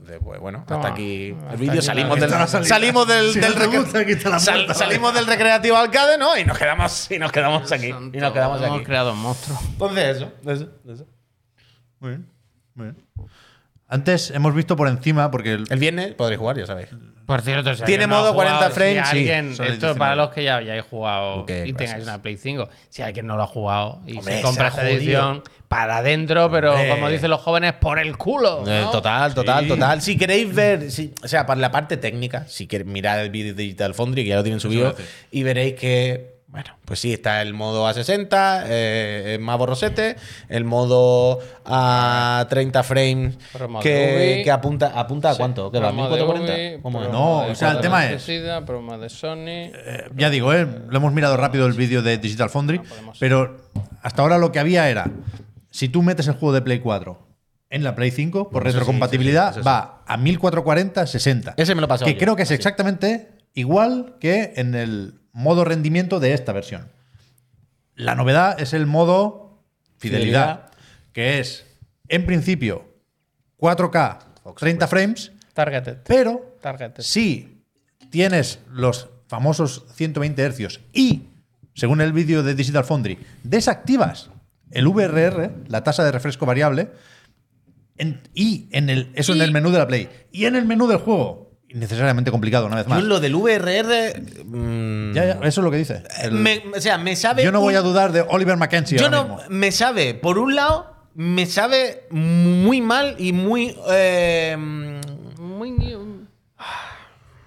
Entonces, pues bueno, hasta
Toma.
aquí
Hasta
el vídeo.
aquí la-
Salimos del,
Está la salida.
salimos del,
Si
del
no te
recre-
gusta, aquí está la
sal-
puerta, vale.
salimos del recreativo Alcade, ¿no? Y nos quedamos, y nos quedamos aquí. Y nos quedamos
Hemos
aquí.
creado un monstruo.
Entonces, eso, eso, eso.
Muy bien, muy bien. Antes hemos visto por encima, porque el-
El viernes podréis jugar, ya sabéis.
Por cierto, si
Tiene
alguien no ha
modo 40
si
frames, sí.
alguien-
Solo
esto
19.
para los que ya hayáis jugado
Ok,
y
gracias.
tengáis una Play 5. Si alguien no lo ha jugado y
Hombre,
se compra
se ha
esta edición para adentro, pero
Hombre.
como dicen los jóvenes, por el culo.
Eh,
¿no?
Total, total, total. Si queréis ver, si- o sea, para la parte técnica, si queréis mirar el vídeo de Digital Foundry, que ya lo tienen subido, y veréis que, bueno, pues sí, está el modo a 60, eh, eh, más borrosete, el modo a 30 frames,
Promo de
que,
Ubi.
que apunta, apunta a cuánto, que va,
Promo de
1440.
Ubi,
¿Cómo es?
promo
No,
de
o sea, el tema
Cuatro
es-
Suicida, promo de Sony.
eh, ya digo, ¿eh? lo hemos mirado rápido el vídeo de Digital Foundry, pero hasta ahora lo que había era, si tú metes el juego de Play 4 en la Play 5, por retrocompatibilidad, va a 1440, 60.
Ese me lo he pasado
Que
yo,
creo que es
así.
exactamente igual que en el modo rendimiento de esta versión. La novedad es el modo fidelidad, que es, en principio, 4K, 30 frames,
Targeted.
pero
Targeted.
si tienes los famosos 120 hercios y según el vídeo de Digital Foundry, desactivas el VRR, la tasa de refresco variable, en- y en el, eso en el menú de la Play, y en el menú del juego. Innecesariamente complicado, una vez
Yo
más.
lo del VRR. mm,
Ya, ya, eso es lo que dice. El-
Eh, me- o sea, me sabe.
yo no voy
un-
a dudar de Oliver Mackenzie
Yo
ahora
no.
mismo.
Me sabe, por un lado, me sabe muy mal y muy. eh,
Muy.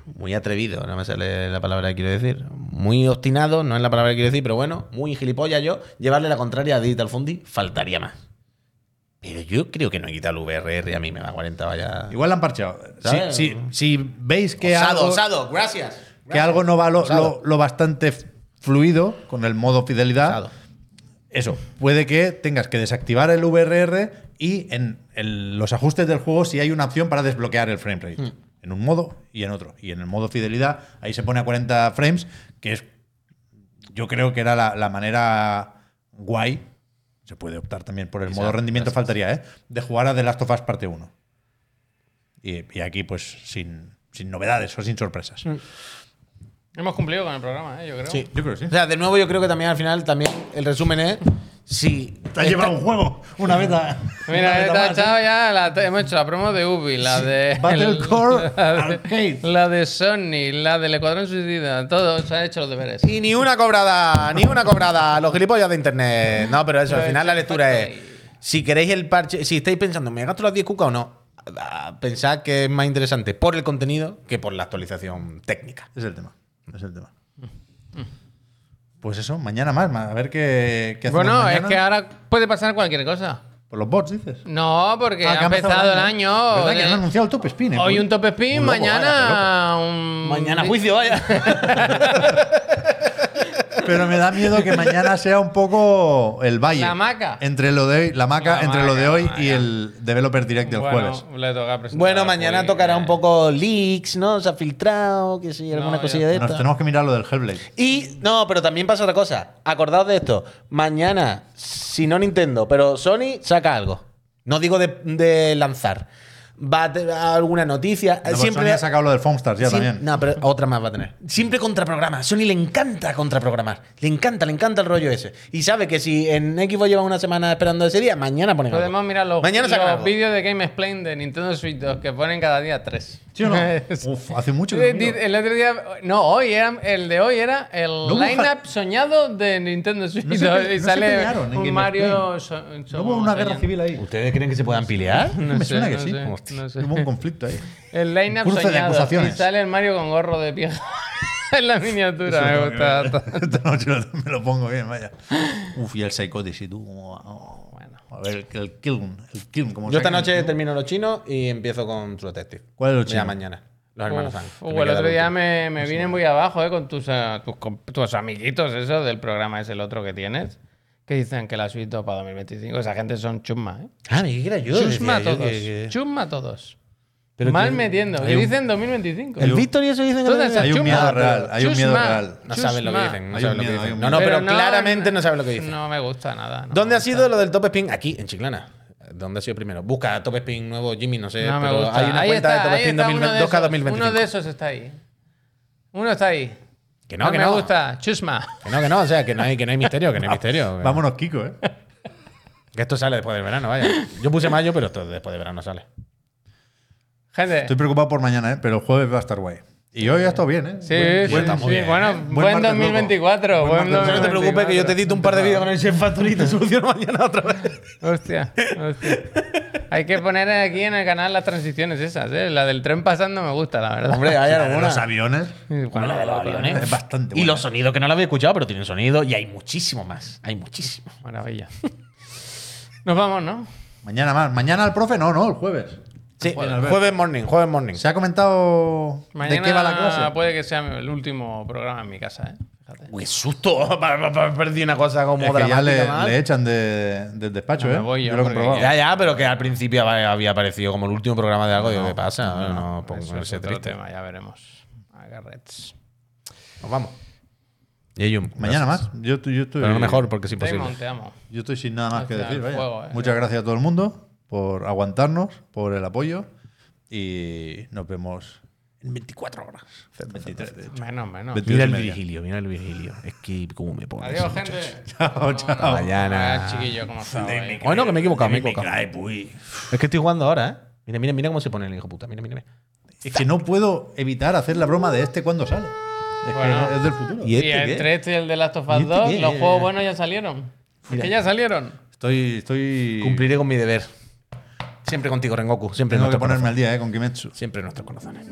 muy atrevido, no me sale la palabra que quiero decir. Muy obstinado, no es la palabra que quiero decir, pero bueno, muy gilipollas yo. Llevarle la contraria a Digital Fundy faltaría más. Pero yo creo que no he quitado el VRR, a mí me da 40 vaya.
Igual la han parcheado. Si,
¿Sabes?
si- si veis que
osado,
algo,
osado, gracias.
que algo no va lo,
Osado.
lo- lo bastante f- fluido con el modo fidelidad,
Osado.
eso, puede que tengas que desactivar el VRR y en el- los ajustes del juego si hay una opción para desbloquear el frame rate. En un modo y en otro. Y en el modo fidelidad, ahí se pone a 40 frames, que es yo creo que era la, la manera guay. Se puede optar también por el modo rendimiento, faltaría, ¿eh? De jugar a The Last of Us parte 1. Y, y aquí, pues, sin, sin novedades o sin sorpresas.
Hemos cumplido con el programa, ¿eh? yo creo.
Sí.
Yo creo que sí.
O sea, de nuevo, yo creo que también al final, también el resumen es: si.
Te has llevado un juego, una beta. una
Mira, he
beta más,
tachado
¿eh?
ya. la- hemos hecho la promo de Ubi, la de.
Battlecore
la de-
Arcade.
La de Sony, la del Ecuador Suicida. Todo se han hecho los deberes.
Y ni una cobrada, ni una cobrada. Los gilipollas de internet. No, pero eso, al final la lectura es. Si queréis el parche, si estáis pensando, ¿me gasto las 10 cucas o no? Ah, Pensad que es más interesante por el contenido que por la actualización técnica.
Es el tema. Es el tema.
Mm.
Pues eso, mañana más, ma- a ver qué, qué hacemos.
Bueno, es
mañana.
que ahora puede pasar cualquier cosa.
Por los bots, dices.
No, porque
Ah,
ha
que han
empezado el
¿eh?
año.
¿Verdad que
de-
han anunciado el top spin? eh?
Hoy
Muy-
un top spin,
muy loco, vaya,
mañana un.
Mm, Mañana juicio, vaya.
qué loco. Pero me da miedo que mañana sea un poco el valle.
La maca.
Entre lo de la maca,
La
entre lo de
maca,
hoy y
vaya.
el developer direct del
Bueno,
jueves.
le toca presentar
bueno,
al
mañana
público.
tocará un poco leaks, ¿no? Se ha filtrado, que sí, alguna
No, ya
cosilla de
Nos
esta.
tenemos que mirar lo del Hellblade.
Y no, pero también pasa otra cosa. Acordaos de esto. Mañana, si no Nintendo, pero Sony saca algo. No digo de, de lanzar. Va a tener alguna noticia.
No,
Siempre
Sony pues ha sacado lo del Foamstars ya
Siem-
también.
No, pero otra más va a tener. Siempre contraprograma. A Sony le encanta contraprogramar. Le encanta, le encanta el rollo ese. Y sabe que si en Xbox lleva una semana esperando ese día, mañana ponen algo.
Podemos mirar los,
Mañana sacan
los
algo.
vídeos de Game Explain de Nintendo Switch 2 que ponen cada día tres.
¿Sí o no?
Es-
Uf, hace mucho que
Eh,
no
di-
miro.
el otro día, no, hoy era, el de hoy era el
hubo
lineup soñado de Nintendo Switch
No
2
se pe-
y
no se
sale
pelearon en Game
un
of
Mario.
Thrones. No hubo una guerra civil ahí.
¿Ustedes creen que se puedan pelear?
No
me
sé,
suena que
no
sí.
sé,
Hostia,
no sé.
Hubo un conflicto ahí.
El lineup
Cruce de
soñado y
acusaciones.
sale el Mario con gorro de pija en la miniatura. Me gusta. tanto.
Esta noche lo- me lo pongo bien, vaya. Uf, y el Psychotic, y tú. oh, bueno. A ver, el- el Kiln. El Kiln como
Yo esta
saquen el
noche
Kiln.
termino los chinos y empiezo con True Detective.
¿Cuál es los
Ya
chinos?
mañana. Los hermanos Zhang,
Uf,
que
uf,
me
el
queda
otro
el
día
último.
me, me vine muy abajo eh, con tus, eh, tus, com- tus amiguitos, eso del programa, es el otro que tienes, que dicen que la Switch 2 para 2025. Esa gente son chusma, ¿eh?
Ah, me era yo.
Chusma a
decía yo
todos.
que- que-
Chusma a todos.
Pero
Mal
que-
metiendo.
hay
Que
un-
dicen 2025.
El Víctor y eso dicen que
Todas esas
Hay un
chusmas,
miedo
pero-
real, hay un miedo
chusma,
real.
no saben lo que
chusma.
dicen. No
Hay
saben
un
lo que
miedo, hay
dicen.
un
No, no,
miedo.
pero, claramente no saben lo que dicen.
No me gusta nada. no
¿Dónde
me
ha sido lo del Top Spin? Aquí, en Chiclana. ¿Dónde ha sido primero? Busca Top Spin nuevo, Jimmy, no sé.
No me
Eh, pero
gusta.
Hay una
ahí
cuenta
está, ahí
de
está
Top Spin
uno, de
2000
esos,
2025.
uno de esos está ahí. Uno está ahí.
Que no, que
me
no.
gusta. Chusma.
Que no, que no. O sea, que no hay, que no hay misterio, que no hay misterio. Que-
Vámonos, Kiko, ¿eh?
Que esto sale después del verano, vaya. Yo puse mayo, pero esto después del verano sale.
Gente.
Estoy preocupado por mañana, ¿eh? Pero el jueves va a estar guay. Y hoy ha estado bien, ¿eh?
Sí,
Buen-
sí,
buen-
sí, bueno, buen,
martes loco.
2024.
Buen
buen
martes loco.
No te preocupes que yo te edito un par de vídeos con el Chef Factory y te soluciono mañana otra vez.
Hostia, hostia. Hay que poner aquí en el canal las transiciones esas, ¿eh? La del tren pasando me gusta, la verdad.
Hombre, hay
La de
alguna.
Los aviones.
Y cuando-
La de los aviones.
Es bastante
Y
buena.
los sonidos que no lo había escuchado, pero tienen sonido y hay muchísimo más. Hay muchísimo.
Maravilla. Nos vamos, ¿no?
Mañana más. Mañana al profe, no, no, el jueves.
Sí,
Joder, Albert.
jueves morning, jueves morning.
¿Se ha comentado de
Mañana
qué va la clase?
puede que sea el último programa en mi casa, ¿eh? Fíjate.
Uy, Pues susto. Perdí una cosa como
Es que ya
dramática
le,
más.
le echan de- del despacho,
No,
¿eh?
Ah, me voy yo,
lo he
porque
comprobado.
Ya, ya, pero que al principio había había aparecido como el último programa de algo. Digo, ¿qué pasa? No, no, pongo
Eso es
ese
otro
triste.
tema, ya veremos. Agarrets.
Nos vamos. Yeyum,
Mañana
gracias.
más. Yo, estoy- yo estoy,
Pero no mejor, porque es imposible.
Damon, te amo.
Yo estoy sin nada más que
Gracias
decir. vaya.
al juego, eh.
Muchas gracias a todo el mundo por aguantarnos, por el apoyo y nos vemos
En 24 horas.
23, de hecho.
Menos, menos.
20.
Mira el
media.
Virgilio, mira el Virgilio. Es que cómo me pone.
Adiós,
ese
gente.
muchacho.
Chao, chao.
Mañana.
Ah, chiquillo, ¿cómo estás? hoy?
Hoy no, que me he equivocado, me he equivocado.
Ay, pues.
Es que estoy jugando ahora, ¿eh? Mira, mira, mira cómo se pone el hijo puta. Mira, mira, mira.
Es que no puedo evitar hacer la broma de este cuando sale. Es que
Bueno.
es del futuro.
Y
Y
este qué?
entre este y el de Last of Us
¿Y este
2,
qué?
los juegos buenos ya salieron.
Mira.
¿Que ya salieron?
Estoy. estoy
Cumpliré con mi deber. Siempre contigo, Rengoku. Siempre en
Tengo que
nuestros
ponerme
corazones.
al día, ¿eh? Con Kimetsu.
Siempre en nuestros corazones.